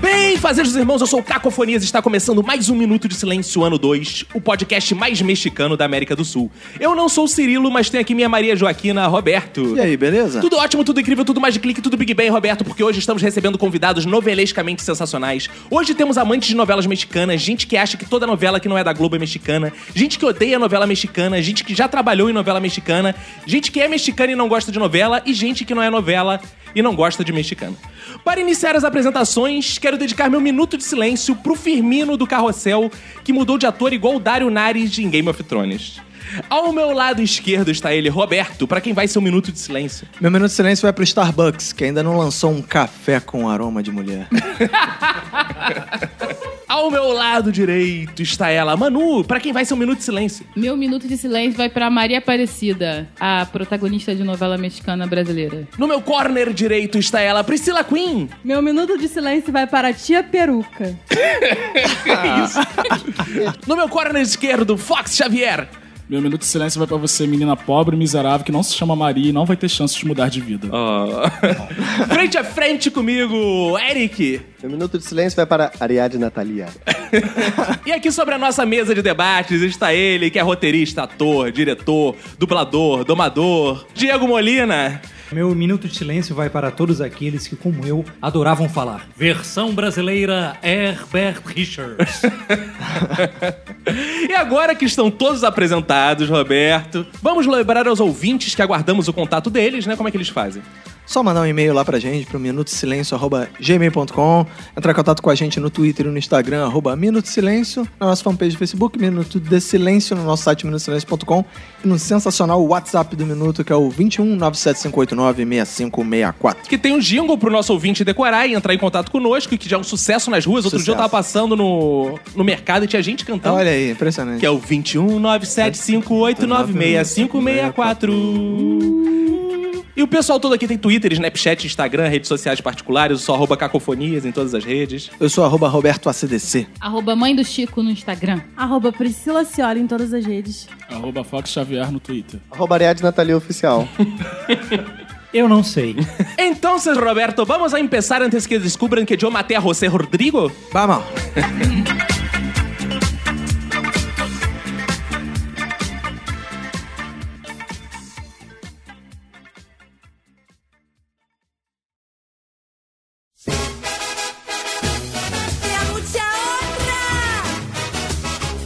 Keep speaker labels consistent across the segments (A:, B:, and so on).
A: Bem, fazejos irmãos, eu sou o Cacofonias e está começando mais um Minuto de Silêncio, ano 2, o podcast mais mexicano da América do Sul. Eu não sou o Cirilo, mas tenho aqui minha Maria Joaquina Roberto.
B: E aí, beleza?
A: Tudo ótimo, tudo incrível, tudo mais de clique, tudo Big Bang, Roberto, porque hoje estamos recebendo convidados novelescamente sensacionais. Hoje temos amantes de novelas mexicanas, gente que acha que toda novela que não é da Globo é mexicana, gente que odeia novela mexicana, gente que já trabalhou em novela mexicana, gente que é mexicana e não gosta de novela, e gente que não é novela e não gosta de mexicano. Para iniciar as apresentações, quero dedicar meu minuto de silêncio pro Firmino do Carrossel, que mudou de ator igual o Dario Nares em Game of Thrones. Ao meu lado esquerdo está ele, Roberto, para quem vai ser um minuto de silêncio.
B: Meu minuto de silêncio vai pro Starbucks, que ainda não lançou um café com aroma de mulher.
A: Ao meu lado direito está ela, Manu, pra quem vai ser um minuto de silêncio.
C: Meu minuto de silêncio vai pra Maria Aparecida, a protagonista de novela mexicana brasileira.
A: No meu corner direito está ela, Priscila Queen.
D: Meu minuto de silêncio vai para a tia peruca.
A: No meu corner esquerdo, Fox Xavier.
E: Meu minuto de silêncio vai pra você, menina pobre, miserável, que não se chama Maria e não vai ter chance de mudar de vida.
A: frente a frente comigo, Eric.
F: Meu Um minuto de silêncio vai para Ariadne Natalia.
A: E aqui sobre a nossa mesa de debates está ele, que é roteirista, ator, diretor, dublador, domador, Diego Molina.
G: Meu minuto de silêncio vai para todos aqueles que, como eu, adoravam falar. Versão brasileira Herbert Richards.
A: E agora que estão todos apresentados, Roberto, vamos lembrar aos ouvintes que aguardamos o contato deles, né? Como é que eles fazem?
B: Só mandar um e-mail lá pra gente, pro minutosilencio.gmail.com, entrar em contato com a gente no Twitter e no Instagram, arroba Minuto de Silêncio, na nossa fanpage do Facebook, Minuto de Silêncio, no nosso site minutosilencio.com e no sensacional WhatsApp do Minuto, que é o 21 975896564.
A: Que tem um jingle pro nosso ouvinte decorar e entrar em contato conosco, que já é um sucesso nas ruas. Outro dia eu tava
B: Sucesso.
A: passando no, no mercado e tinha gente cantando.
B: Então, Olha aí, impressionante.
A: Que é o 21975896564. E o pessoal todo aqui tem Twitter, Snapchat, Instagram, redes sociais particulares, só arroba cacofonias em todas as redes.
B: Eu sou arroba Roberto ACDC.
C: Arroba mãe do Chico no Instagram.
D: Arroba Priscila Ciola em todas as redes.
E: Arroba Fox Xavier no Twitter.
F: Arroba Ariadne Natalia Oficial.
G: Eu não sei.
A: Então, seus Roberto, vamos a empezar antes que descubram que eu matei a José Rodrigo?
B: Vamos!
H: ¡Y a é mucha honra!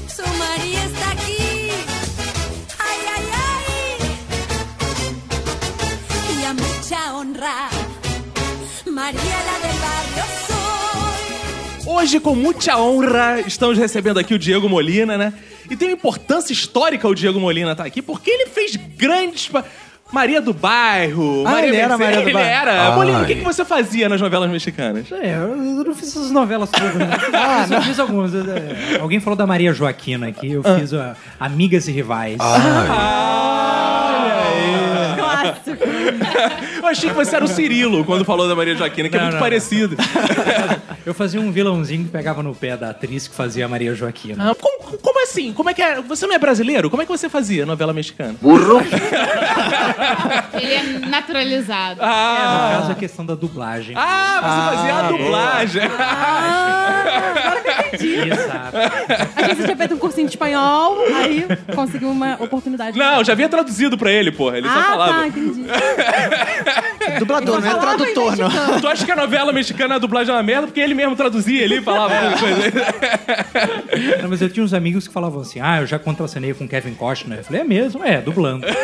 H: ¡Su María está aquí! ¡Ay, ay, ay! ¡Y a mucha honra! María la del barrio soy.
A: Hoje, com muita honra, estamos recebendo aqui o Diego Molina, né? E tem uma importância histórica o Diego Molina estar aqui, porque ele fez grandes. pa- Maria do Bairro.
B: Ah,
A: Maria
B: ele era
A: Mercedes-
B: Maria do
A: ele
B: Bairro.
A: era. Molina, o que, que você fazia nas novelas mexicanas?
G: É, eu eu não fiz essas novelas todas. né? Ah, não. Ah. Eu fiz algumas. é, Alguém falou da Maria Joaquina aqui. Eu fiz a Amigas e Rivais.
D: Clássico.
A: Eu achei que você era o Cirilo quando falou da Maria Joaquina, que é
G: Não,
A: muito
G: não,
A: parecido.
G: Eu fazia um vilãozinho que pegava no pé da atriz que fazia a Maria Joaquina.
A: Ah, como, como assim? Como é que é? Você não é brasileiro? Como é que você fazia novela mexicana?
C: Ele é naturalizado.
G: No
A: Ah,
G: caso, a questão da dublagem.
A: ah, você fazia
G: é.
A: a dublagem.
G: Exato.
D: Achei que você tinha feito um cursinho de espanhol, aí conseguiu uma oportunidade.
A: Não, já havia traduzido pra ele, porra. Ele só
D: Ah,
A: falava.
D: tá, entendi.
B: Dublador, não é
D: falava
B: tradutor, não.
A: Tu acha que a novela mexicana, a dublagem é uma merda? Porque ele mesmo traduzia ali e falava alguma coisa.
G: Não, mas eu tinha uns amigos que falavam assim: ah, eu já contracenei com Kevin Costner. Eu falei: é mesmo? É, dublando.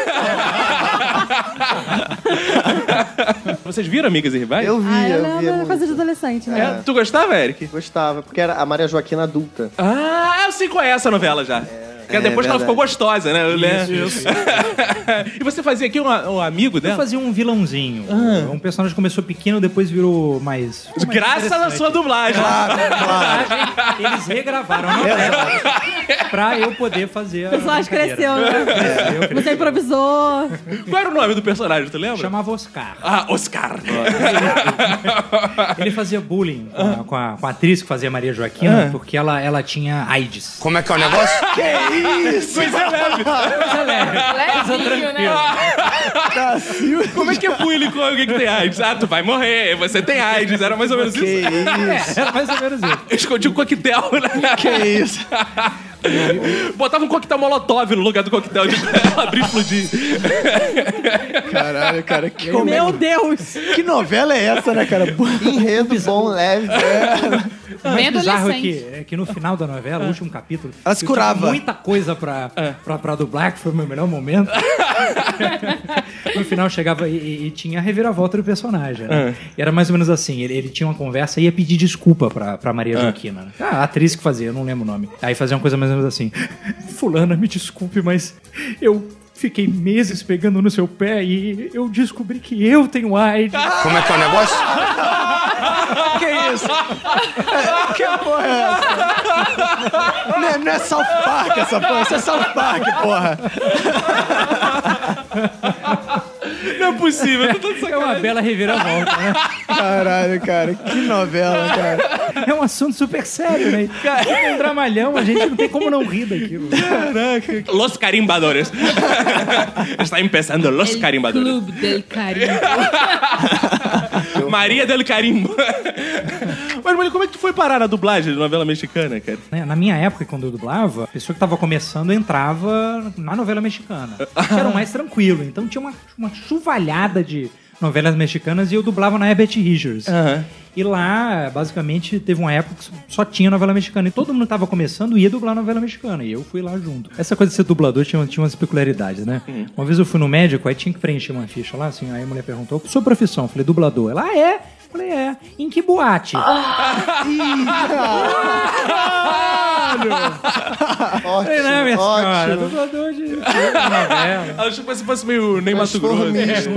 A: Vocês viram Amigas e Rivais?
F: Eu vi,
D: Ah, eu
F: eu vi.
D: lembro,
F: é
D: era coisa
F: muito.
D: de adolescente, né?
A: É, Tu gostava, Eric?
F: Gostava, porque era a Maria Joaquina adulta.
A: Ah, eu sei qual é essa novela já. Que é depois que ela
I: verdade.
A: ficou gostosa, né? Eu lembro. e você fazia aqui um, um amigo
D: Eu
A: dela?
D: fazia um vilãozinho. Um personagem que começou pequeno, depois virou mais.
A: Graças à sua dublagem.
G: Ah.
D: Eles regravaram a novela pra eu poder fazer. É,
F: O personagem cresceu, né? Você improvisou.
A: Qual era o nome do personagem, tu lembra?
D: Chamava Oscar.
A: Ah, Oscar.
D: Ele fazia bullying com a, com a- com a atriz que fazia Maria Joaquina, porque ela, ela tinha AIDS.
J: Como é que é o negócio?
C: Levinho, né?
A: Como é que é bullying com alguém que tem AIDS? Ah, tu vai morrer, você tem AIDS. Era mais ou menos isso.
D: Era mais ou menos isso.
A: Escondia um coquetel, né? Que isso? Botava um coquetel molotov no lugar do coquetel de abrir e explodir.
J: Caralho, cara, que
F: Meu Deus!
B: é Que novela é essa, né, cara?
I: Enredo bom, leve.
C: Bem
D: O bizarro é que,
C: adolescente.
D: é que no final da novela, o último capítulo,
B: Ela se
D: eu tinha
B: curava.
D: muita coisa pra,
G: É.
D: pra, pra dublar, que foi o meu melhor momento. no final chegava e- e, e tinha a reviravolta do personagem. né? E era mais ou menos assim: ele, ele tinha uma conversa e ia pedir desculpa pra, pra Maria Joaquina. né? Ah, a atriz que fazia, eu não lembro o nome. Aí fazia uma coisa mais ou menos assim: Fulana, me desculpe, mas eu. Fiquei meses pegando no seu pé e eu descobri que eu tenho AIDS.
J: Como é que é o negócio?
B: Que isso? É, Que porra é essa? Não é, não é South Park essa porra, isso é South Park, porra.
A: Não é possível, tu tá de
D: É uma bela reviravolta, né?
B: Caralho, cara, que novela, cara.
D: É um assunto super sério, né? É um dramalhão, a gente não tem como não rir daquilo.
A: Los carimbadores. Está empezando Los
C: El
A: carimbadores.
C: Clube del Carimbo.
A: Maria del Carimbo. Mas, Mano, como é que tu foi parar na dublagem de novela mexicana, cara?
D: Né, Na minha época, quando eu dublava, a pessoa que tava começando entrava na novela mexicana. Que era o mais tranquilo. Então tinha uma, uma chuvalhada de novelas mexicanas e eu dublava na Herbert Richards. E lá, basicamente, teve uma época que só tinha novela mexicana. E todo mundo tava começando e ia dublar novela mexicana. E eu fui lá junto. Essa coisa de ser dublador tinha, tinha umas peculiaridades, né? Uma vez eu fui no médico, aí tinha que preencher uma ficha lá, assim. Aí a mulher perguntou, sua profissão? Eu falei, dublador. Ela, ah, é? Eu Falei, é. Em que boate? Falei,
I: Ótimo,
D: não, minha senhora,
I: ótimo.
D: dublador de de novela.
A: Ela achou que você fosse meio Ney Mato Grosso.
I: Transformista.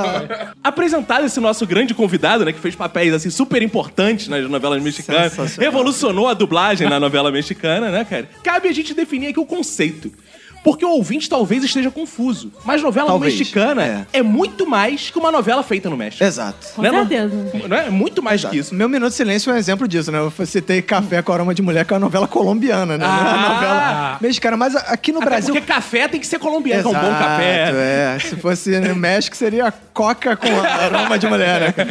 A: Apresentado esse nosso grande convidado, né, que fez papéis assim super importantes nas novelas mexicanas,
B: Sensacional.
A: revolucionou a dublagem na novela mexicana, né, cara? Cabe a gente definir aqui o conceito. Porque o ouvinte talvez esteja confuso. Mas novela
B: Talvez.
A: mexicana é. muito mais que uma novela feita no México.
B: Exato.
F: Com
A: Né, não?
F: certeza.
A: Não é? Muito mais que isso.
B: Meu Minuto de Silêncio é um exemplo disso, né? Eu citei Café com Aroma de Mulher, que é uma novela colombiana, né? Não é
A: Ah!
B: uma novela mexicana. Mas aqui no
A: Até
B: Brasil...
A: Porque café tem que ser colombiano, que é um bom
B: Exato,
A: café.
B: é. Se fosse no México, seria Coca com aroma de mulher, né? cara?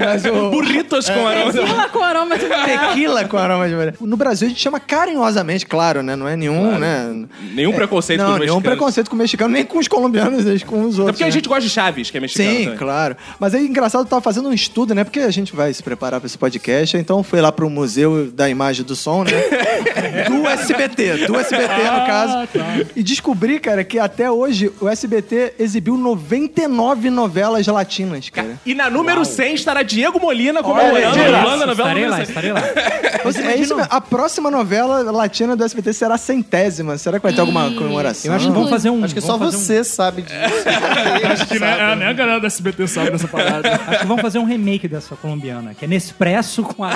B: Mas o...
A: Burritos com aroma.
F: Tequila com aroma de mulher.
B: Tequila com aroma de mulher. No Brasil a gente chama carinhosamente, claro, né? Não é nenhum, né?
A: Nenhum preconceito
B: não,
A: com os
B: nenhum
A: mexicanos.
B: preconceito com o mexicano, nem com os colombianos, nem com os
A: Até
B: outros.
A: É porque a
B: né?
A: gente gosta de Chaves, que é mexicano.
B: Sim,
A: também.
B: claro. Mas é engraçado, eu tava fazendo um estudo, né? Porque a gente vai se preparar pra esse podcast, então fui lá pro Museu da Imagem e do Som, né? do SBT, do SBT
A: Ah,
B: no caso.
A: tá.
B: E descobri, cara, que até hoje o SBT exibiu 99 novelas latinas, cara.
A: E na número 100 estará Diego Molina
B: Olha,
A: comemorando a
B: Diego.
A: Holanda na novela
D: estarei
G: né?
A: número
D: lá,
A: 100.
D: estarei lá.
B: Ou seja, é isso mesmo. A próxima novela latina do SBT será a centésima. Será que vai ter alguma
C: Ih,
B: comemoração?
D: Eu acho que vão fazer um.
I: Acho que
D: vão
I: só
D: fazer um-
I: você sabe disso.
G: Acho que nem, é, nem a galera da SBT sabe dessa parada.
D: Acho que vão fazer um remake dessa colombiana, que é Nespresso com a.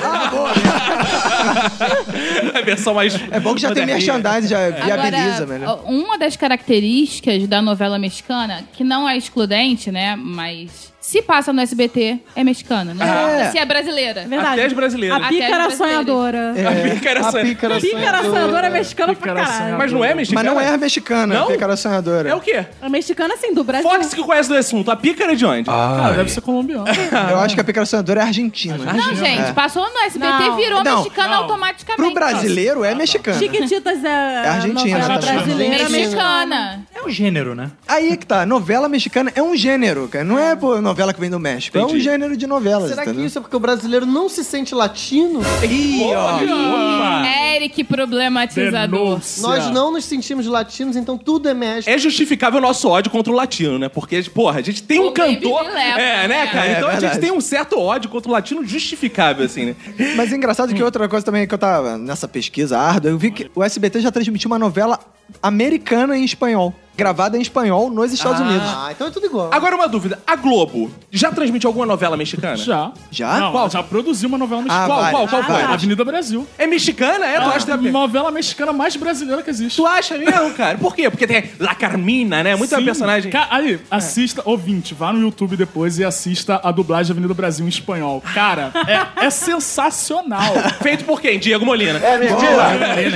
A: A versão mais.
B: É bom que já tem merchandising, já viabiliza,
C: Agora,
B: velho.
C: ó, Uma das características da novela mexicana, que não é excludente, né? Mas se passa no SBT, é mexicana. Não importa se é brasileira.
F: Verdade.
A: Até as brasileiras.
C: Até
F: A
C: as
F: pícara
C: brasileiras.
F: sonhadora.
A: A pícara
I: A
A: sonha-
I: pícara
F: Pícara sonhadora é mexicana pra
D: assim,
F: caralho.
A: Mas não é mexicana?
B: Mas não é a mexicana,
A: Não?
B: não? cara sonhadora.
A: É o quê?
F: A mexicana, assim, do
D: É
F: Brasil.
A: Fox que conhece do assunto. A pícara é de onde?
B: Ah.
G: Cara, deve ser colombiano.
B: Eu acho que a pícara sonhadora é argentina.
C: Não, gente, passou no SBT,
F: Não.
C: virou
B: Não.
C: mexicana
G: Não.
C: automaticamente.
B: Pro brasileiro é mexicana.
F: Chiquititas é, é
B: argentina,
F: novela
B: argentina.
F: brasileira
C: Mexicana.
F: mexicana.
C: mexicana.
D: É um gênero, né?
B: Aí que tá, novela mexicana é um gênero, cara. Não é pô, novela que vem do México. É um
A: Entendi.
B: gênero de novelas,
F: Será que
B: entendeu?
F: isso é porque o brasileiro não se sente latino?
A: Ih, ó.
C: Eric problematizador.
F: Ah, Nós não nos sentimos latinos, então tudo é México.
A: É justificável o nosso ódio contra o latino, né? Porque, porra, a gente tem
C: O
A: um cantor.
C: Baby me leva,
A: é, né,
C: né?
A: cara?
B: É,
A: então a gente
B: verdade.
A: tem um certo ódio contra o latino justificável, assim, né?
B: Mas é engraçado que outra coisa também é que eu tava nessa pesquisa árdua, eu vi que o SBT já transmitiu uma novela americana em espanhol, gravada em espanhol nos Estados Unidos.
F: Ah, então é tudo igual.
A: Agora uma dúvida: a Globo já transmite alguma novela mexicana?
E: Já.
B: Já?
E: Não,
A: Qual?
E: já produziu uma novela
B: Ah,
E: mexicana.
B: vai,
A: qual, qual,
E: Vai,
A: qual?
E: Avenida Brasil.
A: É mexicana? É, tu acha
E: É a
A: que tá-
E: novela mexicana mais brasileira que existe.
A: Tu acha mesmo, cara? Por quê? Porque tem La Carmina, né? Muita
E: Sim.
A: personagem.
E: Ca- aí, assista, ouvinte, vá no YouTube depois e assista a dublagem da Avenida Brasil em espanhol. Cara, é, é sensacional.
A: Feito por quem? Diego Molina. É,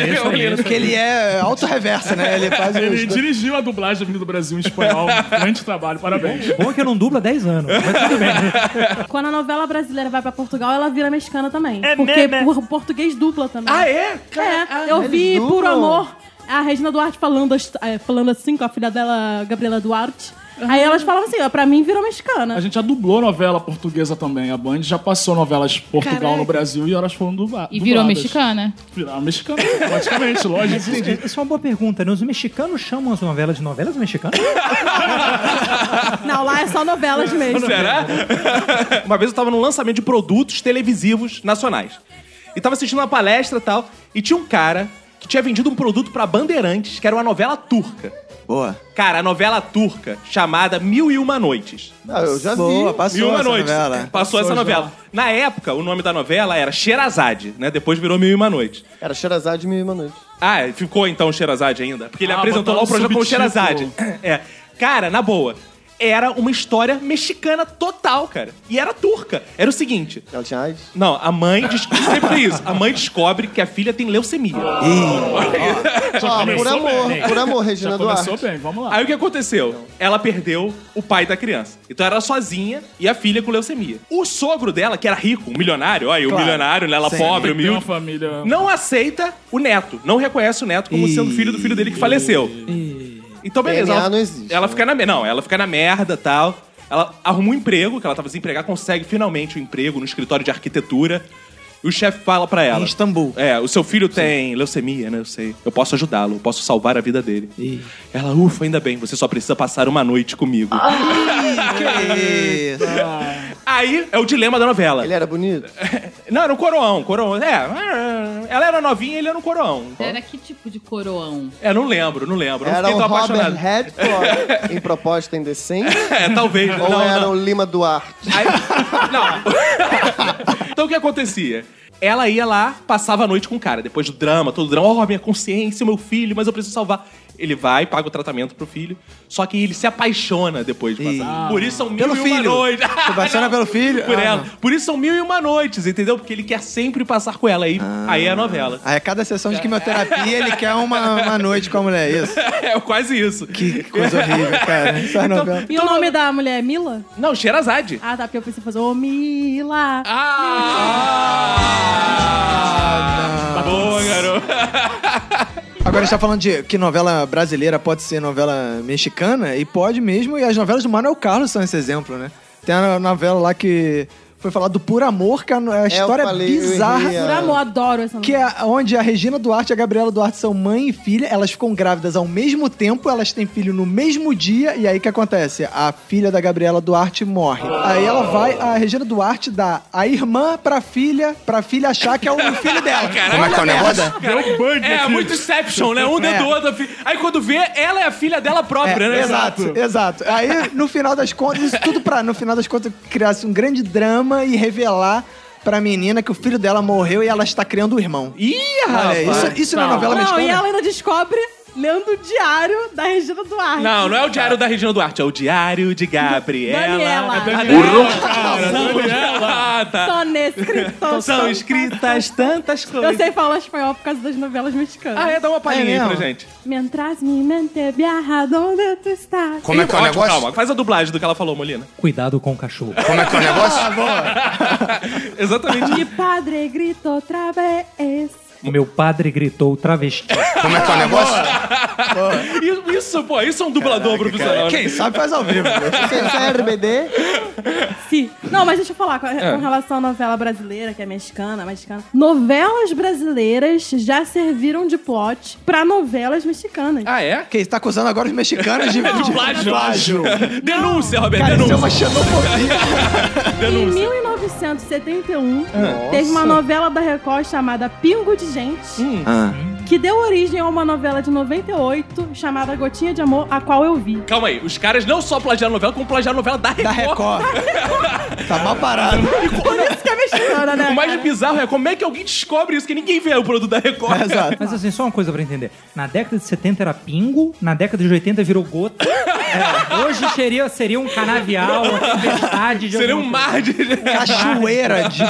A: Diego Molina.
B: Porque ele é auto-reversa, né? Ele faz os
E: Ele é
B: dois.
E: dirigiu a dublagem da Avenida Brasil em espanhol. Grande trabalho, parabéns.
G: Bom é que eu não dublo há 10 anos. Mas tudo bem.
D: Quando a novela brasileira vai pra Portugal, ela vira mexicana também. porque o português dubla também.
A: É né? Ah, é?
D: É, eu
F: eles
D: vi
F: dublam?
D: Puro Amor, a Regina Duarte falando, as- eh, falando assim com a filha dela, Gabriela Duarte.
A: Ah.
D: Aí elas falavam assim, ó, pra mim virou mexicana.
E: A gente já dublou novela portuguesa também. A Band já passou novelas Portugal no Brasil e elas foram dubla
C: E virou
E: dubladas.
C: mexicana.
E: Viraram mexicana, praticamente, lógico.
G: Isso é uma boa pergunta, né? Os mexicanos chamam as novelas de novelas mexicanas?
D: Não, lá é só novelas mesmo.
A: Será? uma vez eu tava num lançamento de produtos televisivos nacionais. E tava assistindo uma palestra e tal, e tinha um cara que tinha vendido um produto pra Bandeirantes, que era uma novela turca.
B: Boa.
A: Cara, a novela turca chamada Mil e Uma Noites.
F: Ah, eu já vi.
B: Boa, passou
A: Mil e uma
B: essa
A: Noites.
B: novela. né?
A: Passou, essa novela. Na época, o nome da novela era Sherazade, né? Depois virou Mil e Uma Noites.
F: Era Xerazade e Mil e Uma Noite.
A: Ah, ficou então o Sherazade ainda. Porque ele
E: Ah,
A: apresentou lá o
E: botaram
A: projeto como
E: subtítulo.
A: Sherazade. É. Cara, na boa. Era uma história mexicana total, cara. E era turca. Era o seguinte:
F: Ela tinha AIDS.
A: não, a mãe descobre sempre isso. A mãe descobre que a filha tem leucemia.
F: Ó, por amor, por amor, Regina
E: Já começou
F: Duarte.
E: bem, vamos lá.
A: Aí o que aconteceu? Ela perdeu o pai da criança. Então era sozinha e a filha com leucemia. O sogro dela, que era rico, um milionário, olha, o milionário, né? Ela pobre,
E: Tem uma
A: humilde.
E: família...
A: Não aceita o neto. Não reconhece o neto como sendo filho do filho dele que faleceu. Então, beleza.
F: DNA
A: ela,
F: não existe,
A: ela
F: né?
A: fica na merda. Não, ela fica na merda e tal. Ela arruma um emprego, que ela tava desempregada, consegue finalmente um emprego no escritório de arquitetura. E o chefe fala pra ela.
B: Em Istambul.
A: É, o seu filho tem leucemia, né? Eu sei. Eu posso ajudá-lo, eu posso salvar a vida dele. Ela, ufa, ainda bem, você só precisa passar uma noite comigo.
B: Isso.
A: Aí é o dilema da novela.
F: Ele era bonito?
A: Não, era um coroão, coroão. É, ela era novinha e ele era um coroão.
C: Era que tipo de coroão?
A: É, não lembro, não lembro. não
F: Era
A: fiquei
F: um
A: tão
F: Robert
A: apaixonado.
F: Redford em Proposta Indecente?
A: É, talvez.
F: ou
A: não,
F: era
A: não.
F: o Lima Duarte?
A: Aí- não. então o que acontecia? Ela ia lá, passava a noite com o cara, depois do drama, todo o drama, oh, minha consciência, meu filho, mas eu preciso salvar. Ele vai, paga o tratamento pro filho, só que ele se apaixona depois de passar. Por isso são mil
B: Pelo
A: e uma
B: filho.
A: noites.
B: Se apaixona
A: Não,
B: pelo filho?
A: Por
B: Ah,
A: ela.
B: não.
A: Por isso são mil e uma noites, entendeu? Porque ele quer sempre passar com ela. Aí,
B: Ah.
A: aí é a novela.
B: Aí a cada sessão de quimioterapia ele quer uma, uma noite com a mulher, isso.
A: é quase isso.
B: Que coisa horrível, cara. Isso é novela.
A: Então
D: E o nome da mulher é Mila?
A: Não, Xerazade.
D: Ah, tá, porque eu pensei fazer, ô Mila.
E: Ah!
A: Ah! Boa, garoto.
B: Agora a gente tá falando de que novela brasileira pode ser novela mexicana e pode mesmo, e as novelas do Manuel Carlos são esse exemplo, né? Tem a novela lá que foi falado do Por Amor, que é a história
F: falei, eu
B: bizarra.
F: errei
D: Por amor, adoro essa
B: Que
D: novela.
B: é onde a Regina Duarte e a Gabriela Duarte são mãe e filha, elas ficam grávidas ao mesmo tempo, elas têm filho no mesmo dia, e aí o que acontece? A filha da Gabriela Duarte morre. Aí ela vai, a Regina Duarte dá a irmã pra filha, pra filha achar que é o filho dela.
A: Caraca,
B: Olha a merda.
E: Deu um bug
A: É,
E: aqui.
A: muito Inception, né? Um dentro do outro. fi- Aí quando vê, ela é a filha dela própria,
B: É,
A: né?
B: exato, exato. Aí, no final das contas, isso tudo pra, no final das contas, criar-se um grande drama e revelar pra menina que o filho dela morreu e ela está criando o irmão.
A: Ih,
B: Olha,
A: rapaz.
B: isso, isso não é novela
D: Não, e
B: mexicana?
D: ela ainda descobre lendo o diário da Regina Duarte.
A: Não, não é o diário da Regina Duarte, é o diário de Gabriela.
D: Daniela.
B: Uhum.
A: Daniela. Ah, tá.
D: Só nesse escritor.
A: São escritas tantas
D: Eu
A: coisas.
D: sei falar espanhol por causa das novelas mexicanas.
A: Ah, é, dá uma palhinha
B: É
A: aí pra
B: mesmo?
A: gente.
D: Mientras mi mente viaja donde tu estás.
K: Como é que é o
A: Ótimo,
K: negócio?
A: Calma, faz a dublagem do que ela falou, Molina.
G: Cuidado com o cachorro.
K: Como é que é o negócio?
A: Exatamente.
D: Mi padre grita outra vez.
G: O meu padre gritou travesti.
K: Como é que é o negócio?
A: Isso- Isso, pô, isso é um dublador profissional.
B: Quem sabe faz ao vivo.
F: RBD?
D: Sim. Não, mas deixa eu falar com,
A: É.
D: com relação à novela brasileira, que é mexicana, mexicana. Novelas brasileiras já serviram de plot pra novelas mexicanas.
A: Ah, é?
B: Quem está tá acusando agora os mexicanos de,
A: De plágio. Denúncia, Roberto,
B: Cara, isso é uma
A: denúncia.
B: xenofobia.
D: Em
A: denúncia.
D: 1971, teve uma novela da Record chamada Pingo de Gente,
A: Ah.
D: que deu origem a uma novela de 98 chamada Gotinha de Amor, a qual eu vi.
A: Calma aí, os caras não só plagiaram novela, como plagiaram novela da Record.
B: Da Record. Tá mal parado.
D: Por isso que é mexicana, né?
A: O mais
D: cara?
A: bizarro é como é que alguém descobre isso, que ninguém vê o produto da Record.
B: Exato.
G: Mas assim, só uma coisa pra entender. Na década de 70 era pingo, na década de 80 virou gota. É, hoje seria, seria um canavial, uma tempestade de
A: Seria um
G: alguma
A: mar de...
B: Cachoeira de.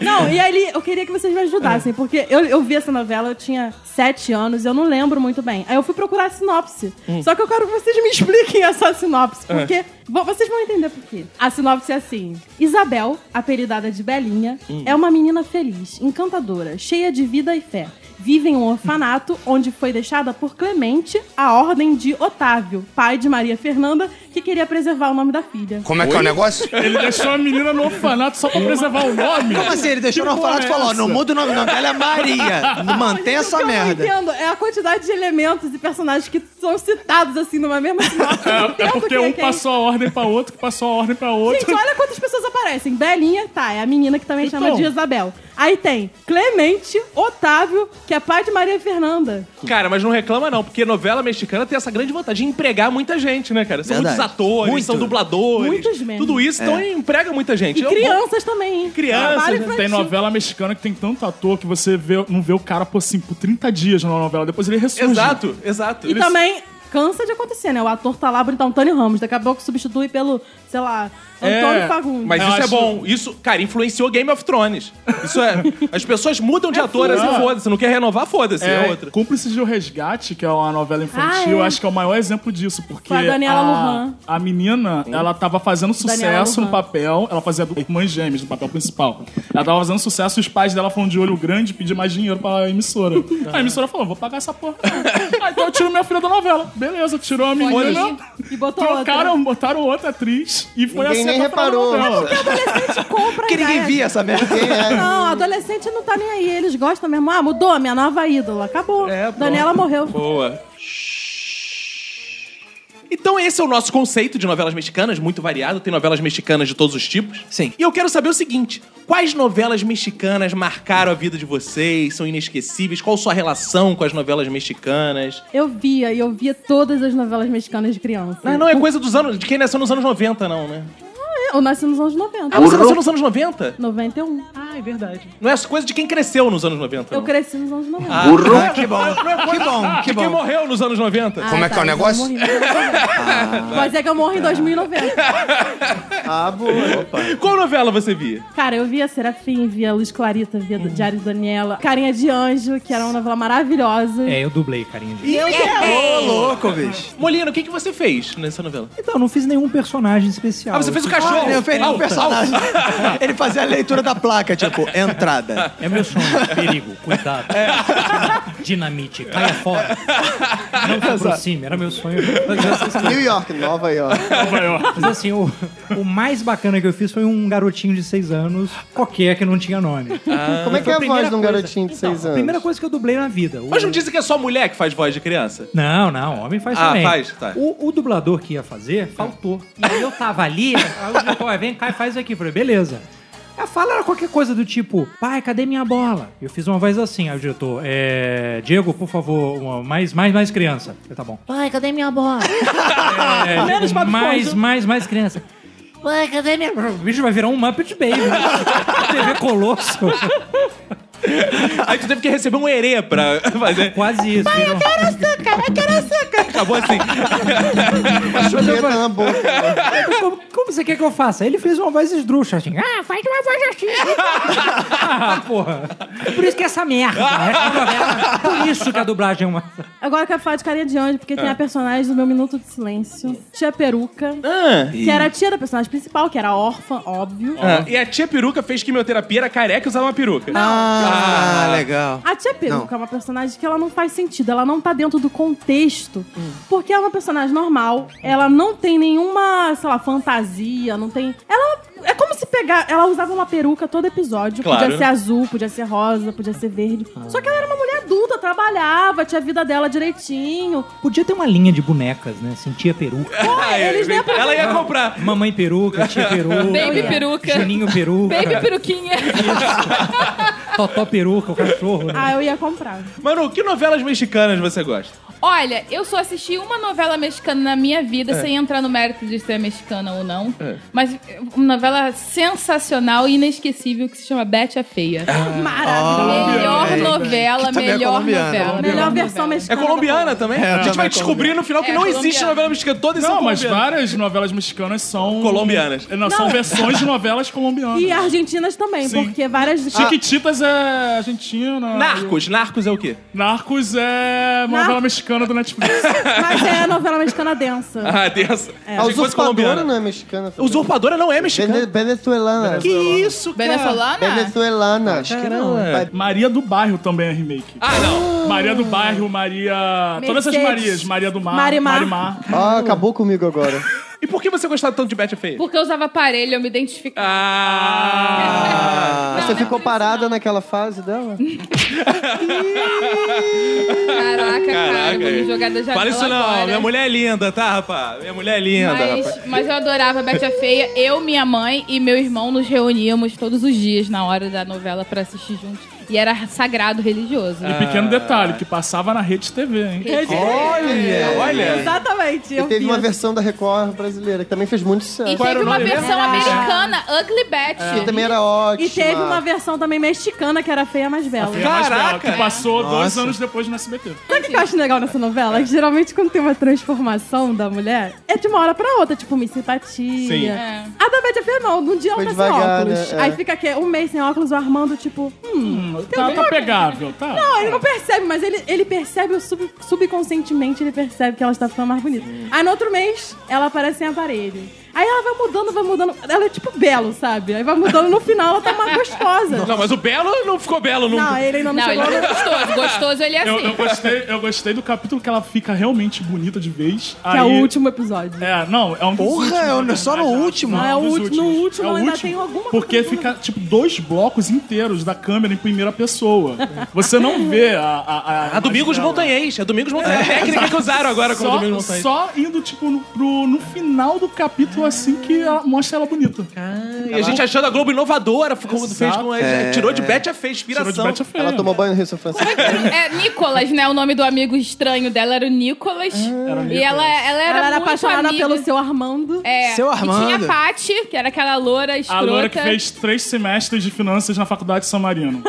D: Não, e ali eu queria que vocês me ajudassem, porque eu, eu vi essa novela, eu tinha sete anos, eu não lembro muito bem. Aí eu fui procurar a sinopse. Só que eu quero que vocês me expliquem essa sinopse, porque vo- vocês vão entender por quê. A sinopse é assim: Isabel, apelidada de Belinha, é uma menina feliz, encantadora, cheia de vida e fé. Vive em um orfanato onde foi deixada por Clemente a ordem de Otávio, pai de Maria Fernanda, que queria preservar o nome da filha.
K: Como é que é o negócio?
E: Ele deixou a menina no orfanato só pra preservar o nome.
B: Como assim? Ele deixou
E: Que
B: no orfanato e
E: porra é
B: falou: ó, não
E: essa?
B: muda o nome, não. Ela é Maria. Mantém
D: Isso
B: essa
D: que
B: merda.
D: Eu não entendo é a quantidade de elementos e personagens que são citados assim numa mesma sinopse. Eu não
E: É, é
D: entendo
E: porque
D: quem
E: um
D: quem.
E: passou a ordem pra outro, que passou a ordem pra outro.
D: Gente, olha quantas pessoas aparecem. Belinha, tá, é a menina que também chama
E: Então.
D: de Isabel. Aí tem Clemente, Otávio, que é pai de Maria Fernanda.
A: Cara, mas não reclama não, porque novela mexicana tem essa grande vantagem de empregar muita gente, né, cara? São
B: Verdade.
A: muitos atores,
B: Muito.
A: são dubladores.
D: Muitos mesmo.
A: Tudo isso, então emprega muita gente.
D: E
A: É um bom-
D: crianças também, hein?
A: Crianças,
D: Trabalho
A: né?
E: Tem
D: infantil.
E: novela mexicana que tem tanto ator que você vê- não vê o cara por, assim, por 30 dias na novela. Depois ele ressurge.
A: Exato, exato.
D: E também cansa de acontecer, né? O ator tá lá, então Antônio Ramos. Daqui a pouco substitui pelo, sei lá, Antônio
E: É,
D: Fagundes.
A: Mas
E: Eu
A: isso é
E: acho-
A: bom. Isso, cara, influenciou Game of Thrones. Isso é. As pessoas mudam de ator assim, foda-se. Não quer renovar, foda-se. É,
E: É,
A: outra.
E: Cúmplices de O Resgate, que é uma novela infantil,
D: Ah, é.
E: acho que é o maior exemplo disso, porque
D: Com a Daniela Lujan.
E: a menina, ela tava fazendo
D: Daniela
E: sucesso no
D: Lujan.
E: papel, ela fazia du- irmãs gêmeas no papel principal. Ela tava fazendo sucesso e os pais dela foram de olho grande pedir mais dinheiro pra emissora. A emissora falou, vou pagar essa porra. ah, então eu tiro minha filha da novela. Beleza, tirou a menina,
D: E botou outra.
E: trocaram, botaram outra atriz e foi
F: Ninguém
E: assim
F: nem
E: a temporada
F: reparou. né?
E: da novela.
D: adolescente compra
B: Porque
D: a
B: ninguém
D: ideia.
B: via essa merda.
F: Quem é?
D: Não, adolescente não tá nem aí. Eles gostam mesmo. Ah, mudou, minha nova ídola. Acabou.
A: É,
D: Daniela morreu.
A: Boa. Então esse é o nosso conceito de novelas mexicanas, muito variado. Tem novelas mexicanas de todos os tipos.
B: Sim.
A: E eu quero saber o seguinte: quais novelas mexicanas marcaram a vida de vocês? São inesquecíveis? Qual sua relação com as novelas mexicanas?
D: Eu via, e eu via todas as novelas mexicanas de criança.
B: Hum.
A: Mas não é coisa dos anos. De quem nasceu nos anos 90, não, né?
D: Eu nasci nos anos 90.
A: Ah, você nasceu nos anos 90?
D: 91.
A: Não é coisa de quem cresceu nos anos 90.
D: Eu
A: não.
D: cresci nos anos 90.
A: Ah,
B: Ah, que bom. Que bom, que
A: de quem
B: bom.
A: morreu nos anos 90.
D: Ah,
K: Como é
D: tá, então
K: que é o negócio? Ah, tá.
D: Pode ser que eu morro em 2090.
F: Ah, boa.
A: Qual novela você via?
D: Cara, eu via Serafim, via Luz Clarita, via
K: Hum.
D: Diário de Daniela, Carinha de Anjo, que era uma novela maravilhosa.
G: É, eu dublei, carinha. de-
B: Ô, louco, bicho.
A: Molina, o que, que você fez nessa novela?
G: Então, não fiz nenhum personagem especial.
A: Ah, você fez o
G: Eu-
A: cachorro!
B: Ele não fez nenhum
A: Alta.
B: personagem. Ele fazia a leitura da placa, tipo, entrada.
G: É meu sonho. Perigo, cuidado.
E: É.
G: Dinamite, caia fora. Não se aproxime, era meu sonho.
F: New York, Nova York.
G: Mas
A: é
G: assim, o, o mais bacana que eu fiz foi um garotinho de seis anos, qualquer que não tinha nome.
F: Como é que
G: Foi
F: é a
G: primeira
F: voz de
G: coisa-
F: um garotinho de
G: Então,
F: seis
G: a Primeira
F: anos?
G: coisa que eu dublei na vida. O-
A: Mas não dizem que é só mulher que faz voz de criança?
G: Não, não, homem faz
A: Ah,
G: também.
A: faz, tá.
G: O, o dublador que ia fazer faltou. E aí eu tava ali, aí o diretor, "Ó, vem cá e faz isso aqui. Eu falei, beleza. A fala era qualquer coisa do tipo, pai, cadê minha bola? Eu fiz uma voz assim, aí o diretor, é, Diego, por favor, uma- mais, mais, mais criança. Eu, tá bom. Pai, cadê minha bola? É,
D: Menos Bob
G: mais,
D: Esponja.
G: mais, mais criança. Pai, cadê minha bola? O bicho vai virar um Muppet Baby. TV Colosso.
A: Aí tu teve que receber um herê pra fazer.
G: Quase isso. virou-
D: Caraca, caraca,
A: acabou assim.
G: Chupeta na boca. Como, como você quer que eu faça? Ele fez uma voz esdrúxula, assim. Ah, faz uma voz assim. ah, porra. Por isso que é essa merda. Essa novela. Por isso que a dublagem é uma...
D: Agora eu quero falar de carinha de anjo, porque tem
G: Ah.
D: a personagem do meu Minuto de Silêncio, Tia Peruca,
A: Ah.
D: que era a tia da personagem principal, que era órfã, óbvio.
A: Ah, e a tia peruca fez quimioterapia, era careca e usava uma peruca.
D: Ah,
B: legal.
D: A tia Peruca é uma personagem que ela não faz sentido, ela não tá dentro do contexto.
F: Hum.
D: Porque ela é uma personagem normal, ela não tem nenhuma, sei lá, fantasia, não tem. Ela é como se pegar. Ela usava uma peruca todo episódio.
L: Claro.
D: Podia ser azul, podia ser rosa, podia ser verde.
F: Ah.
D: Só que ela era uma mulher adulta, trabalhava, tinha a vida dela direitinho.
G: Podia ter uma linha de bonecas, né? Assim, tia peruca.
A: é,
D: eles nem aproveitam.
A: Ela ia comprar.
G: Mamãe peruca, tia peruca.
C: Baby peruca.
G: Juninho peruca.
C: Baby peruquinha.
G: Totó peruca, o cachorro. Né?
D: Ah, eu ia comprar.
A: Manu, que novelas mexicanas você gosta?
C: Olha, eu só assisti uma novela mexicana na minha vida,
A: É.
C: sem entrar no mérito de ser mexicana ou não. Mas é, uma novela sensacional e inesquecível que se chama Bete a Feia.
F: Ah.
D: Ah, Maravilhosa.
C: Melhor novela,
D: Que também é
C: melhor
D: colombiana.
F: Ah,
C: novela.
D: Melhor versão
A: É
D: mexicana.
A: colombiana também?
E: É,
A: a gente
E: também
A: vai
E: é
A: descobrir no final que
E: É,
A: não existe
E: colombiana.
A: novela mexicana, todas são
E: Não, mas
A: colombianas.
E: várias novelas mexicanas são...
A: Colombianas.
E: Não, são
A: Não.
E: versões de novelas colombianas.
D: E argentinas também,
E: Sim.
D: porque várias.
E: Chiquititas é argentina.
A: Narcos, Narcos é o quê?
E: Narcos é uma
D: Nar-
E: novela mexicana do Netflix.
D: Mas é a novela mexicana densa.
A: Ah, dessa.
D: É.
F: A usurpadora não é mexicana.
A: Usurpadora não é mexicana.
F: venezuelana.
A: Que isso, cara?
F: Venezuelana? Venezuelana. Ah, Acho que não. Vai-
E: Maria do Bairro também é remake.
A: Ah, não.
E: Maria do Bairro, Maria... Todas essas
F: Mercedes.
E: Marias. Maria do Mar,
F: Marimar.
E: Marimar.
F: Ah, acabou comigo agora.
A: E por que você gostava tanto de Betty Feia?
C: Porque eu usava aparelho, eu me identificava.
F: Mas Ah, você ficou parada naquela fase dela?
C: Caraca, cara,
A: Caraca,
C: vou me
A: aí.
C: jogar da janela
A: Fala isso não,
C: agora.
A: minha mulher é linda, tá, rapaz? Minha mulher é linda,
C: Mas,
A: rapaz.
C: mas eu adorava Betty a Feia. Eu, minha mãe e meu irmão nos reuníamos todos os dias na hora da novela pra assistir juntos. E era sagrado religioso.
E: E pequeno detalhe, que passava na Rede TV, hein?
C: Rede Olha,
F: TV.
A: é.
F: olha.
D: Exatamente.
F: E teve uma versão da Record brasileira que também fez muito sucesso.
C: E teve uma versão
E: Ah.
C: americana, Ugly Betty.
F: Que também era ótima.
D: E teve uma versão também mexicana que era feia mais bela.
E: Foi a mais bela, Que passou dois
F: Nossa.
E: anos depois no SBT.
D: Sabe o que eu acho legal nessa novela?
F: É.
D: Que geralmente quando tem uma transformação da mulher, é de uma hora pra outra, tipo Miss Simpatia.
E: Sim.
C: É.
D: A da Betty Fê não, de um dia ela
F: Foi
D: tá
F: devagar,
D: sem óculos.
F: né? É.
D: Aí fica aqui um mês sem óculos, o Armando, tipo, hum, tem
E: Tá,
D: alguma
E: tá
D: coisa.
E: pegável, tá?
D: Não, ele não percebe, mas ele, ele percebe o sub- subconscientemente, ele percebe que ela está ficando mais bonita. Aí no outro mês, ela aparece sem aparelho. Aí ela vai mudando, vai mudando. Ela é tipo belo, sabe? Aí vai mudando, no final ela tá mais gostosa.
A: Não, mas o Belo não ficou belo nunca.
D: Não, ele ainda não
C: Não, ele
D: chegou
C: não é
D: no-
C: gostoso. Gostoso ele é assim.
E: Eu, eu gostei, eu gostei do capítulo que ela fica realmente bonita de vez.
D: Que é o último episódio.
E: É, não, é um dos
D: Porra,
E: últimos,
D: é
E: na
D: só no
E: verdade,
D: último? Não, é
E: um
D: o
E: dos
D: último, no
E: últimos.
D: último
E: É o
D: ainda
E: último,
D: tem alguma coisa
E: Porque fica, tipo, dois blocos inteiros da câmera em primeira pessoa. Você não vê a... A, a,
A: A Domingos
E: dela.
A: Montanhês, a Domingos Montanhês. É a técnica que usaram Ah, agora com
E: só,
A: o tá Domingos Montanhês.
E: Só indo, tipo, no, pro- no final do capítulo, assim, que ela mostra ela bonita.
D: Ah,
A: E a gente achando a Globo inovadora, ficou, fez com,
F: É.
A: tirou de Betty a Feia, inspiração.
F: Tirou de Betty a Feia. Ela tomou banho no Rio São Francisco.
C: É Nicolas, né? O nome do amigo estranho dela era o Nicolas.
E: Ah,
C: E ela, ela era,
D: Ela era
C: muito
D: apaixonada
C: amiga.
D: pelo seu Armando.
C: É.
E: Seu
C: E tinha
E: Armando.
C: a Paty, que era aquela loura
E: A
C: escrota.
E: Loura que fez três semestres de finanças na faculdade de São Marino.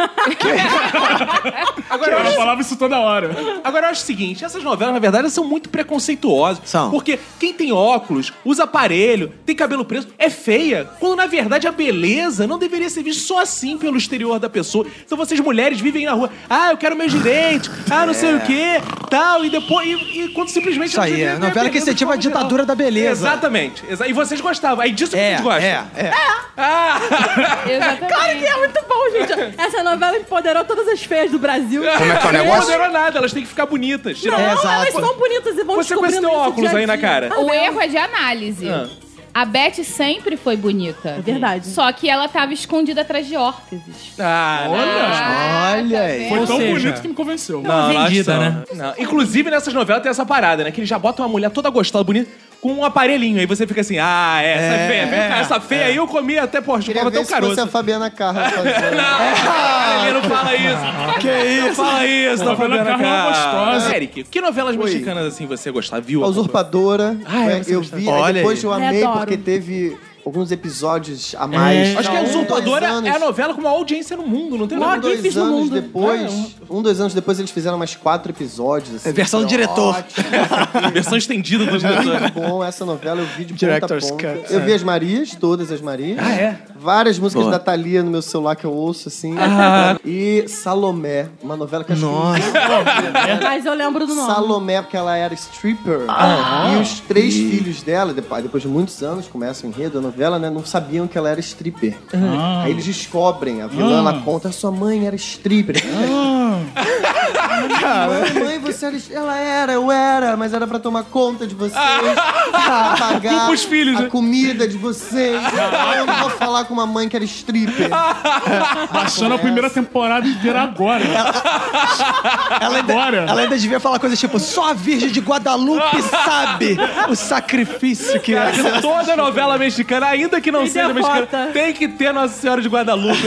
A: Agora,
E: Ela falava isso toda hora.
A: Agora eu acho o seguinte, essas novelas, na verdade, elas são muito preconceituosas. São. Porque quem tem óculos, usa aparelho, tem cabelo preso, é feia. Quando, na verdade, a beleza não deveria ser vista só assim pelo exterior da pessoa. Então vocês, mulheres, vivem na rua. Ah, eu quero meus direitos. Ah, não sei o quê. Tal. E depois... E, e quando simplesmente...
B: É. Isso aí,
A: você vê-
B: é.
A: vê a
B: Novela que
A: beleza de
B: incentiva a
A: forma geral.
B: ditadura da beleza.
A: Exatamente. Exa- E vocês gostavam. É disso que
B: É,
A: vocês gostam. Ah!
B: é, é.
D: Claro que é muito bom, gente. Essa novela empoderou todas as feias do Brasil.
A: Como é que é o negócio? Não
D: Não,
A: empoderou nada, elas têm que ficar bonitas. Tirar-
D: elas são bonitas e vão
A: Você com esse
D: descobrindo
A: teu
D: isso
A: óculos
D: dia a
A: aí na
D: dia. Ah,
A: cara.
C: O erro é de análise.
A: Ah.
C: A Beth sempre foi bonita. É
D: verdade.
C: Só que ela tava escondida atrás de órteses.
A: Ah, não.
F: Olha
C: aí.
E: Foi
A: Ou
E: tão
A: seja,
E: bonito que me convenceu.
A: Não, elas são. Não. Inclusive, nessas novelas tem essa parada, né? Que eles já botam uma mulher toda gostosa, bonita, com um aparelhinho. Aí você fica assim, ah, é, essa
F: É,
A: feia. Vem cá,
F: é,
A: essa feia aí eu comi até, pô,
F: Queria
A: chupava até
F: ver
A: o
F: se fosse
A: caroço.
F: a Fabiana Carla fazendo.
A: Ah, ele não fala isso.
F: Ah. Que
A: Não
F: isso?
A: fala isso, não
F: Tá falando
A: fala
F: que ela é
A: gostosa.
F: gostosa.
A: Eric, que novelas mexicanas assim você gostava? Viu?
F: A usurpadora.
A: Ah, é,
F: né,
A: você
F: eu
A: gostava.
F: vi,
A: Olha
F: aí depois
A: aí.
F: eu amei
A: Adoro.
F: porque teve alguns episódios a mais.
A: É. Acho que a
F: Um, dois
A: Usurpadora
F: anos.
A: é a novela com uma audiência no mundo, não tem
F: Um,
A: nada.
F: dois anos depois,
A: É, um-
F: um, dois anos depois eles fizeram mais quatro episódios. Assim,
B: É versão
F: Foi
B: diretor.
F: ótimo.
A: É, um- Versão estendida do
F: Muito bom essa novela, eu vi de
B: Director's
F: ponta a ponta.
B: Cut,
F: Eu
B: é.
F: vi as Marias, todas as Marias.
B: Ah, é?
F: Várias músicas
B: Boa.
F: da Thalia no meu celular que eu ouço, assim.
B: Ah.
F: E Salomé, uma novela que eu acho
B: Nossa.
F: que...
D: Mas eu lembro do nome.
F: Salomé, porque ela era stripper.
D: Ah.
F: E os três
D: Ih.
F: filhos dela, depois, depois de muitos anos, começa o enredo, a novela, né? Não sabiam que ela era stripper.
D: Ah.
F: Aí eles descobrem, a vilã,
D: Ah.
F: ela conta, a sua mãe era stripper. Cara. Mãe, você era... Ela era, eu era, mas era pra tomar conta de vocês. pra pagar
H: Culpa os filhos,
F: a
H: né?
F: comida de vocês. Então, Eu não vou falar com uma mãe que era stripper.
E: Baixando a primeira temporada inteira agora.
B: Ela ainda, ela ainda devia falar coisas tipo: só a Virgem de Guadalupe sabe o sacrifício que
A: Cara,
B: é.
A: que toda novela mexicana, ainda que não
B: Tem
A: seja
B: derrota.
A: mexicana, tem que ter Nossa Senhora de Guadalupe.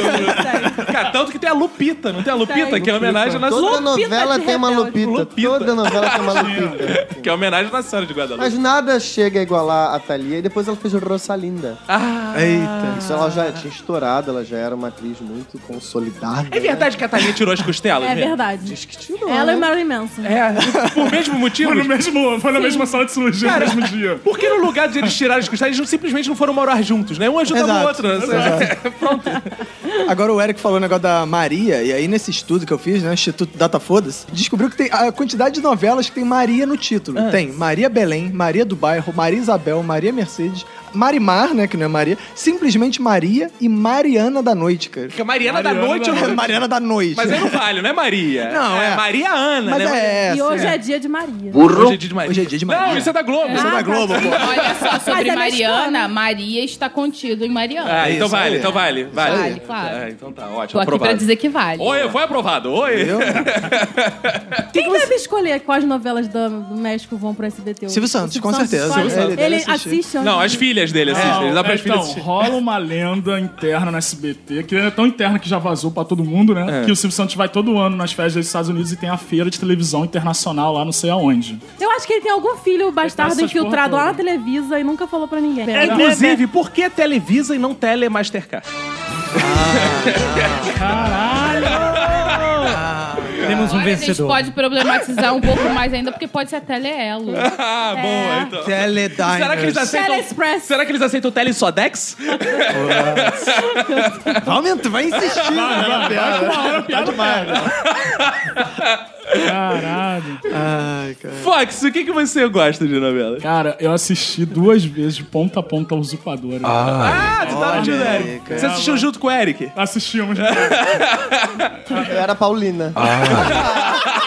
A: Cara, tanto que tem a Lupita, não tem a Lupita?
F: Tem.
A: Que é homenagem à Nossa
F: Toda novela tem uma Lupita. Toda novela tem uma Lupita.
A: Que é homenagem à Nossa Senhora de Guadalupe.
F: Mas nada chega a igualar a Thalia. E depois ela fez Rosalinda.
A: Ah!
F: Eita! Isso ela já tinha estourado, ela já era uma atriz muito consolidada.
A: É verdade que a Thalia tirou as costelas?
D: É
A: né?
D: verdade.
F: Diz que
D: Ela
A: né?
D: e Marilyn Manson.
A: É, por mesmo motivo.
E: Foi no mesmo- foi na
D: Sim.
E: mesma sala de cirurgia
A: Cara,
E: no mesmo dia.
A: Por que no lugar de eles tirarem as costelas, eles não- simplesmente não foram morar juntos, né? Um ajudava o outro. né?
B: Agora o Eric falou o negócio da Maria, e aí nesse estudo que eu fiz, né? Instituto Data Foda-se, descobriu que tem a quantidade de novelas que tem Maria no título.
G: Ah.
B: Tem Maria Belém, Maria do Bairro, Maria Isabel, Maria Mercedes, Marimar, né? Que não é Maria, simplesmente Maria e Mariana da Noite, cara.
A: Porque a Mariana, da Noite... eu não-
B: Mariana da Noite.
A: Mas aí não vale, não é Maria.
B: Não, é.
A: Maria Ana,
B: Mas
A: né?
B: é
D: E hoje é
A: é.
D: dia de Maria. Ah, tá.
A: Burro. Hoje é dia de Maria. Hoje é dia de Não,
B: Maria.
A: isso é da Globo.
B: Isso é da Globo, pô.
C: Olha só, sobre
D: Mas é
C: Mariana,
D: mexicana.
C: Maria está contido em Mariana.
A: Ah, então
C: Isso
A: vale,
C: aí.
A: então vale. Vale,
C: Vale, claro.
A: É, então tá, ótimo.
C: Tô aqui
A: aprovado.
C: pra dizer que vale.
A: Oi, foi aprovado. Oi.
D: Quem deve escolher quais novelas do, do México vão pro SBT?
B: Silvio Santos,
D: Silvio
B: com certeza.
D: escolhe.
B: Silvio Santos.
D: Ele
B: Ele deve assistir.
D: assiste.
A: Não, as filhas dele assistem. É, Dá pra as filhas
E: então,
A: assistirem.
E: rola uma lenda interna no SBT, que é tão interna que já vazou pra todo mundo, né?
A: É.
E: Que o Silvio Santos vai todo ano nas festas dos Estados Unidos e tem a feira de televisão internacional lá, não sei aonde.
D: Eu acho que ele tem algum filho bastardo
E: essas
D: infiltrado
E: porra
D: lá na Televisa e nunca falou pra ninguém.
A: É, Inclusive, por que Televisa e não Telemastercard?
G: Temos um
C: Olha, a gente
G: vencedor.
C: pode problematizar um pouco mais ainda, porque pode ser a Teleelo.
E: É.
A: Ah, boa, então.
B: Telediners.
A: Será que eles aceitam... Será que eles aceitam Telesodex?
B: Aumenta, vai insistir.
E: Vai,
B: né,
E: vai,
B: na
E: vai,
B: piada.
E: que uma hora a piada
A: Caralho. Fox, o que, que você gosta de novela?
E: Cara, eu assisti duas vezes de ponta a ponta a usurpadora.
A: Ah, tu tava junto,
E: Olha aí,
A: Eric.
E: cara.
A: Você assistiu junto com o Eric?
E: Assistimos.
F: Eu era Paulina.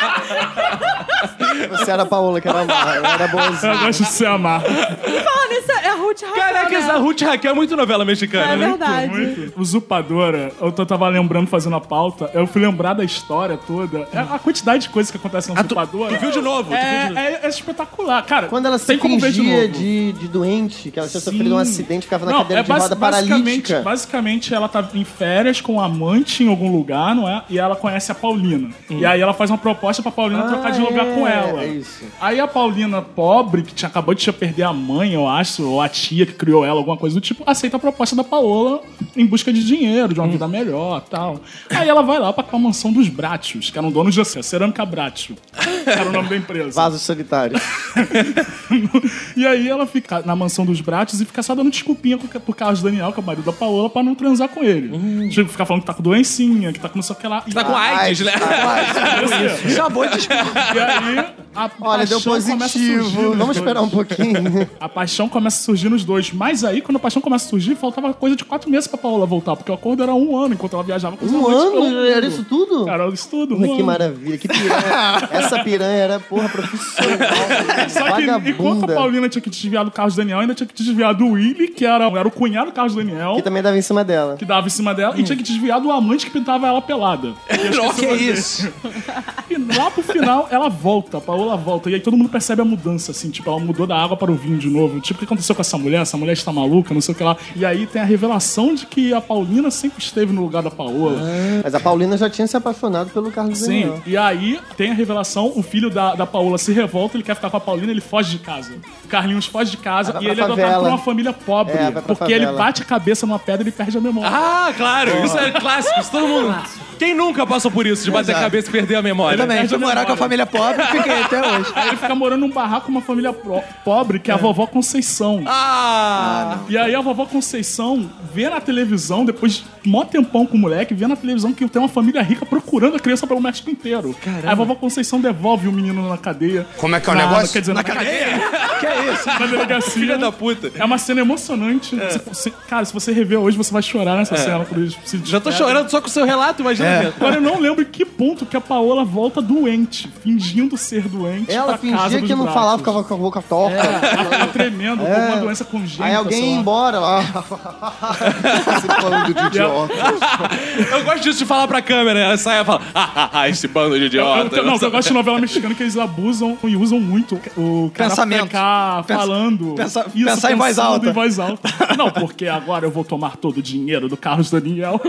F: Você era Paola, que era má. Eu era boazinha.
E: Eu gosto de ser amar.
D: E falando isso, é a Ruth Raquel.
A: Caraca,
D: né?
A: essa Ruth Raquel é muito novela mexicana,
D: É
A: né?
D: verdade.
E: Usurpadora, eu tô- tava lembrando, fazendo a pauta, eu fui lembrar da história toda. É A quantidade de coisas que acontece na Usurpadora.
A: Ah, tu viu de novo, tu viu
E: É,
A: de novo.
E: é- é espetacular, cara.
F: Quando ela
E: tem
F: se
E: como ver de
F: fingia
E: novo.
F: de, de doente, que ela tinha
E: Sim.
F: sofrido um acidente, ficava na
E: Não,
F: cadeira
E: é
F: de
E: basi-
F: roda
E: basicamente,
F: paralítica.
E: basicamente, ela tá em férias com um amante em algum lugar, não é? E ela conhece a Paulina. E aí ela faz uma proposta pra Paulina
F: Hum. Ah,
E: trocar de lugar
F: é,
E: com ela.
F: é isso.
E: Aí a Paulina, pobre, que tinha, acabou de tinha perder a mãe, eu acho, ou a tia que criou ela, alguma coisa do tipo, aceita a proposta da Paola em busca de dinheiro,
F: Hum.
E: de uma vida melhor tal. Aí ela vai lá pra aquela mansão dos Bratios, que um eram donos da cerâmica Bratio. Era o nome da empresa.
F: Vasos sanitários.
E: E aí ela fica na mansão dos Bratos e fica só dando desculpinha com- por Carlos Daniel, que é o marido da Paola, pra não transar com ele. Tipo, ficar falando que tá com doencinha, que tá com não sei o que lá.
A: Tá com AIDS, né?
E: Isso é uma boa E aí, a
F: Olha, deu
E: paixão começa a
F: positivo.
E: surgir nos
F: Vamos esperar um pouquinho.
E: A paixão começa a surgir nos dois. Mas aí, quando a paixão começa a surgir, faltava coisa de quatro meses pra Paola voltar, porque o acordo era um ano enquanto ela viajava com os
F: Um
E: amantes pelo
F: ano?
E: mundo.
F: Era isso tudo?
E: Era isso tudo. um
F: Porra, que
E: ano.
F: maravilha, que piranha. Essa piranha era, porra, profissional.
E: Só que enquanto a
F: vagabunda.
E: Paulina tinha que desviar do Carlos Daniel, ainda tinha que desviar do Willy, que era, era o cunhado do Carlos Daniel.
F: Que também dava em cima dela.
E: que dava em cima dela e tinha que desviar do amante que pintava ela pelada.
A: Que isso?
E: E lá pro final, ela volta. A Paola ela volta. E aí todo mundo percebe a mudança, assim, tipo, ela mudou da água para o vinho de novo. Tipo, o que aconteceu com essa mulher? Essa mulher está maluca, não sei o que lá. E aí tem a revelação de que a Paulina sempre esteve no lugar da Paola.
F: Mas a Paulina já tinha se apaixonado pelo Carlos
E: Sim, Tipo
F: Daniel.
E: e aí tem a revelação, o filho da, da Paola se revolta, ele quer ficar com a Paulina, ele foge de casa. Carlinhos foge de casa
F: Vai
E: e
F: pra
E: ele é adotado
F: favela.
E: por uma família pobre.
F: É, vai pra
E: porque
F: favela.
E: ele bate a cabeça numa pedra e perde a memória.
A: Ah, claro, isso é clássico, isso todo mundo. Quem nunca passou por isso, de bater a
E: Exato.
A: cabeça e perder a memória?
E: Eu também, fui morar com a família
B: pobre e fiquei até hoje.
E: Aí ele fica morando num barraco com uma família pro- pobre, que é a vovó Conceição.
A: Ah!
E: E aí a vovó Conceição vê na televisão, depois de mó tempão com o moleque, vê na televisão que tem uma família rica procurando a criança pelo México inteiro. Aí a vovó Conceição devolve o menino na cadeia.
K: Como é que é o
E: Na-
K: negócio?
E: Quer dizer, na, cadeia?
A: que é isso?
E: Na delegacia.
A: Filha da puta.
E: É uma cena emocionante. Se você- cara, se você rever hoje, você vai chorar nessa
A: É.
E: cena. Quando eles se
A: Já tô
E: despedem.
A: chorando só com o seu relato, imagina.
E: É.
A: mesmo.
E: Agora eu não lembro em que ponto que a Paola volta doente, fingindo ser doente.
F: Ela
E: pra casa
F: fingia
E: dos
F: que não
E: braços.
F: falava, ficava com a boca torta.
E: Ela ficava tremendo,
F: É.
E: com uma doença congênita.
F: Aí alguém
E: sei
F: ia
E: lá.
F: embora. Ela... Você falando de idiota.
A: Eu gosto disso de falar pra câmera, ela sai e fala, ah, ah, ah, esse bando de
E: Eu,
A: idiota.
E: eu, não, eu gosto de novela mexicana que eles abusam e usam muito o cara
B: Pensamento.
E: ficar
B: Pensa-
E: falando.
B: pensa- pensar em voz
E: pensando
B: alta.
E: em voz alta. Não, porque agora eu vou tomar todo o dinheiro do Carlos Daniel.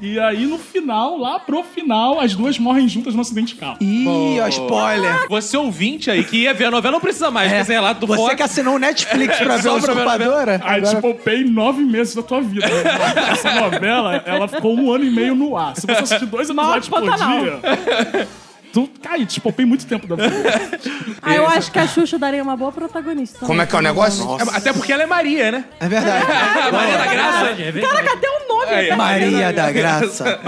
E: e aí, no final, lá pro final, as duas morrem juntas no acidente de carro.
B: Ih, ó, spoiler.
A: Você ouvinte aí que ia ver a novela não precisa mais, porque esse relato do
B: Você
A: Fox.
B: que assinou o Netflix pra ver
A: Só
B: a
A: pra ver a
B: usurpadora?
E: Aí te poupei nove meses da tua vida. Essa novela, ela ficou um ano e meio no ar. Se você assistir dois episódios por
D: Pantanal.
E: dia... Tu, cai, te poupei muito tempo da vida.
D: Ah, eu acho que a Xuxa daria uma boa protagonista.
K: Como é que é o negócio?
A: É, Até porque ela é Maria, né?
B: É verdade.
A: A Maria da Graça. É
D: Cara, cadê o nome?
A: Aí,
B: Maria da Graça.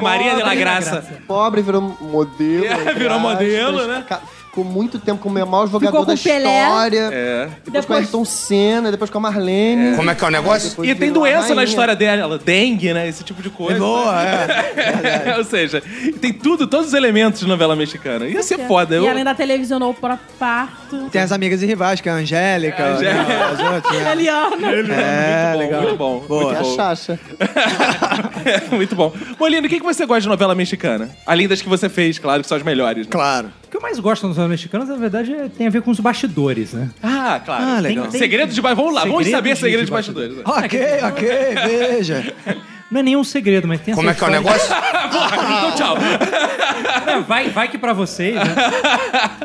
A: Maria de la Graça.
F: Pobre, virou modelo.
A: É,
F: entre
A: virou modelo, né?
F: Ca- Ficou muito tempo com o maior jogador
D: Ficou com
F: da
D: o Pelé.
F: história.
A: É.
F: Depois, com o
D: Depois-
F: Ayrton Senna, depois com a Marlene.
K: Como é que é o negócio?
F: depois
A: E tem
F: virou a
A: doença na
F: rainha.
A: história dela, dengue, né? Esse tipo de coisa.
B: Boa, é.
A: Ou seja, tem tudo, todos os elementos de novela mexicana. Ia
G: é
A: ser foda. Eu...
D: É. E ela ainda televisionou o próprio parto.
B: Tem as amigas e rivais, que é a Angélica,
A: Angélica.
B: né, as outras. né?
D: Eliana.
B: É,
A: muito bom,
B: legal.
A: muito bom.
B: Boa.
F: É a Xaxa.
A: É, muito bom. Molino, o que, que você gosta de novela mexicana? Além das que você fez, claro, que são as melhores. né?
B: Claro.
G: O que eu mais gosto das novelas mexicanas, na verdade, é- tem a ver com os bastidores, né?
A: Ah, claro.
B: Ah, legal.
A: Tem- Segredo de bastidores. Vamos lá, vamos
G: Segredo
A: saber
G: de-
A: segredo de
G: de
A: bastidores.
B: Ok, ok, veja.
G: Não é nenhum segredo, mas tem essa
K: Como é que é o
G: história-
K: negócio?
A: Então, tchau.
G: É, vai, vai que pra vocês, né?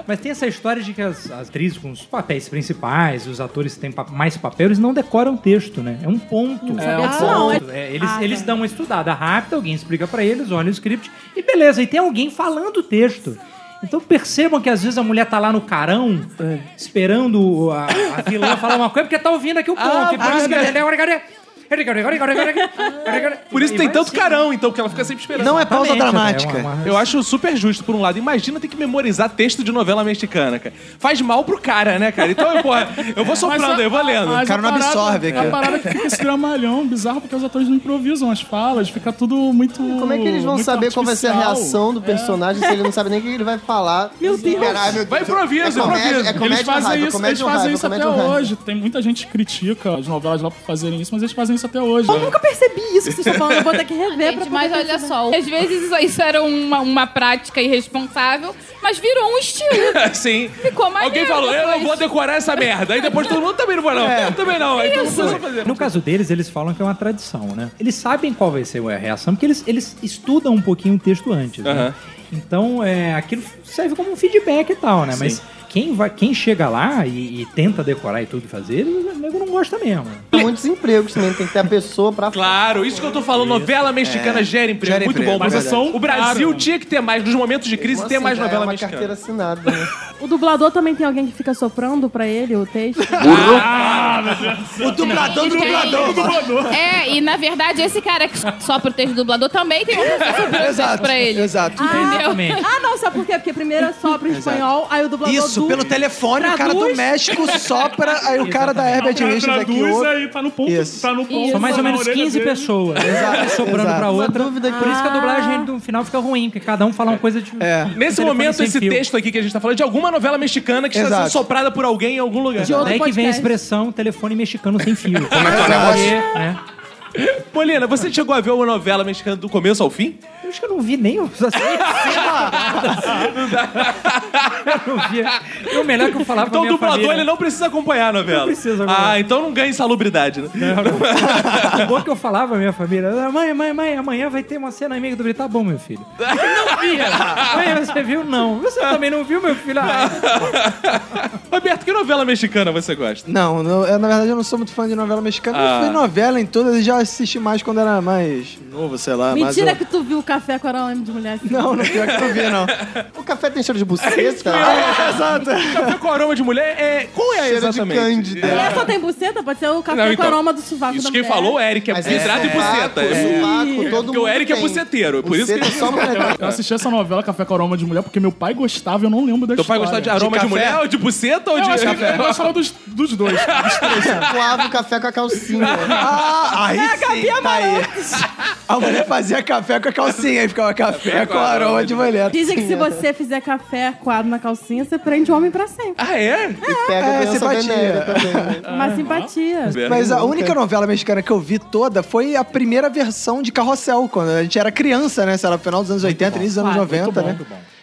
G: Mas tem essa história de que as, as atrizes com os papéis principais, os atores que têm pa- mais papel, eles não decoram o texto, né? É um ponto. É um
D: não.
G: ponto. É, eles,
D: Ah,
G: eles
D: tá.
G: dão uma estudada rápida, alguém explica pra eles, olha o script e beleza. E tem alguém falando o texto. Então percebam que às vezes a mulher tá lá no carão, é, esperando o- a, a vilã falar uma coisa, porque tá ouvindo aqui o ponto.
D: Ah,
G: e por isso que
A: Por isso tem tanto carão, então, que ela fica sempre esperando.
B: Não é pausa
G: Exatamente,
B: dramática.
G: é uma- uma-
A: Eu acho super justo, por um lado. Imagina ter que memorizar texto de novela mexicana, cara. Faz mal pro cara, né, cara? Então, eu, porra, eu vou soprando, eu vou lendo.
E: Mas
B: O cara
E: a
B: não
E: parada- é
B: absorve aqui.
E: A parada que fica esse dramalhão bizarro porque os atores não improvisam as falas, fica tudo muito.
F: Como é que eles vão
E: muito
F: saber qual vai ser a
E: artificial?
F: reação do
A: É.
F: personagem se ele não sabe nem o que ele vai falar?
D: Meu Deus.
F: Caralho, meu
A: Vai improviso,
F: É comédia-
A: improviso.
F: é comédia
E: Eles
F: ou
E: fazem
F: raiva,
E: isso,
F: comédia
E: eles
F: ou
E: fazem
F: raiva,
E: isso até
F: comédia ou raiva.
E: hoje. Tem muita gente que critica as novelas lá por fazerem isso, mas eles fazem isso até hoje.
D: Eu nunca percebi isso que vocês estão falando. Eu vou ter que
F: É
D: rever
C: Ah,
D: pra
C: Gente,
D: poder
C: mas olha
D: perceber.
C: só, às vezes isso, isso era uma, uma prática irresponsável, mas virou um estilo.
A: Sim.
C: Ficou maneiro
A: Alguém falou, eu não
C: é depois.
A: vou decorar essa merda. Aí depois todo mundo também não vai, não. Eu também não. Aí todo mundo começou a fazer.
G: No caso deles, eles falam que é uma tradição, né? Eles sabem qual vai ser a reação, porque eles, eles estudam um pouquinho o texto antes,
A: Aham.
G: né? Então, é, aquilo serve como um feedback e tal, né? Mas quem, vai, quem chega lá e, e tenta decorar e tudo fazer, o nego não gosta mesmo.
F: Tem muitos empregos também, tem que ter a pessoa pra
A: Claro, isso que eu tô falando, novela mexicana gera emprego.
B: Gera
A: muito
B: emprego,
A: bom.
E: mas
A: Brasil.
E: é só um
A: o Brasil
E: caro.
A: tinha que ter mais, nos momentos de crise, ter
F: Assim,
A: mais
F: já
A: novela
F: é uma
A: mexicana.
F: carteira assinada, né?
D: O dublador também tem alguém que fica soprando pra ele o texto.
B: O dublador do dublador.
C: É, e na verdade, esse cara que só pro texto dublador também tem um
B: Exato.
C: pra ele.
B: Exato.
C: Entendeu?
D: ah, não, sabe por quê? Porque primeiro é só pro espanhol, aí o
C: Ah,
D: dublador
B: Isso,
D: du-
B: pelo telefone, o cara do
D: traduz.
B: México sopra, aí o cara da Herbert
E: Cara,
B: Richards aqui
E: traduz
B: outro.
E: aí, tá no ponto.
B: Isso.
E: Tá no ponto
G: São mais
E: tá
G: ou
E: na
G: menos
E: orelha
G: 15
E: dele.
G: pessoas
B: Exato,
G: sobrando
B: exato.
G: pra
B: Uma
G: outra.
F: dúvida que-
G: Por isso que a dublagem no final fica ruim, porque cada um fala uma coisa de.
B: É.
G: um
A: Nesse
G: telefone
A: momento,
G: sem
A: esse
G: fio.
A: texto aqui que a gente tá falando é de alguma novela mexicana que está
B: Exato.
A: sendo soprada por alguém em algum lugar.
D: De outro
G: Daí que vem a
D: podcast.
G: expressão telefone mexicano sem fio. Como
K: é que é o negócio?
G: Né?
A: Molina, você chegou a ver uma novela mexicana do começo ao fim?
G: Eu acho que eu não vi nem os assim. eu não via. E o melhor é que eu falava pra
A: Então o
G: minha
A: dublador
G: família-
A: ele não precisa acompanhar a novela.
G: Não precisa acompanhar.
A: Ah, então não ganha insalubridade, né?
G: O bom é que eu falava pra minha família, "Ah, mãe, mãe, mãe, amanhã vai ter uma cena amiga do Brito. Tá bom, meu filho. Não via. Mãe, você viu? Não. Você também não viu, meu filho? Ah,
A: Roberto, que novela mexicana você gosta?
B: Não, não, eu, na verdade eu não sou muito fã de novela mexicana.
A: Ah.
B: Eu fui novela em todas e já assisti mais quando era mais novo, sei lá. mas
D: Mentira
B: eu-
D: que tu viu o café com arame de mulher. assim.
B: Não, não pior que eu não vi, não.
F: O café tem cheiro de buceta?
B: É, Exato.
A: Café com aroma de mulher é. Qual é
F: Cheiro de
A: exatamente?
F: cândida.
D: Mulher só tem buceta, pode ser o café
A: Não,
D: com
A: então,
D: aroma do sovaco
A: Isso
D: da
A: quem
D: mulher.
A: falou é Eric, é vidrado e buceta.
F: É,
A: É.
F: sovaco, todo
A: Porque o
F: mundo
A: Eric é
F: tem.
A: buceteiro, é por isso que
F: Buceta é só mulher.
E: Eu assisti essa novela Café com Aroma de Mulher porque meu pai gostava e eu não lembro da
A: Teu pai gostava
E: história.
A: de aroma de,
K: café?
A: mulher, ou de buceta ou
E: Eu
A: de
E: acho que
A: café?
E: eu gostava dos, dos dois.
F: Coava o café com a calcinha.
B: Ah, aí é, sim, tá aí. A mulher fazia café com a calcinha e ficava café com aroma de mulher.
D: Dizem que se você fizer café coado na calcinha, você prende o homem pra sempre.
A: Ah, é?
F: E pega
B: É,
F: a doença
B: simpatia.
F: venérea também. né?
D: Uma simpatia.
B: Mas a única novela mexicana que eu vi toda foi a primeira versão de Carrossel, quando a gente era criança, né? Sei lá, final dos anos 80, início dos anos 90, né?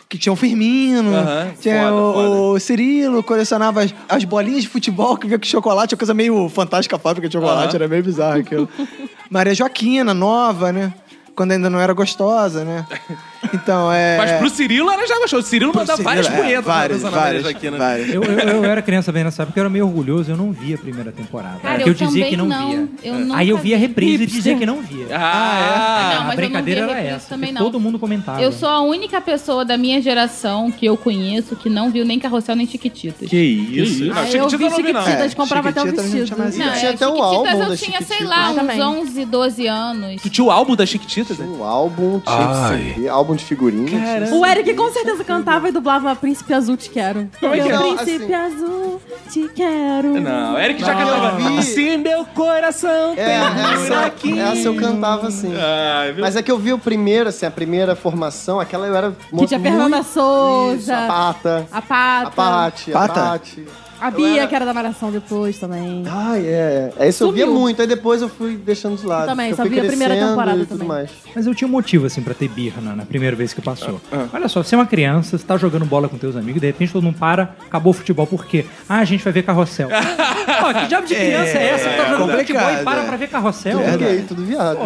B: Que tinha o Firmino,
A: Aham,
B: tinha
A: foda,
B: o,
A: foda.
B: o Cirilo, colecionava as, as bolinhas de futebol que via com chocolate, uma coisa meio fantástica a fábrica de chocolate, era meio bizarro aquilo. Maria Joaquina, nova, né? Quando ainda não era gostosa, né? Então, é.
A: Mas pro Cirilo era já gostoso. O Cirilo
B: Pro
A: mandava várias
B: Cirilo, é,
A: punhetas
B: várias,
A: na Ana Maria
B: várias,
A: Joaquina.
B: várias.
G: Eu, eu, eu era criança bem nessa época, eu era meio orgulhoso, eu não via a primeira temporada.
C: Cara,
G: É que eu
C: eu
G: dizia
C: também
G: que não,
C: não.
G: via.
C: Eu
G: É.
C: nunca
G: Aí eu via a
C: vi.
G: reprise e dizia que não
A: é?
G: via.
A: Ah,
C: Não,
G: a
C: mas eu não
G: brincadeira
C: via
G: era
C: reprise
G: essa.
C: também,
G: que
C: não.
G: Todo mundo comentava.
C: Eu sou a única pessoa da minha geração que eu conheço que não viu nem Carrossel nem Chiquititas.
A: Que isso?
D: Ah, eu vi Chiquititas, comprava até o
B: Chiquititas não
D: vestido.
B: tinha mais
C: Não,
F: Tinha
C: eu-
F: até o
C: Chiquititas
F: álbum
C: eu
F: das
C: tinha, sei
F: Chiquititas.
C: lá,
D: Ah,
C: uns
D: também.
C: 11, 12 anos.
A: Tu tinha o álbum da Chiquititas? né?
F: O um álbum tinha que
M: Ai.
F: se ver, álbum de figurinhas.
D: O Eric com certeza cantava e dublava Príncipe Azul Te Quero.
A: Como é que
D: Meu
A: é?
F: Não,
D: Príncipe Azul Te Quero.
A: Não, Eric já
F: Não, eu
A: cantava.
F: vi.
A: Se meu coração
D: um
F: É,
A: tem
F: essa,
A: buraquinho.
F: essa eu cantava assim.
A: Ah, viu?
F: Mas é que eu vi o primeiro, assim, a primeira formação, aquela eu era
D: Que
F: muito...
D: tinha Fernanda
F: Isso, a
D: Souza,
F: Pata.
D: a Pata,
F: A Pati, a
B: Pata?
F: Pati.
D: a Bia,
F: era-
D: que era da Malhação depois também.
F: Ai, é. É isso eu via
D: Sumiu.
F: muito, aí depois eu fui deixando de lado.
D: Eu também,
F: eu
D: só
F: fui
D: vi a primeira
F: crescendo
D: temporada
F: e tudo
D: também.
B: É
F: mais.
G: Mas eu tinha um motivo, assim, pra ter birra na primeira vez que passou. Olha só, você é uma criança, você tá jogando bola com teus amigos, de repente todo mundo para, acabou o futebol, por quê? Ah, a gente vai ver carrossel. Pô, que diabo de criança é, essa que tá jogando futebol
B: complicado,
G: e para
B: é.
G: pra ver carrossel?
F: Tudo gay, tudo viado.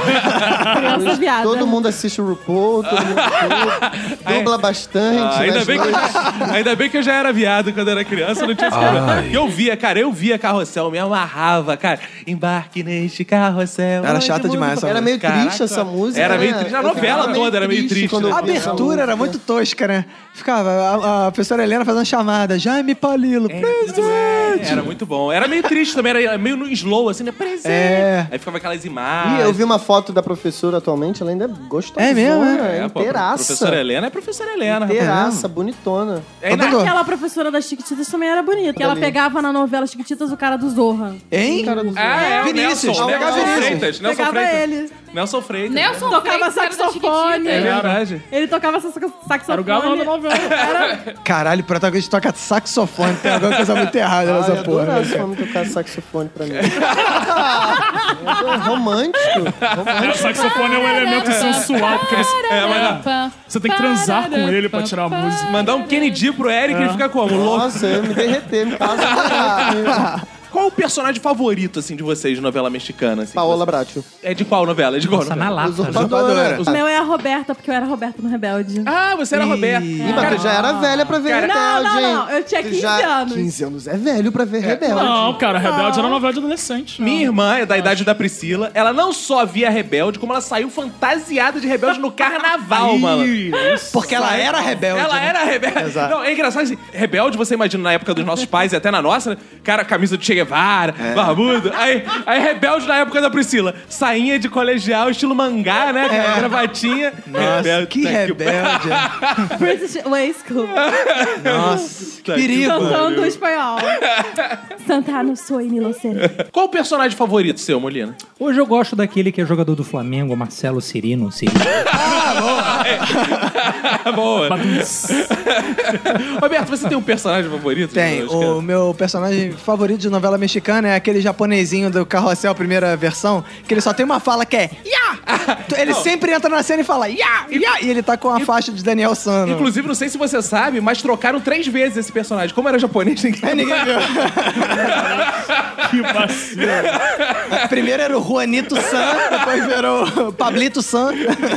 D: Criança viada.
F: Todo mundo assiste o RuPaul, todo mundo dubla bastante.
A: Ah, ainda,
F: nas
A: bem que eu,
F: noites.
A: ainda bem que eu já era viado quando era criança, não tinha esse problema. E eu via, cara, eu via carrossel, me amarrava, cara. Embarque neste carrossel.
B: Era
A: hoje
B: chata
A: o mundo
B: demais essa
F: Era meio triste essa música.
A: Era meio
F: né?
A: triste. A
F: Eu
A: novela
F: ficava
A: toda era meio triste,
F: quando
A: né?
F: eu
B: A
F: via essa
B: abertura era
F: música.
B: muito tosca, né? Ficava a, a professora Helena fazendo chamada, Jaime Palilo,
A: É,
B: presente!
A: Era muito bom. Era meio triste também, era meio no slow, assim, né? Presente.
B: É.
A: Aí ficava aquelas
F: E
A: imagens.
F: eu vi uma foto da professora atualmente, ela ainda é gostosa.
B: É mesmo,
F: é?
A: É, pô, a Professora
F: inteiraça.
A: Helena é professora Helena. rapaz.
B: É
F: Inteiraça, bonitona.
A: É, ainda-
B: Tá vendo?
D: Aquela professora das Chiquititas também era bonita. que Ela
F: Também.
D: pegava na novela Chiquititas o cara do Zorra.
B: Hein?
F: Cara do
A: Ah, é, o
B: Vinícius,
A: Nelson,
F: pegava
A: Nelson
F: Vinícius.
A: Freitas. Nelson
D: pegava
A: Freitas.
D: ele.
A: Nelson Freitas.
C: Nelson
D: Tocava
C: Freitas, cara das
D: saxofone.
C: Chiquititas.
A: É verdade.
D: Ele tocava sax- saxofone.
E: Era o galão da novela.
D: Era-
B: Caralho, o protagonista toca saxofone, tem alguma coisa muito errada
F: Ah, eu
B: nessa porra.
F: adorava
B: né,
F: esse
B: cara?
F: homem tocar saxofone pra mim. Ah, romântico.
E: O
F: Romântico.
E: saxofone é um elemento sensual, porque você,
A: É, mas
E: você tem que transar com ele pra tirar a música.
A: mandar um Kennedy pro Eric ele fica como? Louco.
F: Nossa, eu me derreter, me um casa.
A: Qual o personagem favorito, assim, de vocês de novela mexicana? Assim,
F: Paola Bracho.
A: É de qual novela? É de qual
G: Nossa,
F: Tá
G: na
A: novela?
G: lata.
F: Usurpadora.
D: O meu é a Roberta, porque eu era Roberta no Rebelde.
A: Ah, você era Roberto.
F: Ih, mas tu já era velha pra ver
A: Cara,
F: Rebelde,
D: não, não,
F: hein?
D: não, eu tinha
F: Tu
D: 15
F: já-
D: anos.
F: 15 anos é velho pra ver Rebelde.
E: Não, cara, Rebelde era novela de adolescente.
A: Minha irmã é da idade da Priscila. Ela não só via Rebelde, como ela saiu fantasiada de Rebelde no carnaval, mano.
B: Porque ela era rebelde.
A: Ela
B: né?
A: era rebelde.
B: Exato.
A: Não, é engraçado assim. Rebelde, você imagina na época dos nossos pais e até na nossa, né? Cara, camisa do Che Guevara,
B: É.
A: barbudo. Aí, aí rebelde na época da Priscila. Sainha de colegial, estilo mangá, né? Cara, gravatinha.
B: É. Nossa, que
A: tá aqui.
B: rebelde.
D: British Way School.
B: Nossa, que
A: Tá que
B: perigo.
D: Cantando espanhol. Santana, sou inocente.
A: Qual o personagem favorito seu, Molina?
G: Hoje eu gosto daquele que é jogador do Flamengo, Marcelo Cirino. Cirino.
A: Boa. Roberto, você tem um personagem favorito?
B: Tem,
A: Acho que é.
B: o meu personagem favorito de novela novela mexicana é aquele japonesinho do Carrossel, primeira versão, que ele só tem uma fala que é Ya! Ele sempre entra na cena e fala Ya! Ya! E ele tá com a faixa de Daniel Sano.
A: Inclusive, não sei se você sabe, mas trocaram três vezes esse personagem. Como era japonês, ninguém,
B: ninguém viu.
E: que vacilo.
B: Primeiro era o Juanito San, depois virou o Pablito San.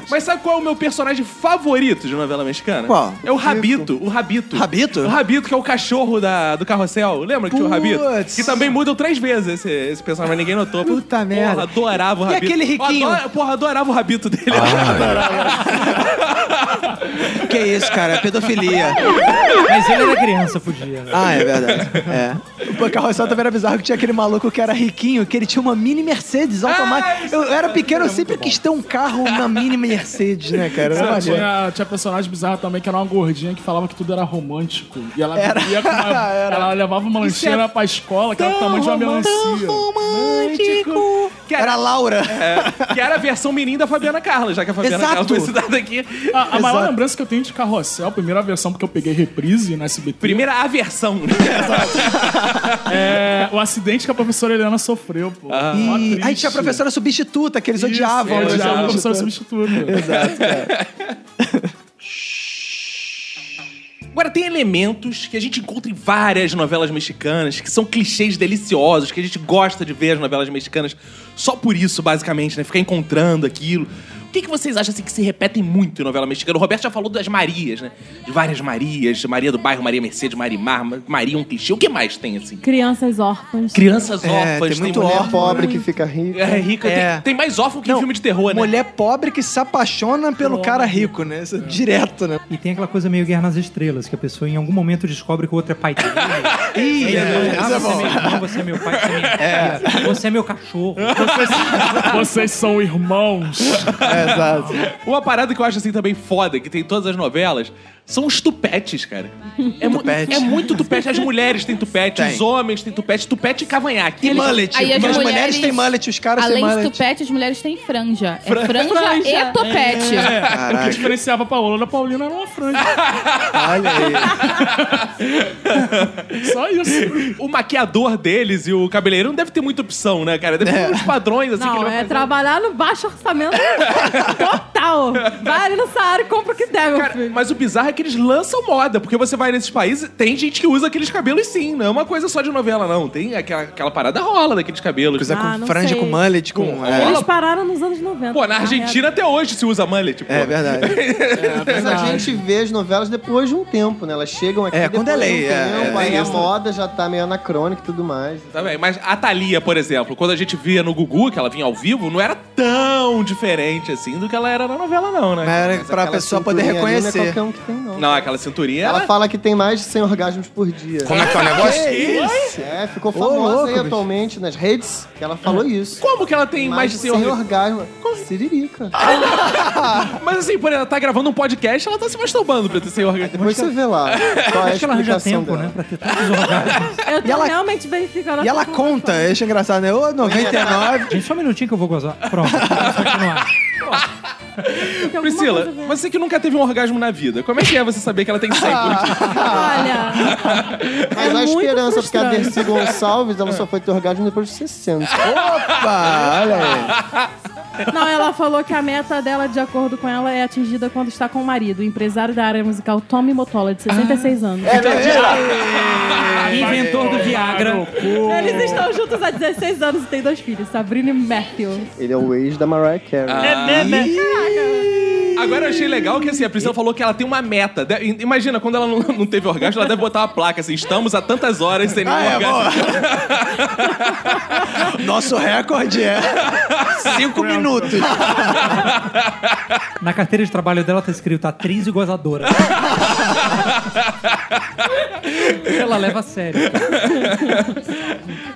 A: Mas sabe qual é o meu personagem favorito de novela mexicana?
B: Qual?
A: É o Rabito. O Rabito. Rabito? O Rabito, que é o cachorro da, do carrossel. Lembra que tinha o Rabito?
B: Puts.
A: Que também mudam três vezes esse, esse personagem, mas ninguém notou.
B: Puta
A: porra,
B: merda.
A: adorava o
B: E
A: Rabito.
B: aquele
A: Eu
B: riquinho?
A: adora- porra, adorava o Rabito dele.
B: Que isso, cara? É Pedofilia.
G: Mas ele era criança, podia.
B: Ah, é verdade. É. O Pô, Carrossel também era bizarro que tinha aquele maluco que era riquinho, que ele tinha uma mini Mercedes automática. eu, eu era pequeno, eu sempre quis ter um carro na mini Mercedes, né, cara? Era
E: Sabe,
B: maneiro.
E: tinha, tinha personagem bizarro também, que era uma gordinha que falava que tudo era romântico. E ela bebia com uma-
B: Era.
E: Ela levava uma
A: Isso é
E: lancheira pra escola, que era do tamanho de uma melancia.
B: Romântico.
A: Que
B: Era a Laura.
A: É, que era a versão menina da Fabiana Carla, já que a Fabiana
B: Exato.
A: Carla foi citada aqui.
E: A, a maior
B: Exato.
E: lembrança que eu tenho de Carrossel, a primeira versão, porque eu peguei reprise na SBT.
A: Primeira aversão.
E: É, o acidente que a professora Helena sofreu, pô. Ah.
B: E aí tinha a professora substituta, que eles odiavam.
E: Ela
B: né?
E: já era uma
B: Substituta.
E: professora substituta. Exato.
A: Agora, tem elementos que a gente encontra em várias novelas mexicanas, que são clichês deliciosos, que a gente gosta de ver as novelas mexicanas só por isso, basicamente, né? Ficar encontrando aquilo. O que, que vocês acham assim, que se repetem muito em novela mexicana? O Roberto já falou das Marias, né? De várias Marias, Maria do Bairro, Maria Mercedes, Marimar, Maria é um clichê. O que mais tem, assim?
D: Crianças órfãs.
A: Crianças
B: É,
A: órfãs,
B: tem muito
A: mulher
B: órfão.
F: Pobre que fica rico.
A: É, rica.
B: É.
A: Tem, tem mais órfão que em
B: Não,
A: filme de terror, né?
B: Mulher pobre que se apaixona pelo cara rico, né? Isso é Direto, né?
G: E tem aquela coisa meio Guerra nas Estrelas, que a pessoa em algum momento descobre que o outro é pai dele.
B: Ih,
G: Ele
B: é,
G: fala, ah,
B: isso é
G: você é
B: bom.
G: meu irmão, você é meu pai, você é minha filha, você é meu cachorro.
E: Vocês, vocês são irmãos.
B: É, Exato.
A: Uma parada que eu acho assim também foda, que tem em todas as novelas, são os tupetes, cara. É, mu-
B: Tupete.
A: é muito tupete. As mulheres têm tupete,
B: Tem.
A: os homens têm tupete, tupete e cavanhaque.
B: E mullet.
C: Aí as
B: Mas
C: mulheres-
B: mulheres têm mullet, os caras têm
C: Além de
B: mullet.
C: tupete, as mulheres têm franja. É franja, e topete.
E: O que diferenciava a Paola da Paulina era uma franja.
B: Olha aí.
E: Só isso.
A: O maquiador deles e o cabeleireiro não deve ter muita opção, né, cara? Deve
B: É.
A: ter uns padrões assim que
D: Não,
A: ele vai
D: é
A: fazer.
D: trabalhar no baixo orçamento total. Vai ali no Saara e compra o que der, meu
A: Cara,
D: filho.
A: mas o bizarro é que eles lançam moda, porque você vai nesses países, tem gente que usa aqueles cabelos sim, não é uma coisa só de novela, não. Tem aquela, aquela parada rola daqueles cabelos.
B: Coisa
D: Ah,
B: É com
D: não
B: franja,
D: sei.
B: com mullet, com...
A: Com-
B: é.
D: Eles pararam nos anos 90.
A: Pô, na
D: é.
A: Argentina até hoje se usa mullet, pô.
B: É verdade.
F: Mas a gente vê as novelas depois de um tempo, né? Elas chegam aqui
B: É, com
F: depois de um
B: delay, é,
F: tempo,
B: é,
F: aí
B: tem
F: a
B: isso.
F: moda já tá meio anacrônica e tudo mais.
A: Tá bem, mas a Thalia, por exemplo, quando a gente via no Gugu, que ela vinha ao vivo, não era tão diferente assim do que ela era na novela, não, né?
B: Mas era pra
F: Aquela
B: pessoa poder
F: cinturinha ali Não é
B: reconhecer.
F: qualquer um que tem, não.
A: Não, aquela cinturinha.
F: Ela
A: Ela...
F: fala que tem mais de 100 orgasmos por dia.
K: Como é que é
B: um
K: o negócio?
F: É, ficou famosa
B: louco,
F: aí
B: bicho.
F: atualmente nas redes que ela falou isso.
A: Como que ela tem mais de 100 orgasmos?
F: orgasmo. Siririca.
A: Mas assim, por ela tá gravando um podcast, ela tá se masturbando pra ter 100 orgasmos.
F: Depois você vê lá. Qual é a
G: Acho que ela arranja
F: explicação
G: tempo,
F: dela.
G: né, pra ter tantos orgasmos.
D: Eu tô
B: E ela-
D: realmente verificando.
B: E ela conta, eu acho engraçado, né? Ô, 99.
G: Gente, só um minutinho que eu vou gozar. Pronto, vamos continuar.
A: Priscila, você que nunca teve um orgasmo na vida, como é que é você saber que ela tem 100?
B: Ah.
D: Olha,
F: Mas
D: É
F: há
D: muito
F: esperança, porque a
D: frustrante.
F: Dercy Gonçalves, ela só foi ter orgasmo depois de 60.
B: Opa, olha aí.
D: não, ela falou que a meta dela, de acordo com ela, é atingida quando está com o marido, o empresário da área musical Tommy Motola, de 66 anos.
G: Inventor do Viagra.
D: Eles estão juntos há 16 anos e têm dois filhos, Sabrina e Matthew.
F: Ele é o ex da Mariah Carey.
A: Agora eu achei legal que assim, a Priscila falou que ela tem uma meta. De- Imagina, quando ela não, não teve orgasmo, ela deve botar uma placa assim: estamos há tantas horas sem nenhum
B: Ah, é,
A: orgasmo.
B: Nosso recorde é 5 minutos.
G: Na carteira de trabalho dela tá escrito atriz e gozadora. Ela leva a sério.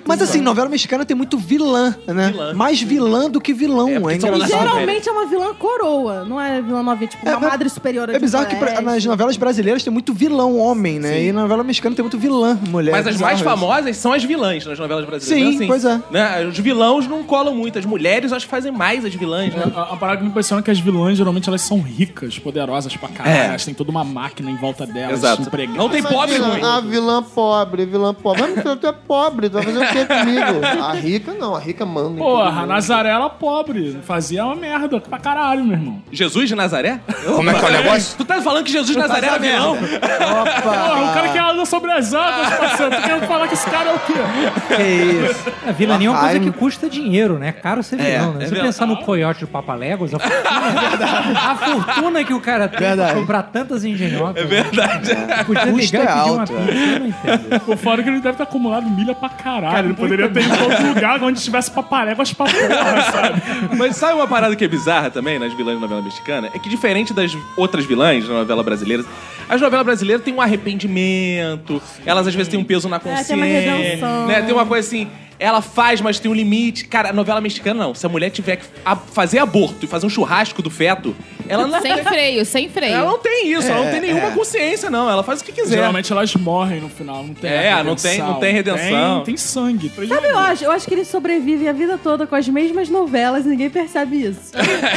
B: Mas assim, novela mexicana tem muito vilã, né? Mais vilã do que vilão, é,
A: porque são
D: E
A: Nossa,
B: engraçado.
D: geralmente é uma vilã coroa, não é vilã novinha, tipo
B: É,
D: uma
B: mas-
D: madre superior.
B: É bizarro que pra- nas novelas brasileiras tem muito vilão homem, né? E na novela mexicana tem muito vilã mulher.
A: Mas as
B: É Bizarro
A: mais
B: isso.
A: famosas são as vilãs nas novelas brasileiras. assim,
B: Sim, pois é.
A: Né? Os vilãos não colam muito. As mulheres, eu acho que fazem mais as vilãs, né?
E: A, a parada que me impressiona é que as vilãs vilãs, geralmente elas são ricas, poderosas pra caralho.
A: É.
E: Elas têm toda uma máquina em volta delas,
A: Exato.
E: empregadas.
A: Não tem pobre
F: Imagina,
B: ah,
A: ruim.
F: A vilã pobre, vilã pobre. Mas meu filho, tu é pobre, tu vai fazer o quê comigo? A rica não, a rica manda. em todo
E: Porra,
F: mundo.
E: a Nazaré era pobre. Fazia uma merda pra caralho, meu irmão.
A: Jesus de Nazaré?
K: Como é que é o negócio?
A: Tu tá falando que Jesus de Nazaré era vilão?
E: Porra, o cara que anda sobre as águas, parceiro. Tu quer falar que esse cara é o quê?
B: Que isso.
G: A vilania é uma coisa
F: Arraio.
G: que custa dinheiro, né? É caro ser vilão, né? Se você
A: é verdade.
G: pensar no coiote do Papa Léguas, a fortuna, a fortuna que o cara tem pra
B: Verdade.
G: comprar tantas engenhocas. É
A: Verdade.
G: Podia
B: Custo
G: ligar
B: é
G: e pedir uma
B: alto, é.
G: pizza, eu não entendo.
E: O fora que ele deve ter acumulado milha pra caralho. ele poderia ter ido em outro lugar onde tivesse papaléguas pra porra, sabe?
A: Mas sabe uma parada que é bizarra também nas vilãs de novela mexicana? É que diferente das outras vilãs da novela brasileira, as novelas brasileiras têm um arrependimento, elas às vezes têm um peso na consciência.
D: É, tem uma redenção.
A: né? Tem uma coisa assim, ela faz, mas tem um limite. Cara, a novela mexicana não. Se a mulher tiver que a- fazer aborto e fazer um churrasco do feto, ela não,
C: Sem freio, sem freio.
A: ela não tem isso, ela não
K: É,
A: tem nenhuma consciência, não. Ela faz o que quiser.
E: Geralmente elas morrem no final, não tem
A: É,
E: a
A: não tem- não tem redenção.
E: Tem, tem sangue. Três
D: Sabe, eu
E: vezes.
D: acho, eu acho que eles sobrevivem a vida toda com as mesmas novelas e ninguém percebe isso.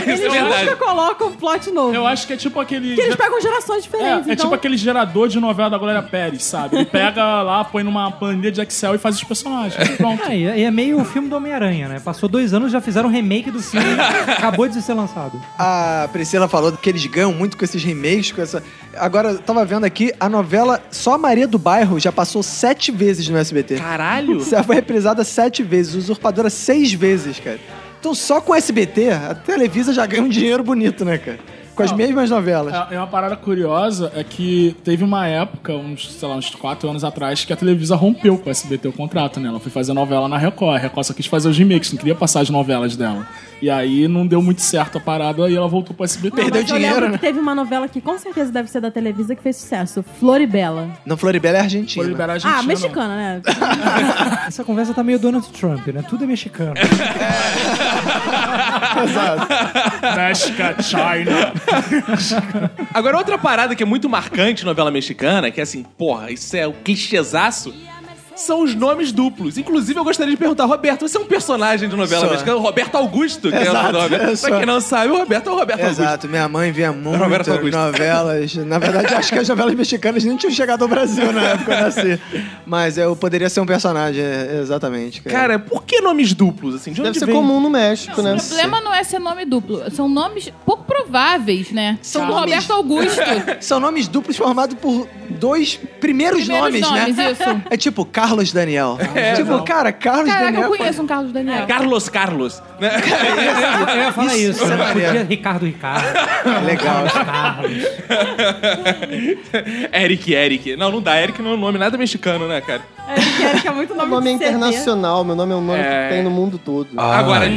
D: eles
A: é verdade.
D: nunca colocam um plot novo.
E: Eu acho que é tipo aquele.
D: Porque eles pegam gerações
E: É,
D: diferentes.
E: é
D: então...
E: tipo aquele gerador de novela da Glória Pérez, sabe? Ele pega lá, põe numa planilha de Excel e faz os personagens. Pronto.
G: Ah, e é, e é meio o filme do Homem-Aranha, né? Passou dois anos, já fizeram um remake do filme. acabou de ser lançado.
B: A Priscila falou que eles ganham muito com esses remakes, com essa. Agora, eu tava vendo aqui, a novela Só Maria do Bairro já passou sete vezes no SBT.
A: Caralho!
B: Ela foi reprisada sete vezes, Usurpadora seis vezes, cara. Então só com o SBT, a Televisa já ganha um dinheiro bonito, né, cara? Com as mesmas novelas.
E: É é uma parada curiosa é que teve uma época, uns, sei lá, uns quatro anos atrás, que a Televisa rompeu com o SBT o contrato, né? Ela foi fazer novela na Record. A Record só quis fazer os remakes, não queria passar as novelas dela. E aí não deu muito certo a parada e ela voltou pro SBT.
D: Não, mas
B: Perdeu
D: eu lembro
B: dinheiro, né?
D: que teve uma novela que com certeza deve ser da Televisa que fez sucesso. Floribela.
B: Não, Floribela é argentina.
E: Foi liberar a Argentina,
D: Ah,
E: não.
D: mexicana, né?
G: Essa conversa tá meio Donald Trump, né? Tudo é mexicano.
E: Mexica, China.
A: Agora, outra parada que é muito marcante na novela mexicana, que é assim, porra, isso é o clichêzaço, são os nomes duplos. Inclusive, eu gostaria de perguntar, Roberto, você é um personagem de novela
B: Sou.
A: mexicana? Roberto Augusto, que é o
B: Exato,
A: nome.
B: eu
A: Pra
B: sou.
A: quem não sabe, o Roberto é o Roberto Augusto.
B: Exato, minha mãe via muitas
A: Roberto Augusto.
B: novelas. Na verdade, acho que as novelas mexicanas nem tinham chegado ao Brasil na época que eu nasci. Mas eu poderia ser um personagem, é, exatamente. Cara,
A: Cara, por que nomes duplos, assim? De onde
F: Deve ser
A: vem?
F: comum no
B: um
F: México, né?
C: O problema não é ser nome duplo, são nomes pouco prováveis, né?
B: São
C: Tipo
B: nomes-
C: Roberto Augusto.
B: são nomes duplos formados por dois primeiros,
C: Primeiros
B: nomes,
C: nomes,
B: né?
C: isso. É,
B: É tipo Carlos Daniel. tipo, cara, Carlos
C: Caraca,
B: Daniel.
C: eu conheço um Carlos Daniel.
A: Carlos Carlos. né?
G: Eu ia falar isso.
B: Isso, isso é
G: né?
B: maneiro.
G: Podia Ricardo Ricardo.
B: É Legal.
G: Carlos Carlos.
A: Eric, Eric. Não, não dá. Eric não é um nome nada mexicano, né, cara?
D: É, que é muito
F: Meu
D: nome,
F: nome é
D: de CD.
F: internacional, meu nome é um nome
A: É.
F: que tem no mundo todo.
A: Agora,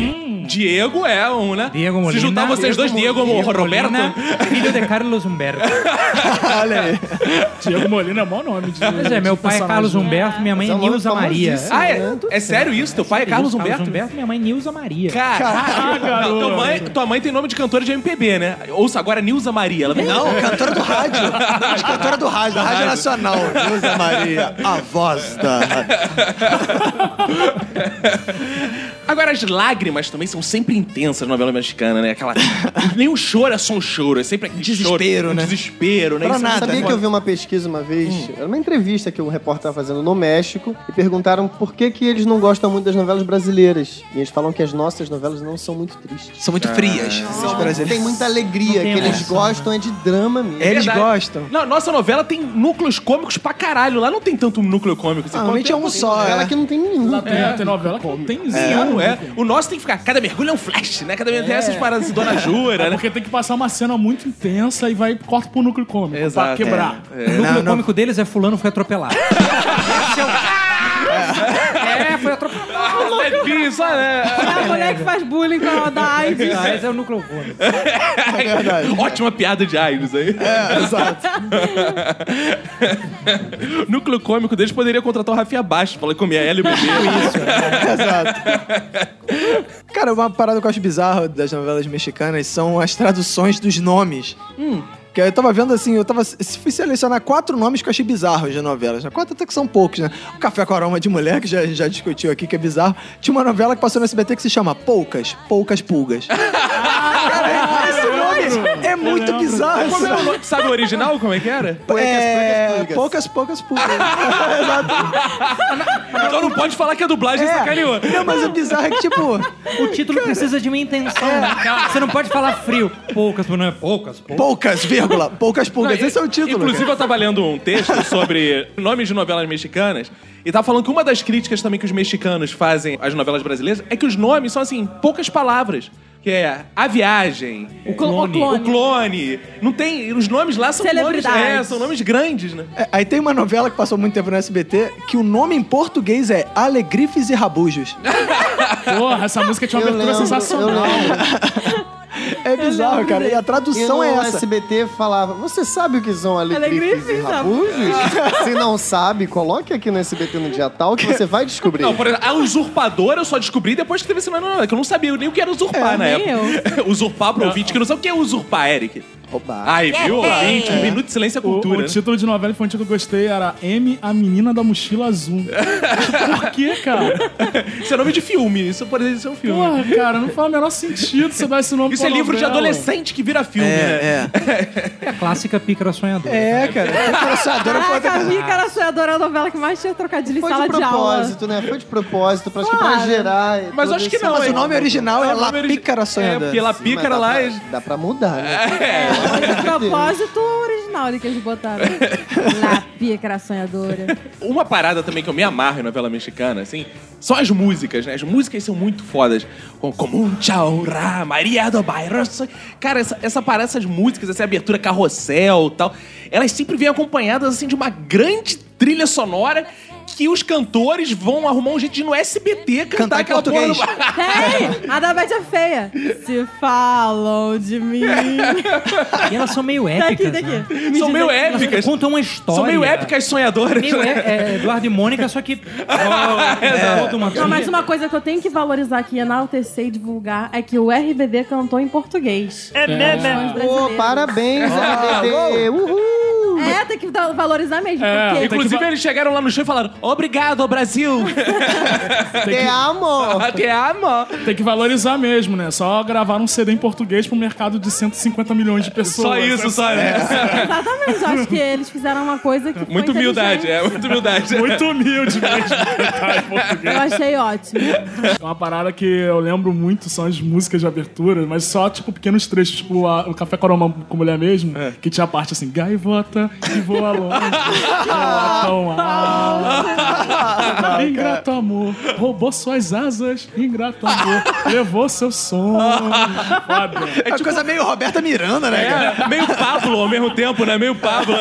A: Diego é um, né?
G: Diego Molina.
A: Se juntar vocês dois, Diego, ou Roberto...
G: Molina, filho de Carlos Humberto.
B: Olha aí.
E: Diego Molina é o maior nome. De,
G: Pois é, meu pai é Carlos Humberto, minha mãe
F: Mas
G: é
F: é um nome
G: Nilza Maria.
F: famosíssimo.
A: Ah, é, é sério isso? Teu pai é Carlos Humberto?
G: minha mãe é Nilza Maria.
A: Caraca, não, tua,
E: garoto.
A: mãe, tua mãe tem nome de cantora de MPB, né? Ouça agora Nilza Maria. Ela vem
B: Não, cantora do rádio. Não, de cantora do rádio, da Rádio Nacional. Rosa Maria, a voz da.
A: Agora, as lágrimas também são sempre intensas na novela mexicana, né? Aquela. Nem o choro é só um choro, é sempre aquele
B: Desespero,
A: choro,
B: né?
A: Desespero, né?
B: Pra
A: Isso é muito
B: nada,
F: Sabia
B: né?
F: que eu vi uma pesquisa uma vez, era uma entrevista que um repórter estava fazendo no México, e perguntaram por que, que eles não gostam muito das novelas brasileiras. E eles falam que as nossas novelas não são muito tristes.
B: São muito frias, esses brasileiros.
F: Tem muita alegria,
G: Não tem
F: que eles
G: emoção,
F: gostam é de drama mesmo.
A: É
B: Eles
A: verdade.
B: gostam.
A: Não, nossa novela tem núcleos cômicos pra caralho. Lá não tem tanto núcleo cômico. Assim,
B: Normalmente é um só.
F: Ela
B: é.
F: que não tem nenhum.
E: Tem, tem novela que não tem zero.
A: Não é. O nosso tem que ficar. Cada mergulho é um flash, né? Cada
B: É.
A: mergulho tem essas paradas de Dona Jura, né?
E: Porque tem que passar uma cena muito intensa e vai corta pro núcleo cômico pra
A: Exato. é.
E: quebrar.
G: O núcleo
B: Não, não.
G: cômico deles é fulano foi atropelado. Esse é o- É, foi atropelado.
A: É disso, né?
D: É a mulher que faz bullying com a da AIDS.
G: Mas é o núcleo cômico.
B: É verdade.
A: Ótima piada de Aires aí.
B: É, exato.
A: O núcleo cômico deles poderia contratar o Rafinha Baixo pra ele comer a LBB.
B: Exato. Cara, uma parada que eu acho bizarra das novelas mexicanas são as traduções dos nomes. Que eu tava vendo assim, eu tava. se Fui selecionar quatro nomes que eu achei bizarros de novelas, né? Quatro até que são poucos, né? O Café com Aroma de Mulher, que já, já discutiu aqui, que é bizarro. Tinha Ah, é uma novela que passou no SBT que se chama Poucas, Poucas Pulgas. Cara, esse nome, É muito bizarro.
A: Como é o
B: sabe?
A: nome? Sabe o original? Como é que era?
B: É, poucas, poucas públicas.
A: Então não pode falar que a
B: É.
A: dublagem sacaneou.
B: Não, mas o bizarro é que, tipo,
G: O título precisa de uma intenção. né? Você não pode falar frio. Poucas, não é poucas, poucas.
B: poucas, vírgula, poucas pulgas. Esse é o título.
A: Inclusive,
B: cara.
A: eu tava lendo um texto sobre nomes de novelas mexicanas e tava falando que uma das críticas também que os mexicanos fazem às novelas brasileiras é que os nomes são, assim, poucas palavras. Que é A Viagem, O
D: Clone.
A: O Clone. Não tem... Os nomes lá são nomes...
D: Celebridades.
A: É, são nomes grandes, né?
B: É, Aí tem uma novela que passou muito tempo no SBT que o nome em português é Alegrifes e Rabujos.
E: Porra, essa música tinha uma
F: Eu
E: abertura
F: lembro, eu
E: sensacional.
F: lembro.
B: É bizarro, cara. E a
F: E
B: tradução
F: no
B: é essa.
F: SBT falava, você sabe o que são alegrifes e
D: Alegrifes,
F: rabujos? Se não sabe, coloque aqui no SBT no dia tal que você vai descobrir.
A: Não, por exemplo, a usurpadora eu só descobri depois que teve esse nome na novela, que eu não sabia nem o que era usurpar na
D: É, nem
A: época. usurpar pro ouvinte que não sabe o que é usurpar, Eric.
F: Roubar.
A: Ai, viu? Ouvinte, um minuto de silêncio é
E: O,
A: cultura.
E: o
A: né?
E: título de novela infantil que eu gostei era M, a menina da mochila azul. Por quê, cara?
A: Isso é nome de filme, isso poderia ser um filme.
E: Porra, cara, não faz o menor sentido você dar esse nome
A: Isso é
E: pra
A: livro de
E: novela.
A: adolescente que vira filme, né?
B: É, é.
G: É a clássica pícara sonhadora.
B: É, cara. Eu sou adora
D: Ah,
B: foda.
D: Carmi, cara, sou adora a novela que mais tinha trocadilho em
F: Foi de
D: sala de aula.
F: propósito, né? Foi de propósito, pra, acho que pra
D: Claro.
F: gerar.
A: Mas
F: todo
A: acho que
F: esse-
A: não,
B: Mas o nome original é
A: o
B: La
A: nome origi-
B: Pícara
A: É,
B: Sonhadora.
A: porque La
F: Sim,
A: Pícara
F: mas tá
A: lá... é
F: Dá pra, dá pra mudar, né?
D: De propósito original ali que eles botaram. Lapia, que era sonhadora.
A: Uma parada também que eu me amarro em novela mexicana, assim, são as músicas, né? As músicas são muito fodas. Com- Como um tchau, ra, Maria do Bairro. so- Cara, essa, essa parada, essas músicas, essa abertura carrossel e tal, elas sempre vêm acompanhadas, assim, de uma grande trilha sonora que os cantores vão arrumar um jeito de ir no SBT cantar,
B: Cantar em
A: aquela porra no-
B: português.
D: Tem! A da Betty é feia. Se falam de mim. Tá
G: E elas são meio
D: Daqui,
G: épicas. né?
D: daqui.
A: São meio
G: Elas
A: épicas.
G: contam uma história.
A: São meio épicas sonhadoras.
G: Meio
A: né?
G: é, é Eduardo e Mônica, só que. Oh, é, toda uma
D: Não, mas
G: trilha.
D: uma coisa que eu tenho que valorizar aqui, enaltecer e divulgar, é que o RBD cantou em português. É,
A: né,
F: Pô, parabéns, SBT! Uhul!
D: É, tem que dar- valorizar mesmo.
E: É,
D: porque-
E: tem que-
A: Inclusive, eles chegaram lá no show e falaram: Obrigado, Brasil!
F: Te amo!
G: é
A: Te amo!
E: Tem que valorizar mesmo, né? Só gravar um CD em português pro mercado de 150 milhões de pessoas. É
A: Só isso, sabe?
G: é.
D: Exatamente, eu acho que eles fizeram uma coisa que. foi
A: Muito humildade,
D: inteligente.
A: é, muito humildade.
E: Muito humilde mesmo.
D: Eu achei ótimo.
E: É Uma parada que eu lembro muito são as músicas de abertura, mas só, tipo, pequenos trechos, tipo a- o Café Coromão com Mulher mesmo, que tinha a parte assim, gaivota que voa longe, voa tão alto. Ingrato amor, roubou suas asas, ingrato amor, levou seu som. Foda.
B: É uma coisa meio Roberta Miranda, né, cara?
A: É, meio Pablo ao mesmo tempo, né? Meio Pablo.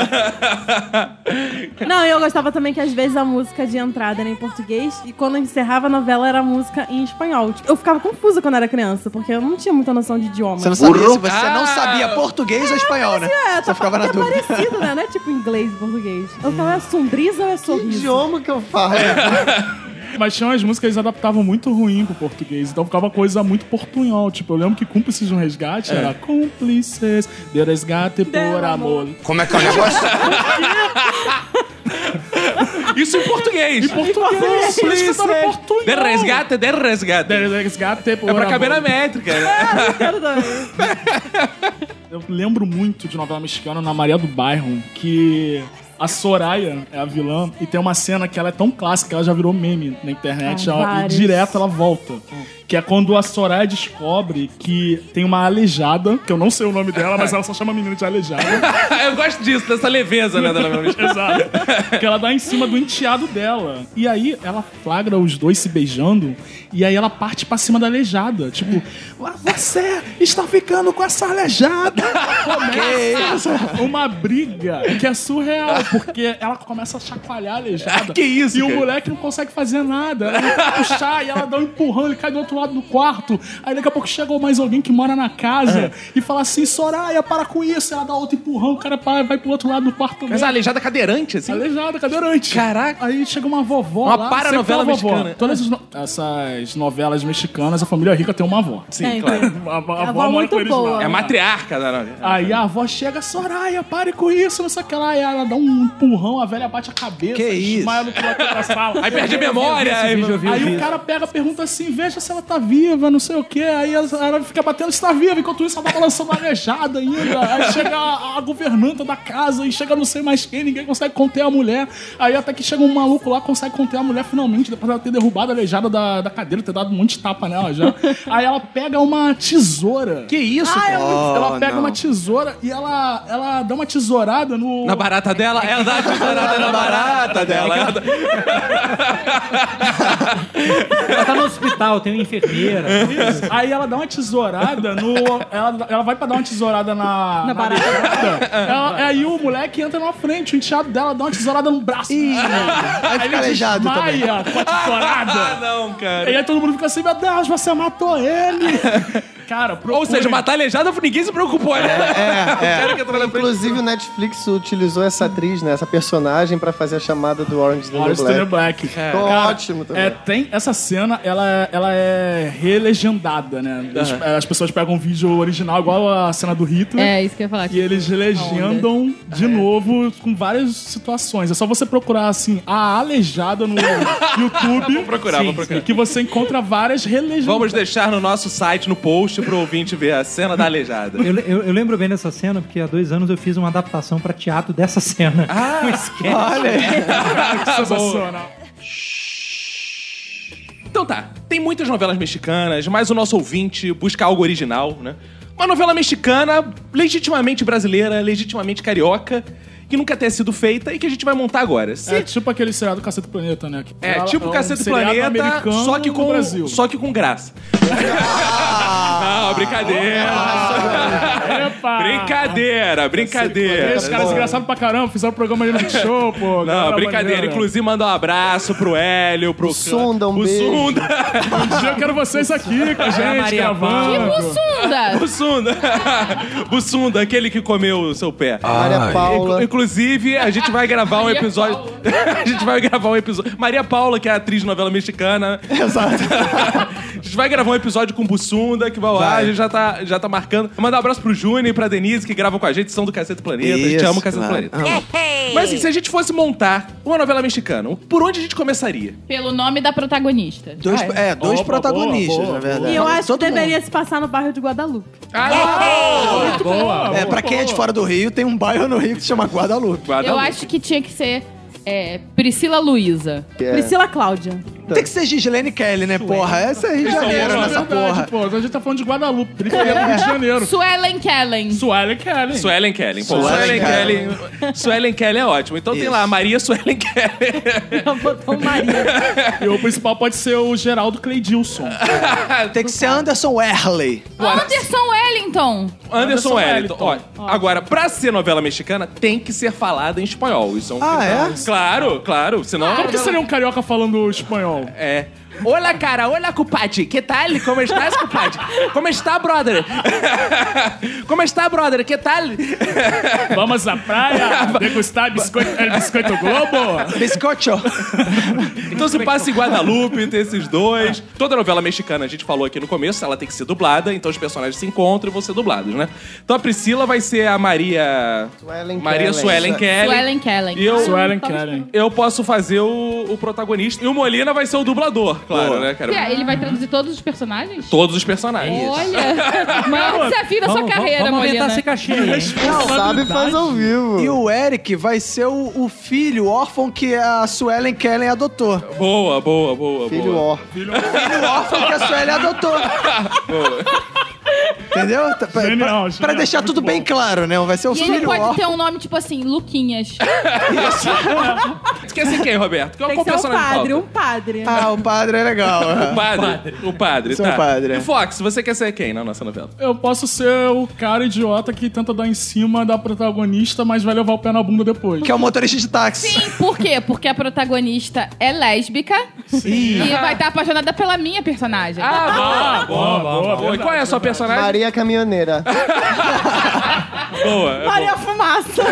D: Não, eu gostava também que às vezes a música de entrada era em português e quando encerrava a novela era a música em espanhol. Tipo, eu ficava confusa quando era criança, porque eu não tinha muita noção de idioma.
B: Você não sabia
N: Burro.
B: se você não sabia português ou espanhol, né?
D: É,
B: Você
D: tá
B: ficava na
D: porque é
B: dúvida.
D: parecido, né? Não é tipo inglês e português. Eu falo, é sombrisa ou é
F: Que
D: sorriso?
F: idioma que eu falo?
E: Mas tinha umas músicas que eles adaptavam muito ruim pro português, então ficava coisa muito portunhol. Tipo, eu lembro que Cúmplices de um Resgate era Cúmplices de Resgate por amor.
K: Como é que é o negócio?
A: Isso em português. Em
E: português, por isso que tá no portunhol.
A: um né? De resgate, de resgate.
E: De Resgate por
A: É pra caber na
E: amor.
A: métrica, né?
D: Quero também.
E: Eu lembro muito de novela mexicana na Maria do Bairro, que a Soraya é a vilã e tem uma cena que ela é tão clássica que ela já virou meme na internet.
D: Ah,
E: ela- e
D: várias.
E: direto ela volta. Que é quando a Soraya descobre que tem uma aleijada, que eu não sei o nome dela, mas ela só chama a menina de aleijada.
A: Eu gosto disso, dessa leveza, né? da novela mexicana.
E: Exato. Que ela dá em cima do enteado dela. E aí ela flagra os dois se beijando. E aí ela parte pra cima da aleijada. Tipo, "Ah, você está ficando com essa aleijada.
A: é
E: Começa uma briga que é surreal. Porque ela começa a chacoalhar a aleijada.
A: Ah, que isso,
E: E o
A: cara?
E: moleque não consegue fazer nada. Ela tenta puxar e ela dá um empurrão. Ele cai do outro lado do quarto. Aí daqui a pouco chega mais alguém que mora na
A: É.
E: casa. E fala assim, Soraya, para com isso. Ela dá outro empurrão. O cara vai vai pro outro lado do quarto também.
A: Mas a aleijada cadeirante, assim.
E: Aleijada, cadeirante.
A: Caraca.
E: Aí chega uma vovó.
A: Uma
E: lá,
A: paranovela
E: sempre tem uma
A: mexicana.
E: Todas as no- essas novelas mexicanas, a família rica tem uma avó.
A: Sim,
D: É,
A: claro.
E: A, avó
D: avó
E: mora
D: muito
E: com eles lá.
A: né?
D: boa.
A: É a matriarca da novela.
E: Aí a avó chega, Soraya, pare com isso, não sei o que lá. E ela dá um um empurrão, a velha bate a cabeça,
B: Que isso?
E: desmaia no piloto da sala. É,
A: Aí perde a memória,
G: esse
A: aí-
G: vídeo, eu vi, eu
E: Aí
G: vi.
E: o cara pega, pergunta assim, veja se ela tá viva, não sei o quê. Aí a- ela fica batendo se tá viva. Enquanto isso, ela tá balançando aleijada ainda. Aí chega a, a governanta da casa e chega não sei mais quem, ninguém consegue conter a mulher. Aí até que chega um maluco lá, consegue conter a mulher finalmente, depois dela ter derrubado a aleijada da, da cadeira, ter dado um monte de tapa nela já. Aí ela pega uma tesoura.
A: Que isso,
E: Ah,
A: cara?
E: ela, ela
B: Oh,
E: pega
B: não.
E: uma tesoura e ela, ela dá uma tesourada no.
A: Na barata dela? Ela dá a tesourada na barata dela. Ela dá-
G: Ela tá no hospital, tem uma enfermeira.
E: Isso. Aí ela dá uma tesourada no. Ela, ela vai pra dar uma tesourada na. Na barata. Ela- aí o moleque entra na frente, o enteado dela dá uma tesourada no braço. Ih, aí
B: fica aleijado também.
E: desmaia com a
A: Ah,
E: tesourada.
A: não, cara.
E: E aí todo mundo fica assim, meu Deus, você matou ele! Cara,
A: Ou seja,
E: procurem.
A: matar aleijada, ninguém se preocupou, né?
F: É, Inclusive o Netflix utilizou essa atriz, né, essa personagem pra fazer a chamada do Orange is the New
E: Orange is the New
F: Black.
E: Black.
F: Ficou
E: Cara,
F: ótimo também.
E: É, tem essa cena, ela, ela é relegendada, né? As, as pessoas pegam o vídeo original, igual a cena do Hitler.
C: É, isso que eu ia falar.
E: E eles legendam de novo com várias situações. É só você procurar assim, a aleijada no YouTube. vou
A: procurar, vou procurar.
E: Que você encontra várias relegendas.
A: Vamos deixar no nosso site, no post, pro ouvinte ver a cena da aleijada.
G: Eu, eu- eu lembro bem dessa cena, porque há dois anos eu fiz uma adaptação pra teatro dessa cena. Ah, um esquete.
E: Sensacional.
A: Então tá, tem muitas novelas mexicanas, mas o nosso ouvinte busca algo original, né? Uma novela mexicana, legitimamente brasileira, legitimamente carioca, que nunca tenha sido feita e que a gente vai montar agora. Se-
E: É tipo aquele seriado Cacete do Planeta, né? Que
A: É,
E: ela-
A: tipo
E: um
A: Cacete
E: seriado
A: Planeta,
E: americano
A: só que
E: no
A: com um
E: Brasil.
A: só que com graça. Não, brincadeira.
E: Epa!
A: brincadeira, brincadeira.
E: Esse cara é desgraçado pra caramba, fizeram um programa ali no show, pô.
A: Não, brincadeira. Inclusive, manda um abraço pro Hélio, pro...
F: Sunda, um
A: o
F: beijo.
A: Sunda.
E: Um dia eu quero vocês aqui com a gente,
G: Maria
E: gravando.
C: Tipo Sunda!
A: Bussunda. Bussunda, aquele que comeu o seu pé.
F: Maria Paula.
A: Inclu- Inclusive, a gente vai gravar um
C: Maria
A: episódio. a gente vai gravar um episódio. Maria Paula, que é atriz de novela mexicana.
F: Exato.
A: a gente vai gravar um episódio com Bussunda, que vai lá, a gente já tá, já tá marcando. Manda um abraço pro Júnior e pra Denise, que gravam com a gente, são do Cacete Planeta. a gente
B: Isso,
A: ama o Cacete
B: claro.
A: Planeta. Mas assim, se a gente fosse montar uma novela mexicana, por onde a gente começaria?
C: Pelo nome da protagonista.
B: Dois, é, dois
E: Opa,
B: protagonistas,
E: boa,
B: na
E: boa,
B: verdade.
D: E eu acho que
B: Todo mundo.
D: deveria se passar no bairro de Guadalupe.
E: Boa.
B: É, pra quem é de fora do Rio, tem um bairro no Rio que se chama Guadalupe.
A: um-
C: Eu acho que tinha que ser é, Priscila Luísa.
F: É.
D: Priscila Cláudia.
B: Tem que ser Gislene Kelly, né, porra? Essa é Rio de Janeiro
E: Isso é
B: nessa
E: verdade,
B: porra.
E: Pô, a gente tá falando de Guadalupe, Priscila, é Rio de Janeiro.
C: Suelen Kellen.
E: Suelen Kelly.
A: Suelen Kelly. Pô,
B: Suelen
A: Suelen Kelly. Suelen Kelly é ótimo. Então tem
B: Isso.
A: lá a Maria Suelen Kelly.
D: Ela botou um Maria.
E: E É. o principal pode ser o Geraldo Cleidilson.
C: Ah,
B: Tem que ser Anderson Werley.
C: Anderson Wellington.
A: Anderson
E: Anderson
A: Wellington. Ó,
E: Wellington.
A: agora, pra ser novela mexicana, tem que ser falada em espanhol. Isso é um
B: Ah, é?
A: Claro, claro. Senão.
E: Como que seria um carioca falando espanhol?
A: É. Olá, cara. Olá, compadre. Que tal? Como estás, compadre? Como está, brother? Como está, brother? Que tal?
E: Vamos à praia degustar biscoito, é, biscoito Globo?
B: Biscocho.
A: Então se passa em Guadalupe, tem esses dois. Toda novela mexicana, a gente falou aqui no começo, ela tem que ser dublada, então os personagens se encontram e vão ser dublados, né? Então a Priscila vai ser a Maria...
F: Suelen
A: Maria
F: Kelly.
A: Suelen Kelly.
C: Suelen Kellen.
A: E eu...
E: Suelen Kelly.
A: Eu posso fazer o, o protagonista. E o Molina vai ser o dublador, claro, né, cara?
C: É, Ele vai traduzir todos os personagens?
A: Todos os personagens.
C: Olha, maior desafio da sua carreira,
G: vamos aumentar
C: Molina.
G: essa caixinha aí, hein?
F: Sabe faz ao vivo.
B: E o Eric vai ser o, o filho órfão que a Suelen Kellen adotou.
A: Boa, boa, boa,
F: Filho
A: boa.
F: ó.
B: Filho órfão que a Suelen adotou. Entendeu? Tá- Pra, pra-
E: Genial,
B: pra
E: genial,
B: deixar
E: muito
B: tudo
E: bom.
B: bem claro, né? Vai ser o
C: E ele
B: filho
C: pode
B: órfão.
C: ter um nome tipo assim, Luquinhas.
A: Esquece quem, Roberto? Qual,
D: Tem que
A: qual
D: ser um
A: personagem
D: padre,
A: falta?
D: um padre.
B: Ah, o padre é legal.
A: O padre. O padre,
B: Seu
A: tá.
B: padre.
A: E Fox, você quer ser quem na nossa novela?
E: Eu posso ser o cara idiota que tenta dar em cima da protagonista, mas vai levar o pé na bunda depois.
B: Que é o motorista de táxi.
C: Sim, por quê? Porque a protagonista é lésbica e vai estar apaixonada pela minha personagem.
A: Ah, boa, boa, boa. E qual é a sua personagem?
F: Maria Caminhoneira.
A: Boa. é
D: Maria Fumaça.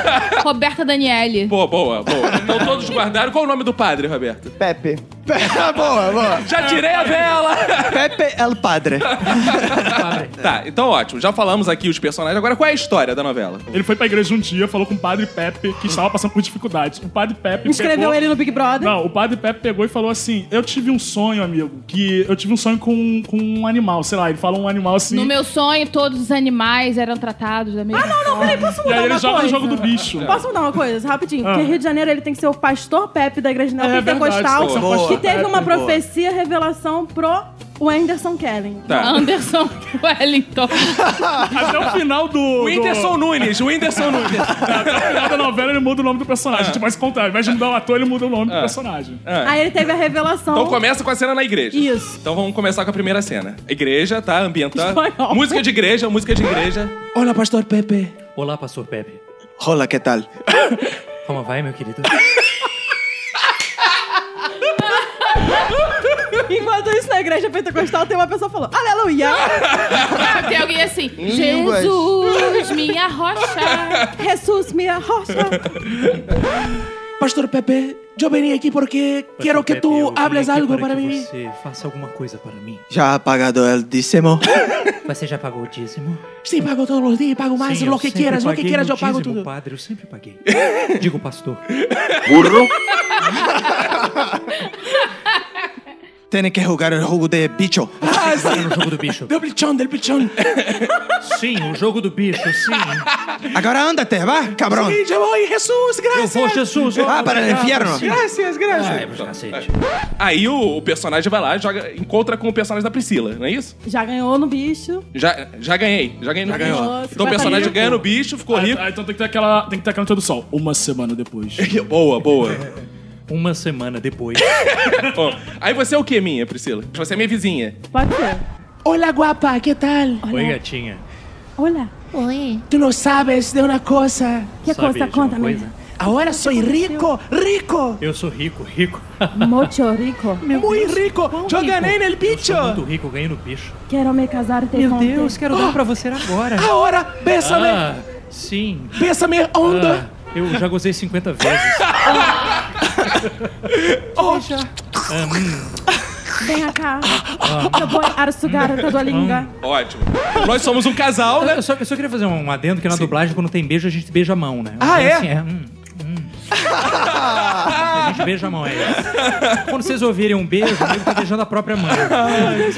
C: Roberta Daniele.
A: Boa, boa, boa. Então todos guardaram. Qual o nome do padre, Roberto?
F: Pepe.
B: boa, boa.
A: Já tirei a vela!
B: Pepe El Padre.
A: Tá, então ótimo. Já falamos aqui os personagens. Agora, qual é a história da novela?
E: Ele foi pra igreja um dia, falou com o padre Pepe, que estava passando por dificuldades. O padre Pepe.
D: Inscreveu
E: pegou-
D: ele no Big Brother.
E: Não, o padre Pepe pegou e falou assim: Eu tive um sonho, amigo, que eu tive um sonho com, com um animal, sei lá, ele fala um animal assim.
C: No meu sonho, todos os animais eram tratados da mesma
D: Ah, não, não, peraí, posso
E: E
D: mudar
E: aí ele
D: uma
E: joga
D: coisa?
E: no jogo do bicho.
D: Posso mudar uma coisa, rapidinho?
E: Ah.
D: Porque Rio de Janeiro ele tem que ser o pastor Pepe da Igreja
E: É
D: Neopentecostal,
E: verdade,
B: boa.
D: que teve
B: Boa,
D: uma
B: Pepe, boa.
D: profecia revelação pro Anderson Kelly.
C: Ah,
A: Tá.
C: Anderson Wellington.
E: Até É o final do.
A: O é Whindersson Nunes, o Whindersson Nunes.
E: No final da novela ele muda o nome do personagem. Tipo, mas contrário, ao invés de mudar o ator, ele muda o nome do personagem.
D: Aí ele teve a revelação.
A: Então começa com a cena na igreja.
D: Isso.
A: Então vamos começar com a primeira cena. A igreja, tá? Ambientar.
D: Espanhol.
A: Música de igreja, música de igreja. Olha, pastor Pepe.
G: Olá, pastor Pepe.
B: Rola, que tal?
G: Como vai, meu querido?
D: Enquanto isso, na igreja pentecostal tem uma pessoa falando, aleluia!
C: Ah, Tem alguém assim,
F: Línguas.
C: Jesus, minha rocha.
D: Jesus, minha rocha!
A: Pastor Pepe, eu vim aqui porque quero que
G: Pepe, eu
A: tu
G: vim
A: hables
G: aqui
A: algo para
G: que
A: mim.
G: Você faça alguma coisa para mim.
B: Já apagado el dízimo.
G: Você já pagou o dízimo?
A: Sim, pago todos os dias, pago mais,
G: Sim,
A: lo
G: eu
A: que
G: sempre
A: quieras, lo que
G: paguei
A: quieras,
G: meu
A: eu pago
G: dízimo,
A: tudo.
G: Padre, eu sempre paguei. Digo, pastor.
N: Burro.
B: Tem que jogar o jogo de bicho.
A: Ah,
G: Jogar
A: sim.
G: no jogo do bicho.
A: Del bichão, del bichão.
G: Sim, o jogo do bicho,
A: Ah,
G: sim.
B: Agora anda-te, vá, cabrão.
A: Sim, eu vou, Jesus,
G: Eu
A: graças.
G: vou, Jesus.
B: Ah, para o inferno.
A: Graças,
G: Ai,
A: graças.
G: mas cacete.
A: Aí o, o personagem vai lá, joga, encontra com o personagem da Priscila, não é isso?
D: Já ganhou no bicho.
A: Já, já ganhei, já ganhei no bicho.
D: ganhou.
A: Então o personagem
D: 50
A: ganha no bicho, ficou
E: Aí,
A: rico.
E: aí, então tem que ter aquela, tem que ter aquela introdução. Uma semana depois.
A: Boa, boa.
G: Uma semana depois.
A: Bom, aí você é o que, minha, Priscila? Você é minha vizinha.
D: Pode ser.
A: Olá, guapa, que tal?
G: Oi, gatinha.
D: Olha,
A: Tu não sabes de uma coisa.
D: que
G: Sabe
D: coisa
G: de uma
D: conta, menina.
A: Agora sou rico, rico,
G: Eu sou rico, rico.
D: Mucho rico.
A: muito rico. Eu ganhei no bicho.
G: Sou muito rico, ganhei no bicho.
D: Quero me casar e ter
G: Meu
D: com ter.
G: Deus, Tá. quero dar pra você agora.
A: Agora, pensa-me,
E: né?
G: Ah, sim.
A: pensa-me
G: Ah,
A: onda.
G: eu já gozei 50 vezes.
D: Oh.
A: Ah, mm.
D: Vem cá. Eu vou arsugar a
A: Ah.
D: tua língua.
A: Ótimo. Nós somos um casal, né?
G: Eu só, eu só queria fazer um adendo que na dublagem, quando tem beijo, a gente beija a mão, né?
A: Ah, é?
G: hum, hum. a gente beija a mão, é. Quando vocês ouvirem um beijo, o nego tá beijando a própria mãe.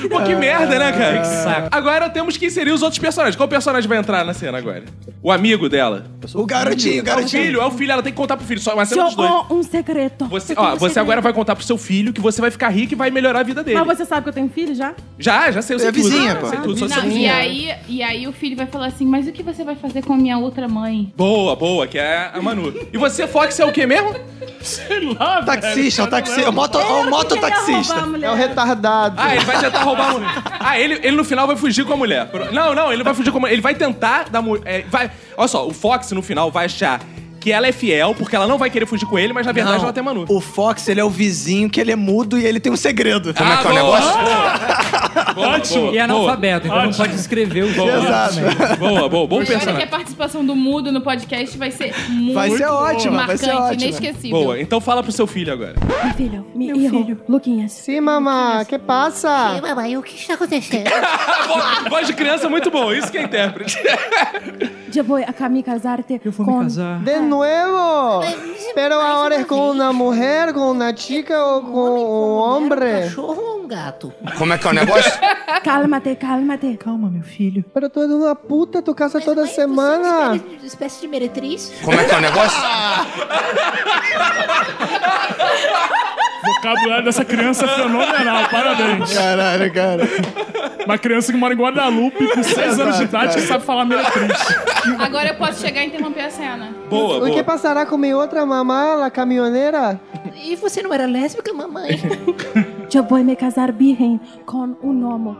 A: Pô, que merda, né, cara?
G: Que saco.
A: Agora temos que inserir os outros personagens. Qual personagem vai entrar na cena agora? O amigo dela.
B: O garotinho, o
A: É o
B: garotinho.
A: filho, é o filho, ela tem que contar pro filho. Só uma cena dos dois.
D: Jogou um secreto.
A: Você,
D: Eu tenho
A: ó,
D: um
A: você
D: segredo.
A: agora vai contar pro seu filho que você vai ficar rico e vai melhorar a vida dele.
D: Mas você sabe que eu tenho filho já?
A: Já, já sei, eu sei
B: É
A: tudo.
B: vizinha, pô.
A: Sei tudo, sou
C: Não,
A: seu
C: e,
A: vizinho.
C: aí, e aí o filho vai falar assim, mas o que você vai fazer com a minha outra mãe?
A: Boa, boa, que é a Manu. E você, Fox, é o quê mesmo?
E: Sei lá,
G: Tá
E: velho.
B: Taxista, o taxista, o moto,
A: É um
B: o mototaxista.
F: É o retardado.
A: Ah, ele vai tentar roubar a mulher. Ah, ele, ele no final vai fugir com a mulher. Não, não, ele não vai fugir com a mulher. Ele vai tentar dar mulher. vai... Olha só, o Fox no final vai achar que ela é fiel, porque ela não vai querer fugir com ele, mas na verdade
B: Não,
A: ela tem a Manu.
B: O Fox, ele é o vizinho que ele é mudo e ele tem um segredo.
K: Como é que é o
A: Ah, boa.
K: negócio?
A: Boa, boa,
E: Ótimo.
G: E é
A: Boa,
G: analfabeto, então não pode escrever o
A: boa,
G: beijo.
B: Exato.
A: boa, boa, bom
C: Olha que
A: personagem.
C: a participação do Mudo no podcast vai ser muito
B: Vai ser ótima, vai
C: marcante,
B: ser ótima.
C: inesquecível.
A: Boa, então fala pro seu filho agora.
D: Meu filho, me meu filho. Luquinhas.
F: Sim, mamá, que passa?
H: mamãe, o que está acontecendo?
A: Ah, vo- voz de criança é muito bom, isso que é intérprete.
D: Eu vou a me casar te
G: Eu vou
D: com-
G: me casar.
F: De novo! Pero ahora es con una mujer, con una chica ou com um homem.
H: Cachorro ou um gato?
K: Como é que é o negócio?
D: Calma-te, calma-te.
G: Calma, meu filho.
F: Pero tu é uma puta, tu casa toda semana.
H: Espécie de meretriz?
K: Como é que é o negócio?
E: O vocabulário dessa criança é fenomenal, parabéns.
B: Caralho, cara. É
E: Uma criança que mora em Guadalupe, com 6 anos de idade, que sabe falar meretriz.
C: Agora eu posso chegar e interromper a cena.
A: Boa,
F: O que
A: boa.
F: passará com minha outra mamá, la caminhoneira?
H: E você não era lésbica, mamãe?
D: Eu vou me casar virgem com um homo.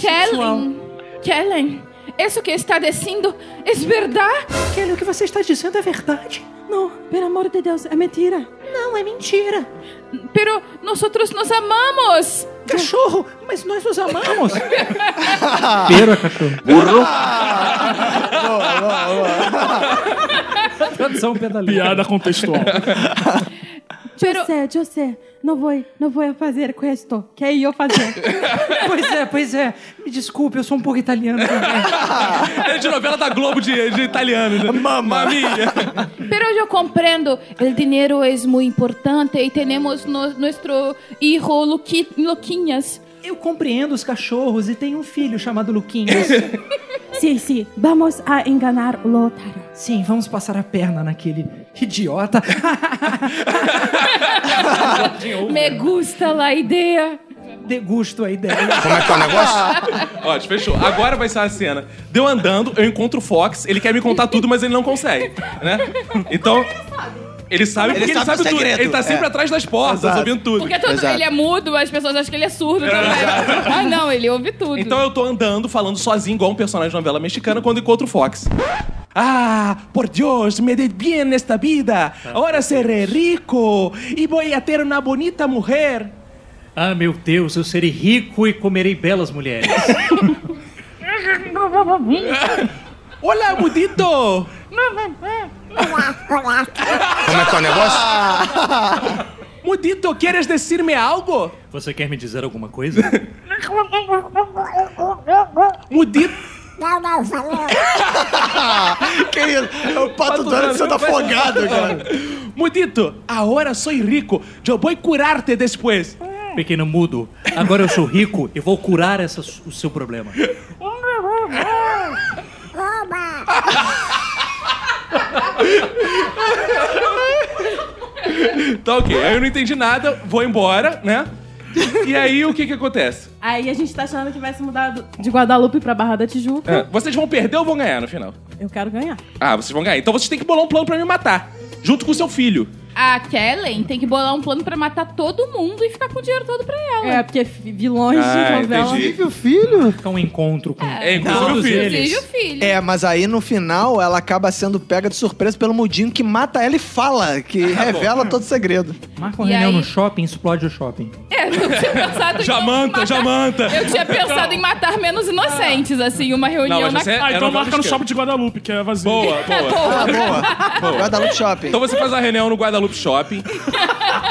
C: Kellen, Kellen, isso que está descendo é verdade?
G: Kelly, o que você está dizendo é verdade.
D: Não, pelo amor de Deus, é mentira.
H: Não, é mentira.
C: Pero nós outros nos amamos.
G: Cachorro, mas nós nos amamos. Pero é cachorro.
B: Boa, boa, boa.
G: um Tradução pedaleira.
E: Piada contextual.
D: Eu sei, eu sei. Não vou, não vou fazer com esto. Que eu fazer?
G: pois é, pois é. Me desculpe, eu sou um pouco italiano também.
A: É de novela da Globo de, de italiano. Né? Mamma mia.
C: Pero eu compreendo, el dinheiro é muito importante e temos no, nosso hijo Luqui, Luquinhas.
G: Eu compreendo os cachorros e tenho um filho chamado Luquinhas.
D: Sim, sim. Vamos a enganar o Lotaro.
G: Sim, vamos passar a perna naquele idiota.
C: Me gusta la ideia.
G: Degusto a ideia.
K: Como é que é o negócio?
A: Ótimo, fechou. Agora vai ser a cena. Deu andando, eu encontro o Fox, ele quer me contar tudo, mas ele não consegue, né? Então. Ele sabe
K: Ele
A: porque ele sabe,
K: sabe o
A: tudo.
K: segredo,
A: Ele tá sempre
K: é.
A: atrás das portas,
B: Exato.
A: ouvindo tudo.
C: Porque todo,
K: Exato.
C: ele é mudo, as pessoas acham que ele é surdo também. Mas não, ele ouve tudo.
A: Então eu tô andando, falando sozinho, igual um personagem de novela mexicana, quando encontro o Fox. Ah, por Deus, me dê bem nesta vida. Agora serei rico e vou a ter uma bonita mulher.
G: Ah, meu Deus, eu serei rico e comerei belas mulheres.
A: Olá, bonito!
K: Como é que é o negócio?
A: Mudito, queres dizer-me algo?
G: Você quer me dizer alguma coisa?
A: Mudito.
B: Querido, é o Pato Donald sendo afogado, cara.
A: Mudito, agora sou rico. Eu vou curar-te depois.
G: Pequeno mudo, agora eu sou rico e vou curar essa, o seu problema.
A: Tá ok, aí eu não entendi nada, vou embora, né? E aí o que que acontece?
D: Aí a gente tá achando que vai se mudar do- de Guadalupe pra Barra da Tijuca.
A: Ah, Vocês vão perder ou vão ganhar no final?
D: Eu quero ganhar.
A: Ah, vocês vão ganhar. Então vocês têm que bolar um plano pra me matar. Junto com o seu filho.
C: A Kellen tem que bolar um plano pra matar todo mundo e ficar com o dinheiro todo pra ela.
D: É, porque fi- vilões
A: Ah,
D: de novela.
A: entendi.
F: Meu filho?
G: Fica um encontro com
A: É, inclusive o
G: todos
A: filho.
C: Inclusive o
G: eles.
C: filho.
B: É, mas aí no final ela acaba sendo pega de surpresa pelo Mudinho que mata ela e fala, que revela todo o segredo.
G: Marca uma
C: E
G: reunião
C: aí?
G: no shopping, explode o shopping.
C: É, eu tinha pensado em
A: Jamanta,
C: matar-
A: Jamanta!
C: Eu tinha pensado em matar menos inocentes, assim, uma reunião
A: Não, mas você
C: na...
A: é
E: Ah, então
A: novela
E: marca no
A: mexicana.
E: shopping de Guadalupe, que é vazio.
A: Boa,
C: É,
A: boa.
C: boa.
B: Boa. Guadalupe Shopping.
A: Então você faz a reunião no Guadalupe Shopping,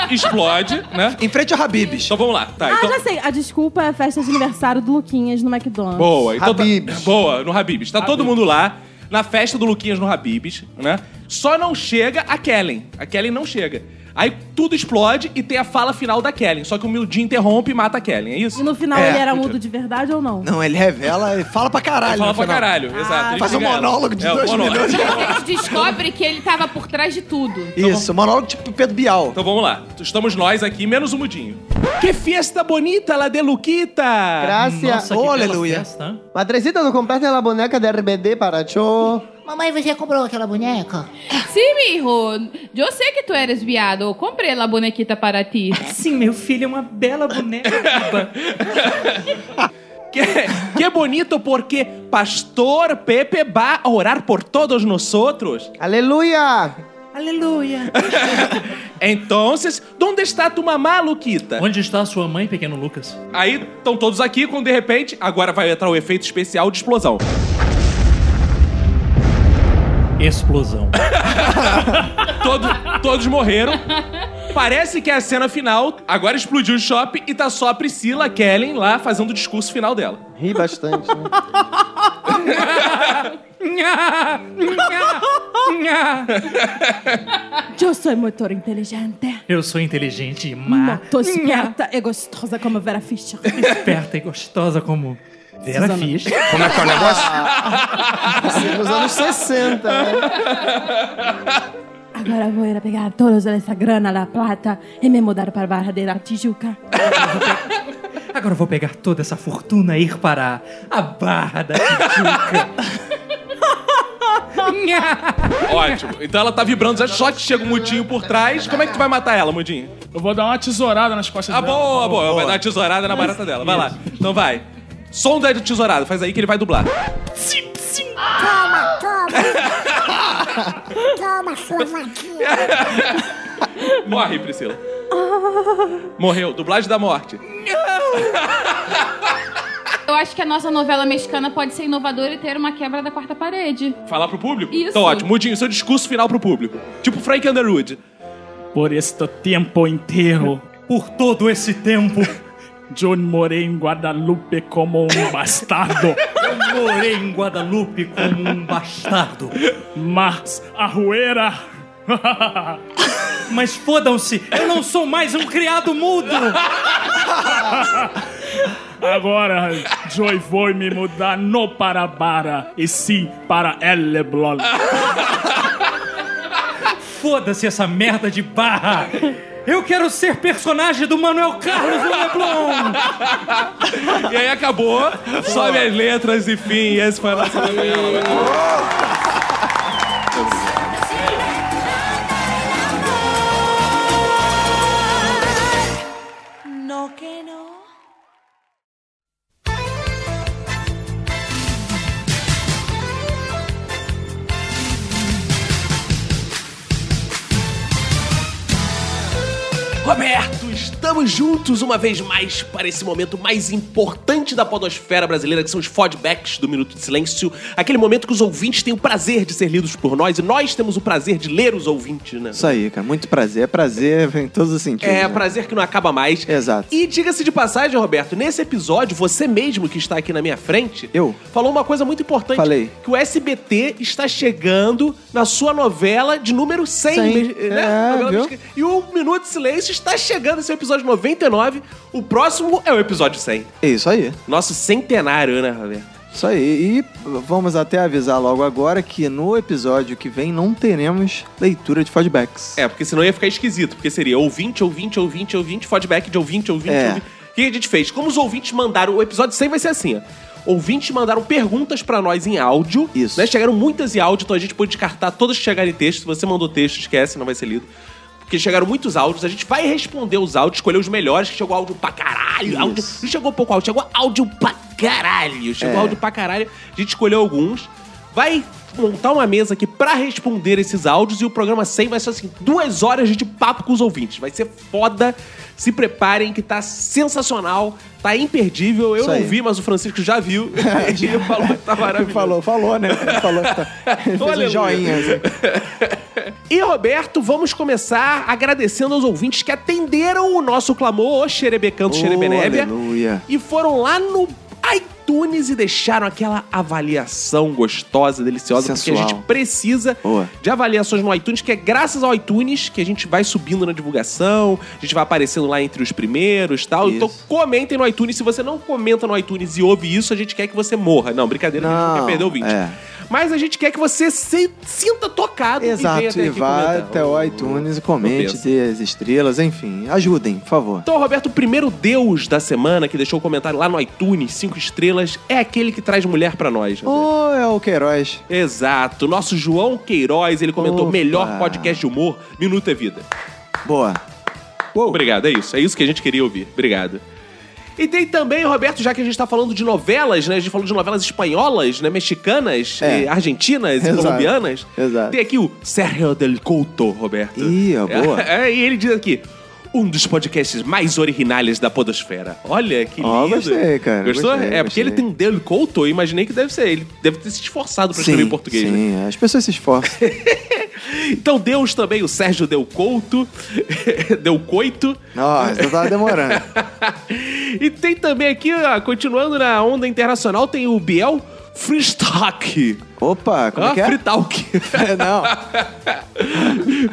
A: explode, né?
B: Em frente ao Habib's.
A: Então vamos lá. Tá,
D: Ah,
A: então...
D: já sei. A desculpa é a festa de aniversário do Luquinhas no McDonald's.
A: Boa, então tá-
F: Habib's.
A: boa, no Habib's. Tá todo mundo lá, na festa do Luquinhas no Habib's, né? Só não chega a Kellen. A Kellen não chega. Aí tudo explode e tem a fala final da Kellen. Só que o Mildinho interrompe e mata a Kellen, é
D: E
A: isso?
D: no final
B: É,
D: ele era
A: muito.
D: mudo de verdade ou não?
B: Não, ele revela e fala pra caralho.
A: Fala
B: no
A: pra
B: final.
A: caralho,
D: Ah,
A: exato. Ele
B: faz um
A: xinga ela.
B: monólogo de
A: o
B: dois minutos.
C: A gente descobre que ele tava por trás de tudo.
B: Isso, monólogo tipo Pedro Bial.
A: Então vamos lá. Estamos nós aqui, menos o Mudinho. Que festa bonita, la de Luquita!
F: Graças.
G: Nossa, que bela
B: aleluia.
G: festa, hein?
F: Madrecita, não compraste a boneca de RBD para show?
H: Mamãe, você comprou aquela boneca?
C: Sim, mijo. Eu sei que tu eres viado. Eu comprei a bonequita para ti.
G: Sim, meu filho, é uma bela boneca.
A: Que, que bonito porque pastor Pepe vai orar por todos nós outros.
F: Aleluia!
G: Aleluia.
A: Então, onde está tu mamá, Luquita?
G: Onde está sua mãe, pequeno Lucas?
A: Aí estão todos aqui, quando de repente, agora vai entrar o efeito especial de explosão.
G: Explosão.
A: Todo- todos morreram. Parece que é a cena final. Agora explodiu o shopping e tá só a Priscila Kellen lá fazendo o discurso final dela.
F: Ri bastante, né?
D: Eu sou motor inteligente.
G: Eu sou inteligente e má,
D: Tô esperta e gostosa como Vera Fischer.
G: esperta e gostosa como Vera
D: Suzana.
G: Fischer.
K: Como é que é o negócio?
F: Assim, Nos anos 60, né?
D: Agora vou ir a pegar todos essa grana da plata e me mudar para Barra de la Tijuca.
G: Agora eu vou pegar toda essa fortuna e ir para a Barra da Tijuca.
A: Ótimo. Então ela tá vibrando, já só que chega o Mudinho por trás. Como é que tu vai matar ela, Mudinho?
E: Eu vou dar uma tesourada nas costas
A: Ah,
E: dela.
A: boa, boa. Vai dar uma tesourada na barata dela. Vai lá. Então vai. Som da tesourada, faz aí que ele vai dublar.
H: Toma, toma! toma, sua vaquinha!
A: Morre, Priscila. Morreu. Dublagem da morte.
C: Eu acho que a nossa novela mexicana pode ser inovadora e ter uma quebra da quarta parede.
A: Falar pro público?
C: Isso.
A: Então ótimo. Mudinho, seu discurso final pro público. Tipo Frank Underwood.
E: por este tempo inteiro.
G: Por todo esse tempo.
E: John morei em Guadalupe como um bastardo.
G: Eu morei em Guadalupe como um bastardo.
E: Mas a rueira.
G: Mas fodam-se, eu não sou mais um criado mudo.
E: Agora, Joy vou me mudar não para Bara, e sim para Elleblon.
G: Foda-se essa merda de barra. Eu quero ser personagem do Manuel Carlos Leblon.
A: E aí acabou, sobe as letras e fim. Esse foi a nossa novela.
L: No que no.
A: Roberto, estamos juntos uma vez mais para esse momento mais importante da podosfera brasileira, que são os fodbacks do Minuto de Silêncio. Aquele momento que os ouvintes têm o prazer de ser lidos por nós e nós temos o prazer de ler os ouvintes, né?
B: Isso aí, cara. Muito prazer. É prazer em todos os sentidos.
A: É,
B: né?
A: prazer que não acaba mais.
B: Exato.
A: E diga-se de passagem, Roberto, nesse episódio, você mesmo que está aqui na minha frente,
B: Eu?
A: falou uma coisa muito importante.
B: Falei.
A: Que o SBT está chegando na sua novela de número 100.
B: 100,
A: mes- né?
B: é,
A: Novela
B: viu?
A: mexicana. E o Minuto de Silêncio está chegando, esse é o episódio 99. O próximo é o episódio 100.
B: É isso aí.
A: Nosso centenário, né, Roberto?
B: Isso aí. E vamos até avisar logo agora que no episódio que vem não teremos leitura de feedbacks.
A: É, porque senão ia ficar esquisito, porque seria ouvinte, ouvinte, ouvinte, ouvinte, feedback de ouvinte, ouvinte,
B: É.
A: ouvinte. O que a gente fez? Como os ouvintes mandaram, o episódio 100 vai ser assim, ó. Ouvintes mandaram perguntas pra nós em áudio.
B: Isso.
A: Né? Chegaram muitas em áudio, então a gente pôde descartar todas que chegaram em texto. Se você mandou texto, esquece, não vai ser lido. Porque chegaram muitos áudios, a gente vai responder os áudios, escolher os melhores, que chegou áudio pra caralho. Áudio, não chegou pouco áudio, chegou áudio pra caralho.
B: É.
A: Chegou áudio pra caralho. A gente escolheu alguns. Vai montar uma mesa aqui pra responder esses áudios e o programa 100 vai ser assim, duas horas de papo com os ouvintes. Vai ser foda. Se preparem que tá sensacional, tá imperdível. Eu
B: Isso
A: não
B: aí.
A: vi, mas o Francisco já viu. e ele falou que tá maravilhoso.
B: Falou, falou, né? Falou que tá. Ele fez um
A: Aleluia.
B: joinha. assim.
A: E Roberto, vamos começar agradecendo aos ouvintes que atenderam o nosso clamor, ô Xerebecanto,
B: Oh,
A: Xerebenébia.
B: aleluia.
A: E foram lá no iTunes e deixaram aquela avaliação gostosa, deliciosa, porque a
B: Sensual.
A: gente precisa
B: Boa.
A: de avaliações no iTunes, que é graças ao iTunes que a gente vai subindo na divulgação, a gente vai aparecendo lá entre os primeiros e tal.
B: Isso.
A: Então comentem no iTunes. Se você não comenta no iTunes e ouve isso, a gente quer que você morra. Não, brincadeira, a gente não
B: Não,
A: quer perder o vídeo.
B: é.
A: Mas a gente quer que você se sinta tocado e venha
B: Exato.
A: até
B: E
A: aqui
B: vá
A: comentar.
B: até o iTunes e comente,
A: penso.
B: dê as estrelas, enfim. Ajudem, por favor.
A: Então, Roberto, o primeiro deus da semana que deixou o comentário lá no iTunes, cinco estrelas, é aquele que traz mulher pra nós. Roberto.
B: Ô, é o Queiroz.
A: Exato. Nosso João Queiroz, ele comentou:
B: Opa.
A: melhor podcast de humor, Minuto é Vida.
B: Boa.
A: Obrigado, é isso. É isso que a gente queria ouvir. Obrigado. E tem também, Roberto, já que a gente tá falando de novelas, né? A gente falou de novelas espanholas, né? Mexicanas,
B: É.
A: eh, argentinas e
B: Exato.
A: colombianas.
B: Exato.
A: Tem aqui o Sergio del Couto, Roberto.
B: Ih, ó, boa.
A: É, e ele diz aqui. Um dos podcasts mais originais da Podosfera. Olha que lindo.
B: Ó, gostei, cara.
A: Gostou?
B: Gostei,
A: é, porque
B: gostei.
A: ele tem Del Couto, eu imaginei que deve ser. Ele deve ter se esforçado pra escrever em português. né?
B: sim. As pessoas se esforçam.
A: Então, Deus também, o Sérgio Del Couto. Del Coito.
B: Nossa, eu tava demorando.
A: e tem também aqui, ó, continuando na onda internacional, tem o Biel Fristack.
B: Opa, como é
A: Ah,
B: que é?
A: Fritalk.
B: Não.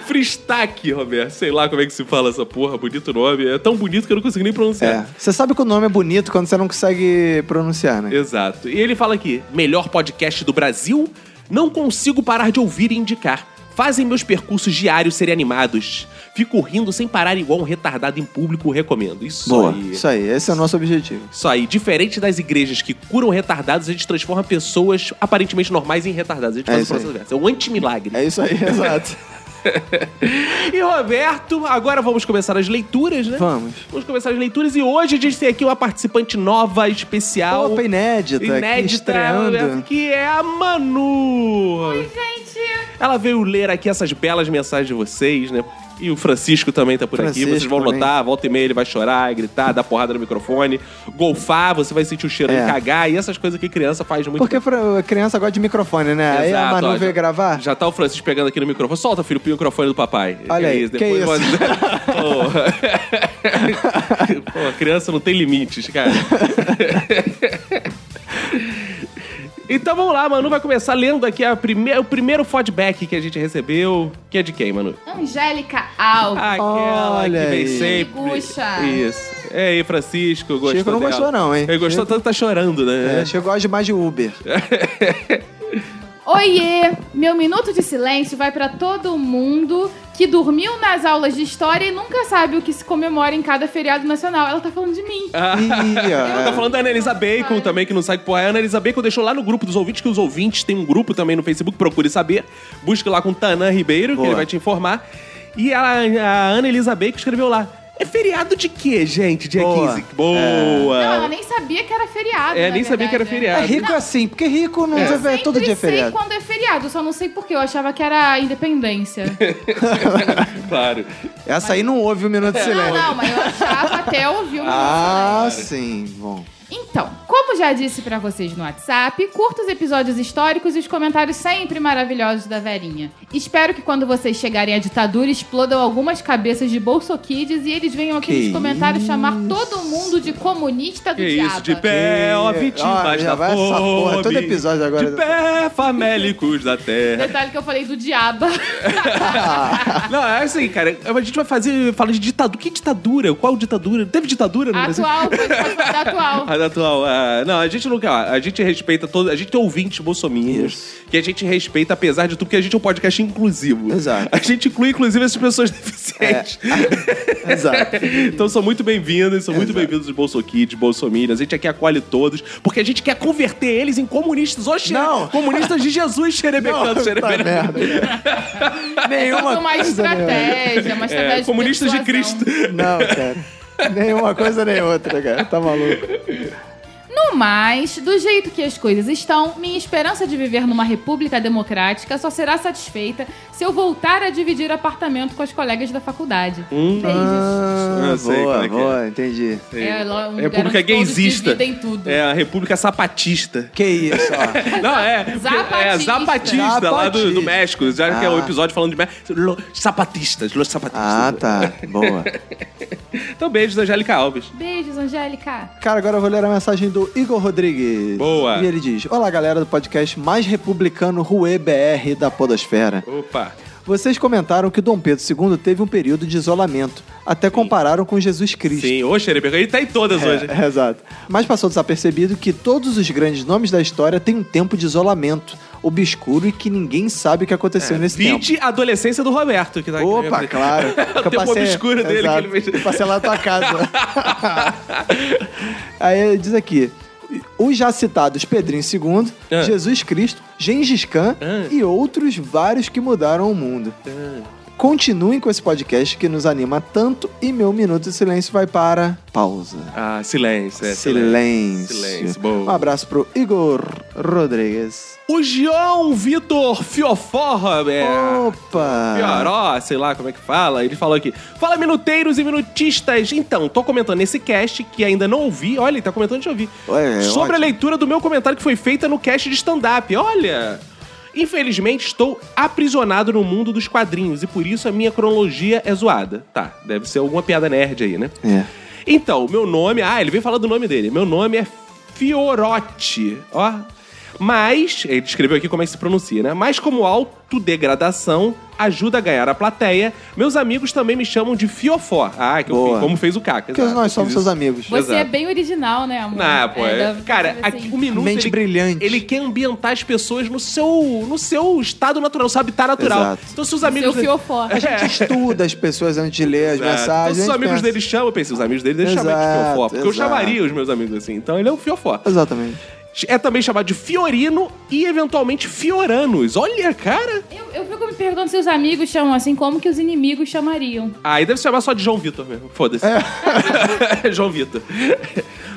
A: Fristack, Roberto. Sei lá como é que se fala essa porra. Bonito nome. É tão bonito que eu não consigo nem
B: É.
A: pronunciar.
B: Você sabe que o nome é bonito quando você não consegue pronunciar, né?
A: Exato. E ele fala aqui: melhor podcast do Brasil. Não consigo parar de ouvir e indicar. Fazem meus percursos diários serem animados. Fico rindo sem parar igual um retardado em público, recomendo. Isso
B: Boa.
A: aí.
B: Isso aí. Esse é o nosso objetivo.
A: Isso aí, diferente das igrejas que curam retardados, a gente transforma pessoas aparentemente normais em retardados. A gente
B: É
A: faz o
B: isso
A: processo
B: aí.
A: inverso. É um antimilagre.
B: É isso aí, exato.
A: E Roberto, agora vamos começar as leituras, né?
B: Vamos.
A: Vamos começar as leituras e hoje a gente tem aqui uma participante nova, especial.
B: Opa, inédita. aqui
A: inédita, né?
B: estreando.
A: Roberto, que é a Manu.
C: Gente,
A: Ela veio ler aqui essas belas mensagens de vocês, né? E o Francisco também tá por aqui. Vocês
B: Francisco né?
A: vão
B: também.
A: notar, volta e meia ele vai chorar, gritar, dar porrada no microfone, golfar, você vai sentir o cheiro
B: É.
A: de cagar e essas coisas que criança faz muito.
B: Porque fra- criança gosta de microfone, né? Aí a
A: Exato, ó,
B: Manu
A: já-
B: veio gravar.
A: Já tá o Francisco pegando aqui no microfone. Solta, filho, o microfone do papai.
B: Olha aí, que isso?
A: Pô. Pô, criança não tem limites, cara. Então vamos lá, Manu vai começar lendo aqui a prime- o primeiro feedback que a gente recebeu, que é de quem, Manu?
C: Angélica Alves.
A: Aquela que vem sempre.
C: Guxa.
A: Isso. É aí, Francisco, gostou
B: Chico não
A: dela?
B: gostou não, hein?
A: Ele gostou
B: Chico-
A: tanto que tá chorando, né?
B: É, chegou hoje mais de Uber.
C: Oiê! Meu minuto de silêncio vai pra todo mundo que dormiu nas aulas de história e nunca sabe o que se comemora em cada feriado nacional. Ela tá falando de mim.
A: Ah,
B: Ih, ó.
A: eu tô falando da Annalisa Bacon também, que não sabe que porra é. A Annalisa Bacon deixou lá no grupo dos ouvintes, que os ouvintes tem um grupo também no Facebook, procure saber. Busque lá com Tanã Ribeiro, que
B: Boa.
A: ele vai te informar. E a, a Annalisa Bacon escreveu lá. É feriado de quê, gente? Dia
B: Boa.
A: 15. Boa!
C: Não, ela nem sabia que era feriado.
A: É,
C: na
A: nem sabia que era
C: verdade, né?
B: É
A: feriado.
B: rico assim, porque rico não
C: Eu
B: é. todo
C: sempre
B: dia é
C: sei
B: feriado.
C: quando é feriado, eu só não sei porque. Eu achava que era independência.
A: Claro.
B: Essa aí não houve um minuto de
C: Ah, não,
B: silêncio.
C: não, mas eu achava até ouvir o meu
B: Ah, sim, bom.
C: Então, como já disse pra vocês no WhatsApp, curta os episódios históricos e os comentários sempre maravilhosos da Verinha. Espero que quando vocês chegarem à ditadura explodam algumas cabeças de bolsokids e eles venham aqui
B: Que
C: nos comentários chamar todo mundo de comunista do
A: Que
C: diabo.
A: isso, de pé, ó,
B: Ó,
A: vítimas
B: já
A: da
B: vai essa porra,
A: fome.
B: todo episódio agora.
A: De pé, famélicos da terra.
C: Detalhe que eu falei do diabo.
A: Não, é assim, cara. A gente vai fazer. Fala de ditadura. Que ditadura? Qual ditadura? Teve ditadura no Brasil?
C: atual, pode falar da atual.
A: A da atual. ah, não, a gente nunca. A gente respeita todo. A gente tem ouvintes bolsominions. Que a gente respeita, apesar de tudo, porque a gente é um podcast inclusivo.
B: Exato.
A: A gente inclui, inclusive, essas pessoas deficientes.
B: É. Exato.
A: então são muito bem-vindos, são muito bem-vindos os bolsokids, bolsominions. A gente aqui acolhe todos, porque a gente quer converter eles em comunistas. Ou xere...
B: Não.
A: Comunistas de Jesus xerebecando,
B: Tá
A: xerebecando.
B: merda. Nenhuma
C: Tudo uma
B: coisa, né?
C: estratégia, uma estratégia
A: É,
C: de
A: comunistas de
C: persuasão.
A: Cristo.
B: Não, cara. Nenhuma coisa nem outra, cara. Tá maluco.
C: No mais, do jeito que as coisas estão, minha esperança de viver numa república democrática só será satisfeita se eu voltar a dividir apartamento com as colegas da faculdade.
A: Hum.
C: Beijos.
B: Ah,
A: Eu sei
B: boa,
A: como é que é.
B: boa, entendi.
C: É, lá um lugar
A: República
C: onde todos
A: gaysista.
C: dividem tudo.
A: É a República Sapatista.
B: Que isso, ó.
A: Não, é.
C: Zapatista.
A: É Zapatista, lá do, do México. Já que é um
B: Ah.
A: episódio falando de México. Lo- Sapatistas, los sapatistas.
B: Ah, tá. Boa.
A: Então, beijos, Angélica Alves.
C: Beijos, Angélica.
B: Cara, agora eu vou ler a mensagem do Igor Rodrigues.
A: Boa.
B: E ele diz: Olá, galera do podcast mais republicano Rue BR da Podosfera.
A: Opa.
B: Vocês comentaram que Dom Pedro II teve um período de isolamento. Até compararam com Jesus Cristo.
A: Sim, ô Xerebeca, ele tá em todas hoje.
B: É, exato. Mas passou desapercebido que todos os grandes nomes da história têm um tempo de isolamento obscuro e que ninguém sabe o que aconteceu
A: É,
B: nesse tempo.
A: Vide a adolescência do Roberto, que tá aqui.
B: Opa, claro.
A: o tempo obscuro dele que ele fez.
B: Passei lá na tua casa. Aí ele diz aqui. Os já citados Pedrinho II,
A: Ah.
B: Jesus Cristo, Gengis Khan
A: Ah.
B: e outros vários que mudaram o mundo. Continuem com esse podcast que nos anima tanto e meu minuto de silêncio vai para pausa.
A: Ah, silêncio, é.
B: Silêncio.
A: Silêncio,
B: Um
A: boa.
B: abraço pro Igor Rodrigues.
A: O João Vitor Fiofó, Roberto.
B: Opa!
A: Pioró, sei lá como é que fala, ele falou aqui. Fala, minuteiros e minutistas! Então, tô comentando esse cast que ainda não ouvi. Olha, ele tá comentando antes de ouvir.
B: Ué, é
A: Sobre a
B: ótimo.
A: leitura do meu comentário que foi feita no cast de stand-up. Olha! Infelizmente, estou aprisionado no mundo dos quadrinhos e por isso a minha cronologia é zoada. Tá, deve ser alguma piada nerd aí, né?
B: É.
A: Então, meu nome. Ah, ele veio falar do nome dele. Meu nome é Fiorotti. Ó. Mas, ele descreveu aqui como é que se pronuncia, né? Mas, como autodegradação ajuda a ganhar a plateia, meus amigos também me chamam de Fiofó. Ah, que eu
B: Boa.
A: fiz, como fez o Ah, Caca.
B: Porque
A: exato.
B: nós
A: Eu
B: somos
A: fiz
B: seus amigos.
C: Você
A: Exato.
C: é bem original, né, amor?
A: não, pô.
C: É,
A: é-
C: dá-
A: cara,
C: assim,
A: aqui, o Minuto.
B: Mente
A: ele,
B: brilhante.
A: Ele quer ambientar as pessoas no seu, no seu estado natural, no seu habitat natural.
B: Exato.
A: Então, se os amigos. É,
C: Seu fiofó.
B: A gente estuda as pessoas antes de ler as
A: Exato.
B: mensagens.
A: Então, se os
B: a gente
A: amigos
B: pensa-
A: dele chamam, eu pensei, os amigos dele devem chamar de
B: Exato,
A: fiofó. Porque eu
B: exato.
A: chamaria os meus amigos assim. Então, ele é um fiofó.
B: Exatamente.
A: É também chamado de Fiorino e eventualmente Fioranos. Olha, cara!
C: Eu, eu fico me perguntando se os amigos chamam assim, como que os inimigos chamariam?
A: Aí Ah, deve se chamar só de João Vitor mesmo. Foda-se. João é Vitor.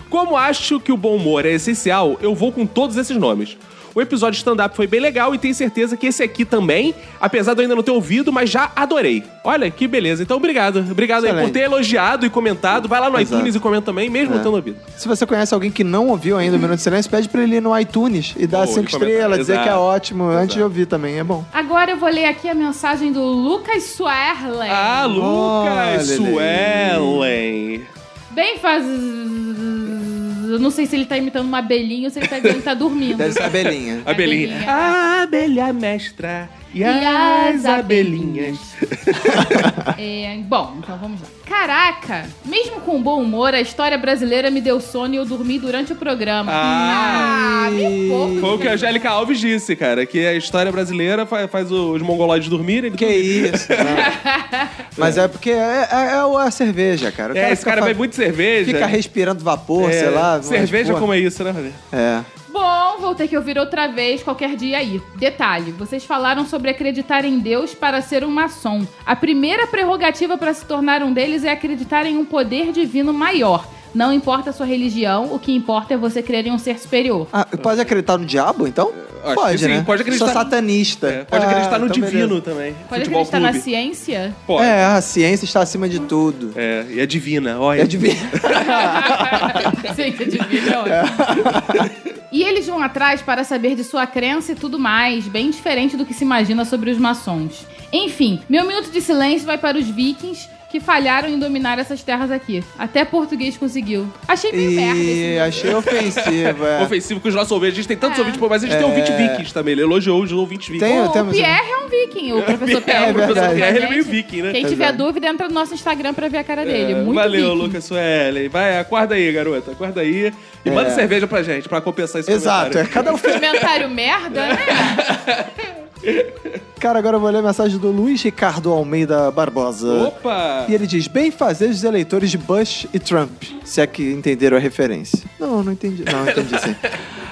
A: Como acho que o bom humor é essencial, eu vou com todos esses nomes. O episódio de stand-up foi bem legal e tenho certeza que esse aqui também, apesar de eu ainda não ter ouvido, mas já adorei. Olha, que beleza. Então, obrigado. Obrigado aí por
B: Excelente.
A: ter elogiado e comentado. Vai lá no
B: Exato.
A: iTunes e comenta também, mesmo
B: É.
A: não tendo ouvido.
B: Se você conhece alguém que não ouviu ainda o Minuto de Silêncio, pede pra ele ir no iTunes e dar
A: Pô,
B: cinco
A: e comentar.
B: estrelas, dizer
A: Exato.
B: que é ótimo, antes de ouvir também, é bom.
C: Agora eu vou ler aqui a mensagem do Lucas Suerlen.
A: Ah, Lucas Suelen.
C: Bem faz... Eu não sei se ele tá imitando uma abelhinha ou se ele tá dizendo que tá dormindo.
A: Abelhinha. A abelha mestra
C: E as
A: abelhinhas.
C: É, bom, então vamos lá. Caraca, mesmo com bom humor, a história brasileira me deu sono e eu dormi durante o programa.
A: Ah,
C: me pouco.
A: Foi o que a Angélica Alves disse, cara, que a história brasileira fa- faz, os mongoloides dormirem. Que
B: isso? né? Mas é porque é, é- é o- a cerveja, cara. O
A: É, esse
B: fica
A: cara
B: fa-
A: bebe muito cerveja. né?
B: Fica respirando vapor,
A: É,
B: sei lá.
A: Cerveja como é isso, né, Rodrigo?
B: É.
C: assim, Bom, vou ter que ouvir outra vez qualquer dia aí. Detalhe, vocês falaram sobre acreditar em Deus para ser um maçom. A primeira prerrogativa para se tornar um deles é acreditar em um poder divino maior. Não importa a sua religião, o que importa é você crer em um ser superior.
B: Ah, pode acreditar no diabo, então?
A: que
B: pode,
A: sim,
B: né?
A: pode acreditar-
B: Sou satanista.
A: É, Pode
B: Ah,
A: acreditar no
B: então
A: divino
B: beleza.
A: também.
C: Pode
A: Futebol
C: acreditar
A: clube.
C: na ciência?
A: Pode.
B: É, a ciência está acima de tudo.
A: É, e é divina, olha. É
B: divina.
C: ciência divina é ótimo. E eles vão atrás para saber de sua crença e tudo mais, bem diferente do que se imagina sobre os maçons. Enfim, meu minuto de silêncio vai para os vikings que falharam em dominar essas terras aqui. Até português conseguiu. Achei meio merda esse
B: E achei ofensivo, é.
A: Ofensivo que os nossos ouvintes. A gente tem tantos ouvintes, pô, mas a gente tem
B: É.
A: ouvinte vikings também. Ele elogiou os ouvintes vikings.
C: O Pierre é um viking, o professor Pierre.
A: É verdade.
C: professor
A: Pierre, ele é
C: Gente,
A: meio viking, né?
C: Quem
A: É
C: tiver
A: verdade.
C: dúvida, entra no nosso Instagram pra ver a cara dele.
A: É,
C: Muito
A: Valeu,
C: viking.
A: Lucas Suelen. Vai, acorda aí, garota. Acorda aí. E
B: É.
A: manda cerveja pra gente, pra compensar esse
B: Exato,
A: comentário.
B: é, cada um
C: Comentário merda, né?
B: Cara, agora eu vou ler a mensagem do Luiz Ricardo Almeida Barbosa.
A: Opa!
B: E ele diz: bem fazer os eleitores de Bush e Trump, se é que entenderam a referência. Não, não entendi. Não, entendi sim.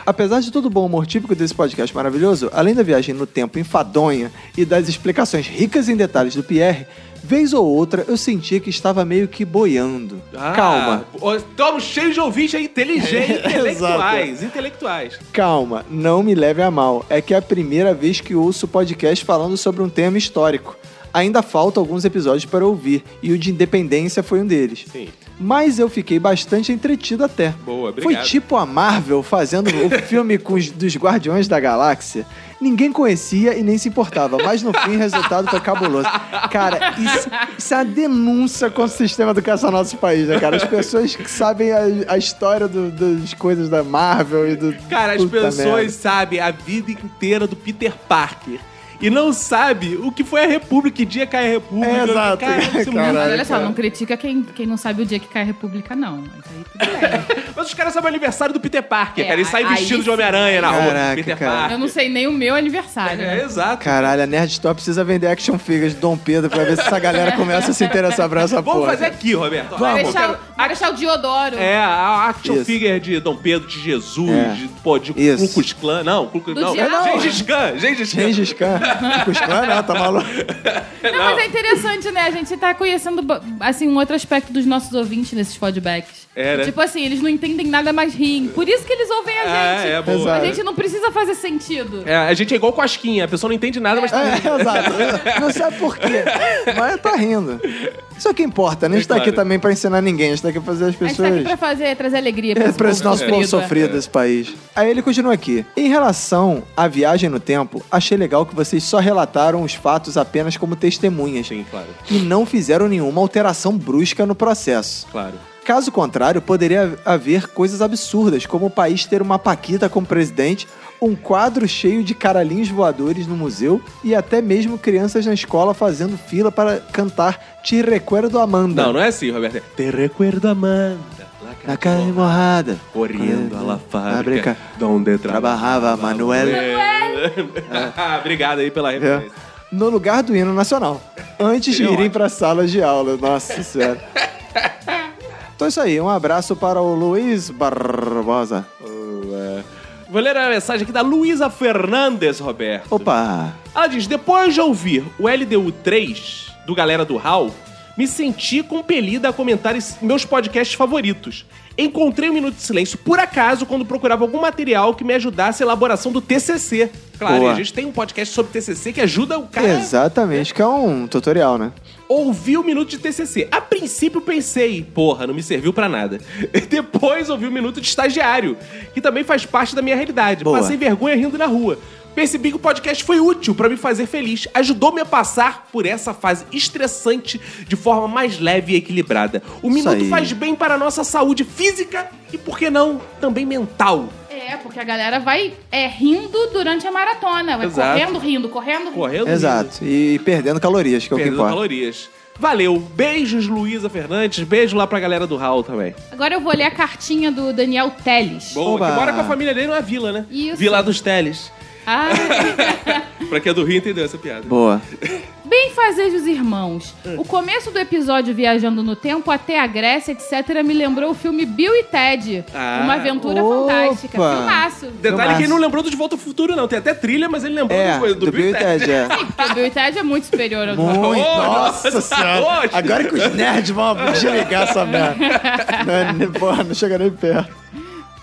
B: Apesar de todo o bom humor típico desse podcast maravilhoso, além da viagem no tempo enfadonha e das explicações ricas em detalhes do Pierre, vez ou outra eu sentia que estava meio que boiando.
A: Ah,
B: Calma,
A: pô, Estamos cheios de ouvintes aí inteligentes,
B: É,
A: intelectuais,
B: exato.
A: intelectuais.
B: Calma, não me leve a mal. É que é a primeira vez que ouço podcast falando sobre um tema histórico. Ainda falta alguns episódios para ouvir, e o de independência foi um deles.
A: Sim.
B: Mas eu fiquei bastante entretido até.
A: Boa,
B: Foi
A: obrigado.
B: tipo a Marvel fazendo o filme com os, dos Guardiões da Galáxia. Ninguém conhecia e nem se importava, mas no fim o resultado foi cabuloso. Cara, isso, isso é uma denúncia contra o sistema educacional do nosso país, né, cara? As pessoas que sabem a, a história do- das coisas da Marvel e do.
A: Cara, as
B: Puta
A: pessoas
B: merda.
A: sabem a vida inteira do Peter Parker. E não sabe o que foi a República, que dia cai a República.
B: É, exato.
A: Cara, isso é muito
C: Não, mas olha só,
A: cara.
C: não critica quem, quem não sabe o dia que cai a República, não. Mas aí tudo bem.
A: Mas os caras sabem o aniversário do Peter Parker,
C: É,
A: cara. Ele sai
C: aí
A: vestido de
C: sim.
A: Homem-Aranha na rua.
B: Caraca,
A: Peter
B: cara.
A: Parker. É,
C: Eu não sei nem o meu aniversário. né?
A: Exato.
B: Caralho, a Nerd Store precisa vender action figures de Dom Pedro pra ver se essa galera começa a se interessar por essa
A: Vamos
B: porra.
A: fazer aqui, Roberto.
C: Vai
A: Vamos.
C: deixar, vai deixar o Diodoro.
A: É, a action
B: Isso.
A: figure de Dom Pedro, de Jesus,
B: É.
A: de, pô, de
B: Isso.
A: Ku Klux Klan. Não, Ku Klux
C: Do
A: não. É,
C: diabo.
A: Gengis Khan, Gengis Khan.
B: Gengis Khan. Os caras não, tá maluco?
C: Não, mas é interessante, né? A gente tá conhecendo, assim, um outro aspecto dos nossos ouvintes nesses feedbacks.
A: É, né?
C: Tipo assim, eles não entendem nada, mas riem. Por isso que eles ouvem a
A: Ah,
C: gente.
A: é, boa.
C: A gente não precisa fazer sentido.
A: É, a gente é igual Cosquinha, a pessoa não entende nada, mas...
B: É, exato. Não sabe por quê, mas tá rindo. Isso é o que importa, né? A gente tá aqui
A: claro.
B: também pra ensinar ninguém, a gente tá aqui pra fazer as
C: A gente tá aqui
B: pessoas.
C: pra fazer, trazer alegria pra
B: É, pra esse nosso povo
C: sofrido, é.
B: sofrido desse país. Aí ele continua aqui. Em relação à viagem no tempo, achei legal que vocês só relataram os fatos apenas como testemunhas.
A: Sim, claro,
B: E não fizeram nenhuma alteração brusca no processo.
A: claro.
B: Caso contrário, poderia haver coisas absurdas, como o país ter uma paquita como presidente, um quadro cheio de caralhinhos voadores no museu e até mesmo crianças na escola fazendo fila para cantar Te Recuerdo Amanda.
A: Não, não é assim, Roberto.
B: Te Recuerdo Amanda, na cara morrada,
A: Correndo a la fábrica,
B: fábrica,
A: donde trabalha.
B: trabalhava Manuel.
C: é.
B: É.
A: Ah, Obrigado aí pela referência.
B: No lugar do hino nacional, antes de
A: Seria
B: irem para a sala de aula. Nossa senhora. Então é isso aí, um abraço para o Luiz Barbosa.
A: Vou ler a mensagem aqui da Luísa Fernandes, Roberto.
B: Opa!
A: Ah, Ela diz: depois de ouvir o LDU 3 do Galera do Hall, me senti compelida a comentar es- meus podcasts favoritos. Encontrei o Minuto de Silêncio por acaso quando procurava algum material que me ajudasse a elaboração do TCC. Claro,
B: Boa.
A: e a gente tem um podcast sobre TCC que ajuda o cara a
B: Exatamente, que é um tutorial, né?
A: ouvi o minuto de TCC. A princípio pensei, porra, não me serviu pra nada. Depois ouvi o minuto de estagiário, que também faz parte da minha realidade.
B: Boa.
A: Passei vergonha rindo na rua. Percebi que o podcast foi útil pra me fazer feliz. Ajudou-me a passar por essa fase estressante de forma mais leve e equilibrada. O minuto
B: aí.
A: faz bem para a nossa saúde física e, por que não, também mental.
C: É, porque a galera vai é, rindo durante a maratona. Vai
A: Exato.
C: correndo, rindo, correndo, rindo.
A: Correndo.
B: Exato. E perdendo calorias, que é o que
A: Perdendo
B: importa.
A: calorias. Valeu. Beijos, Luísa Fernandes. Beijo lá pra galera do Raul também.
C: Agora eu vou ler a cartinha do Daniel Teles.
A: Boa,
C: Oba.
A: é que mora com a família dele na vila, né?
C: Isso.
A: Vila dos Teles.
C: Ah,
A: Pra quem é do Rio entendeu essa piada.
B: Boa.
C: bem fazejos irmãos.
A: Hum.
C: O começo do episódio Viajando no Tempo até a Grécia, etc., me lembrou o filme Bill e Ted.
A: Ah.
C: Uma aventura
A: Opa.
C: fantástica. Filmaço.
A: Detalhe que ele não lembrou do De Volta ao Futuro, não. Tem até trilha, mas ele lembrou
B: É,
A: do, do,
B: do Bill e Ted, é.
C: Sim, porque o Bill e Ted é muito superior ao
B: Muito.
C: do
B: Nossa
A: Senhora.
K: Agora que os nerds vão desligar essa merda.
B: é
F: Não, porra, não chega nem perto.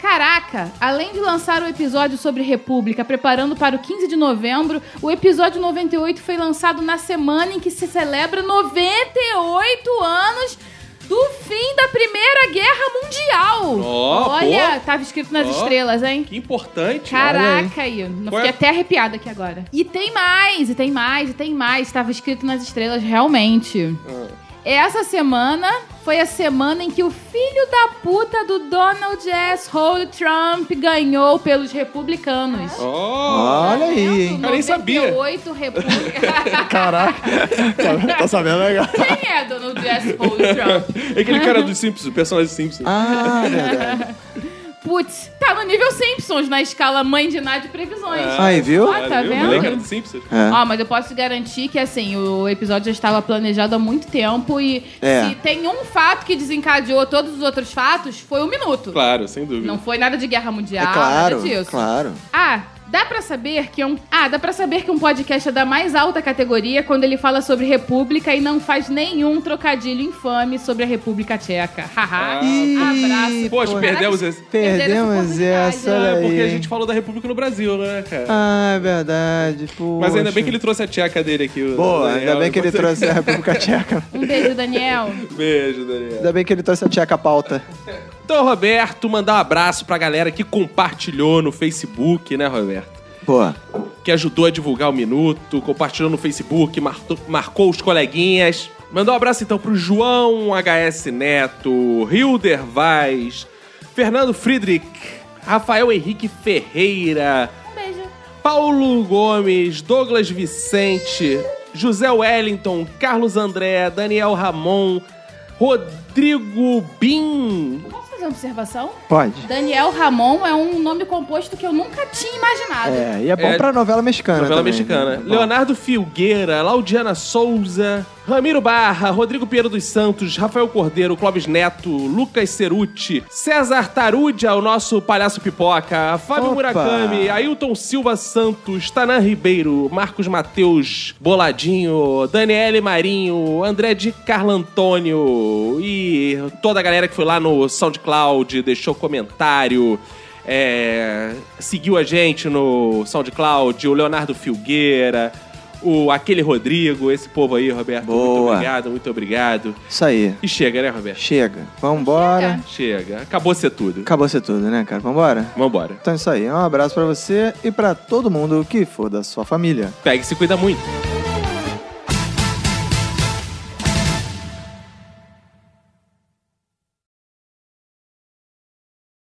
C: Caraca, além de lançar o episódio sobre República, preparando para o 15 de novembro, o episódio 98 foi lançado na semana em que se celebra 98 anos do fim da Primeira Guerra Mundial.
A: Ó,
C: Olha,
A: boa.
C: tava escrito nas
A: Ó.
C: estrelas, hein?
A: Que importante.
C: Caraca aí, não
A: Qual é?
C: fiquei até arrepiada aqui agora. E tem mais, e tem mais, e tem mais. Tava escrito nas estrelas, realmente. Essa semana foi a semana em que o filho da puta do Donald S. Hole Trump ganhou pelos republicanos.
B: Olha aí, hein?
C: Eu nem sabia. 98 republicanos.
K: Caraca. Tá, tá sabendo legal.
C: Quem é Donald S. Hole Trump?
A: É aquele cara dos Simpsons, o personagem dos Simpsons.
B: Ah,
C: Putz, tá no nível Simpsons, na escala mãe de nada de previsões.
B: Aí, viu?
C: Ó, tá vendo?
A: Ele é cara dos Simpsons.
B: É.
C: Ó, mas eu posso te garantir que, assim, o episódio já estava planejado há muito tempo e
A: É.
C: se tem um fato que desencadeou todos os outros fatos, foi um minuto.
A: Claro, sem dúvida.
C: Não foi nada de guerra mundial,
B: É claro,
C: nada disso.
B: claro.
C: Ah, dá pra saber que um Ah, dá para saber que um podcast é da mais alta categoria quando ele fala sobre república e não faz nenhum trocadilho infame sobre a República Tcheca. Haha.
B: Ah.
C: Abraço.
A: Poxa,
C: Caraca,
A: perdemos esse.
B: Perdemos essa,
A: Ah,
B: olha
A: é porque a
B: aí.
A: gente falou da República no Brasil, né, cara?
B: Ah, é verdade, pô.
A: Mas ainda bem que ele É, trouxe a tcheca dele aqui. o
B: Boa,
A: Daniel.
B: ainda bem que ele trouxe a República Tcheca.
C: Um beijo, Daniel.
A: Beijo, Daniel.
B: Ainda bem que ele trouxe a Tcheca pauta.
A: Então, Roberto, mandar um abraço pra galera que compartilhou no Facebook, né, Roberto?
B: Boa.
A: Que ajudou a divulgar o Minuto, compartilhou no Facebook, martou- marcou os coleguinhas. Mandar um abraço, então, pro João HS Neto, Hilder Vaz, Fernando Friedrich, Rafael Henrique Ferreira, Paulo Gomes, Douglas Vicente, José Wellington, Carlos André, Daniel Ramon, Rodrigo Bim,
C: Posso fazer uma observação?
B: Pode.
C: Daniel Ramon é um nome composto que eu nunca tinha imaginado.
B: É, e é bom
A: É,
B: pra novela mexicana.
A: Novela
B: também,
A: mexicana.
B: né? Bom.
A: Leonardo Filgueira, Laudiana Souza, Ramiro Barra, Rodrigo Pinheiro dos Santos, Rafael Cordeiro, Clóvis Neto, Lucas Ceruti, César Tarudia, o nosso palhaço pipoca, Fábio
B: Opa!
A: Murakami, Ailton Silva Santos, Tanan Ribeiro, Marcos Mateus Boladinho, Daniele Marinho, André de Carlo Antônio e toda a galera que foi lá no SoundCloud, deixou comentário. é, seguiu a gente no SoundCloud, o Leonardo Filgueira, o Aquele Rodrigo, esse povo aí, Roberto. Muito
B: Boa.
A: obrigado, muito obrigado.
B: Isso aí.
A: E chega, né, Roberto?
B: Chega. Vambora.
A: Chega. Acabou ser tudo.
B: Acabou ser tudo, né, cara? Vambora?
A: Vambora.
B: Então é isso aí. Um abraço pra você e pra todo mundo que for da sua família.
A: Pega e se cuida muito.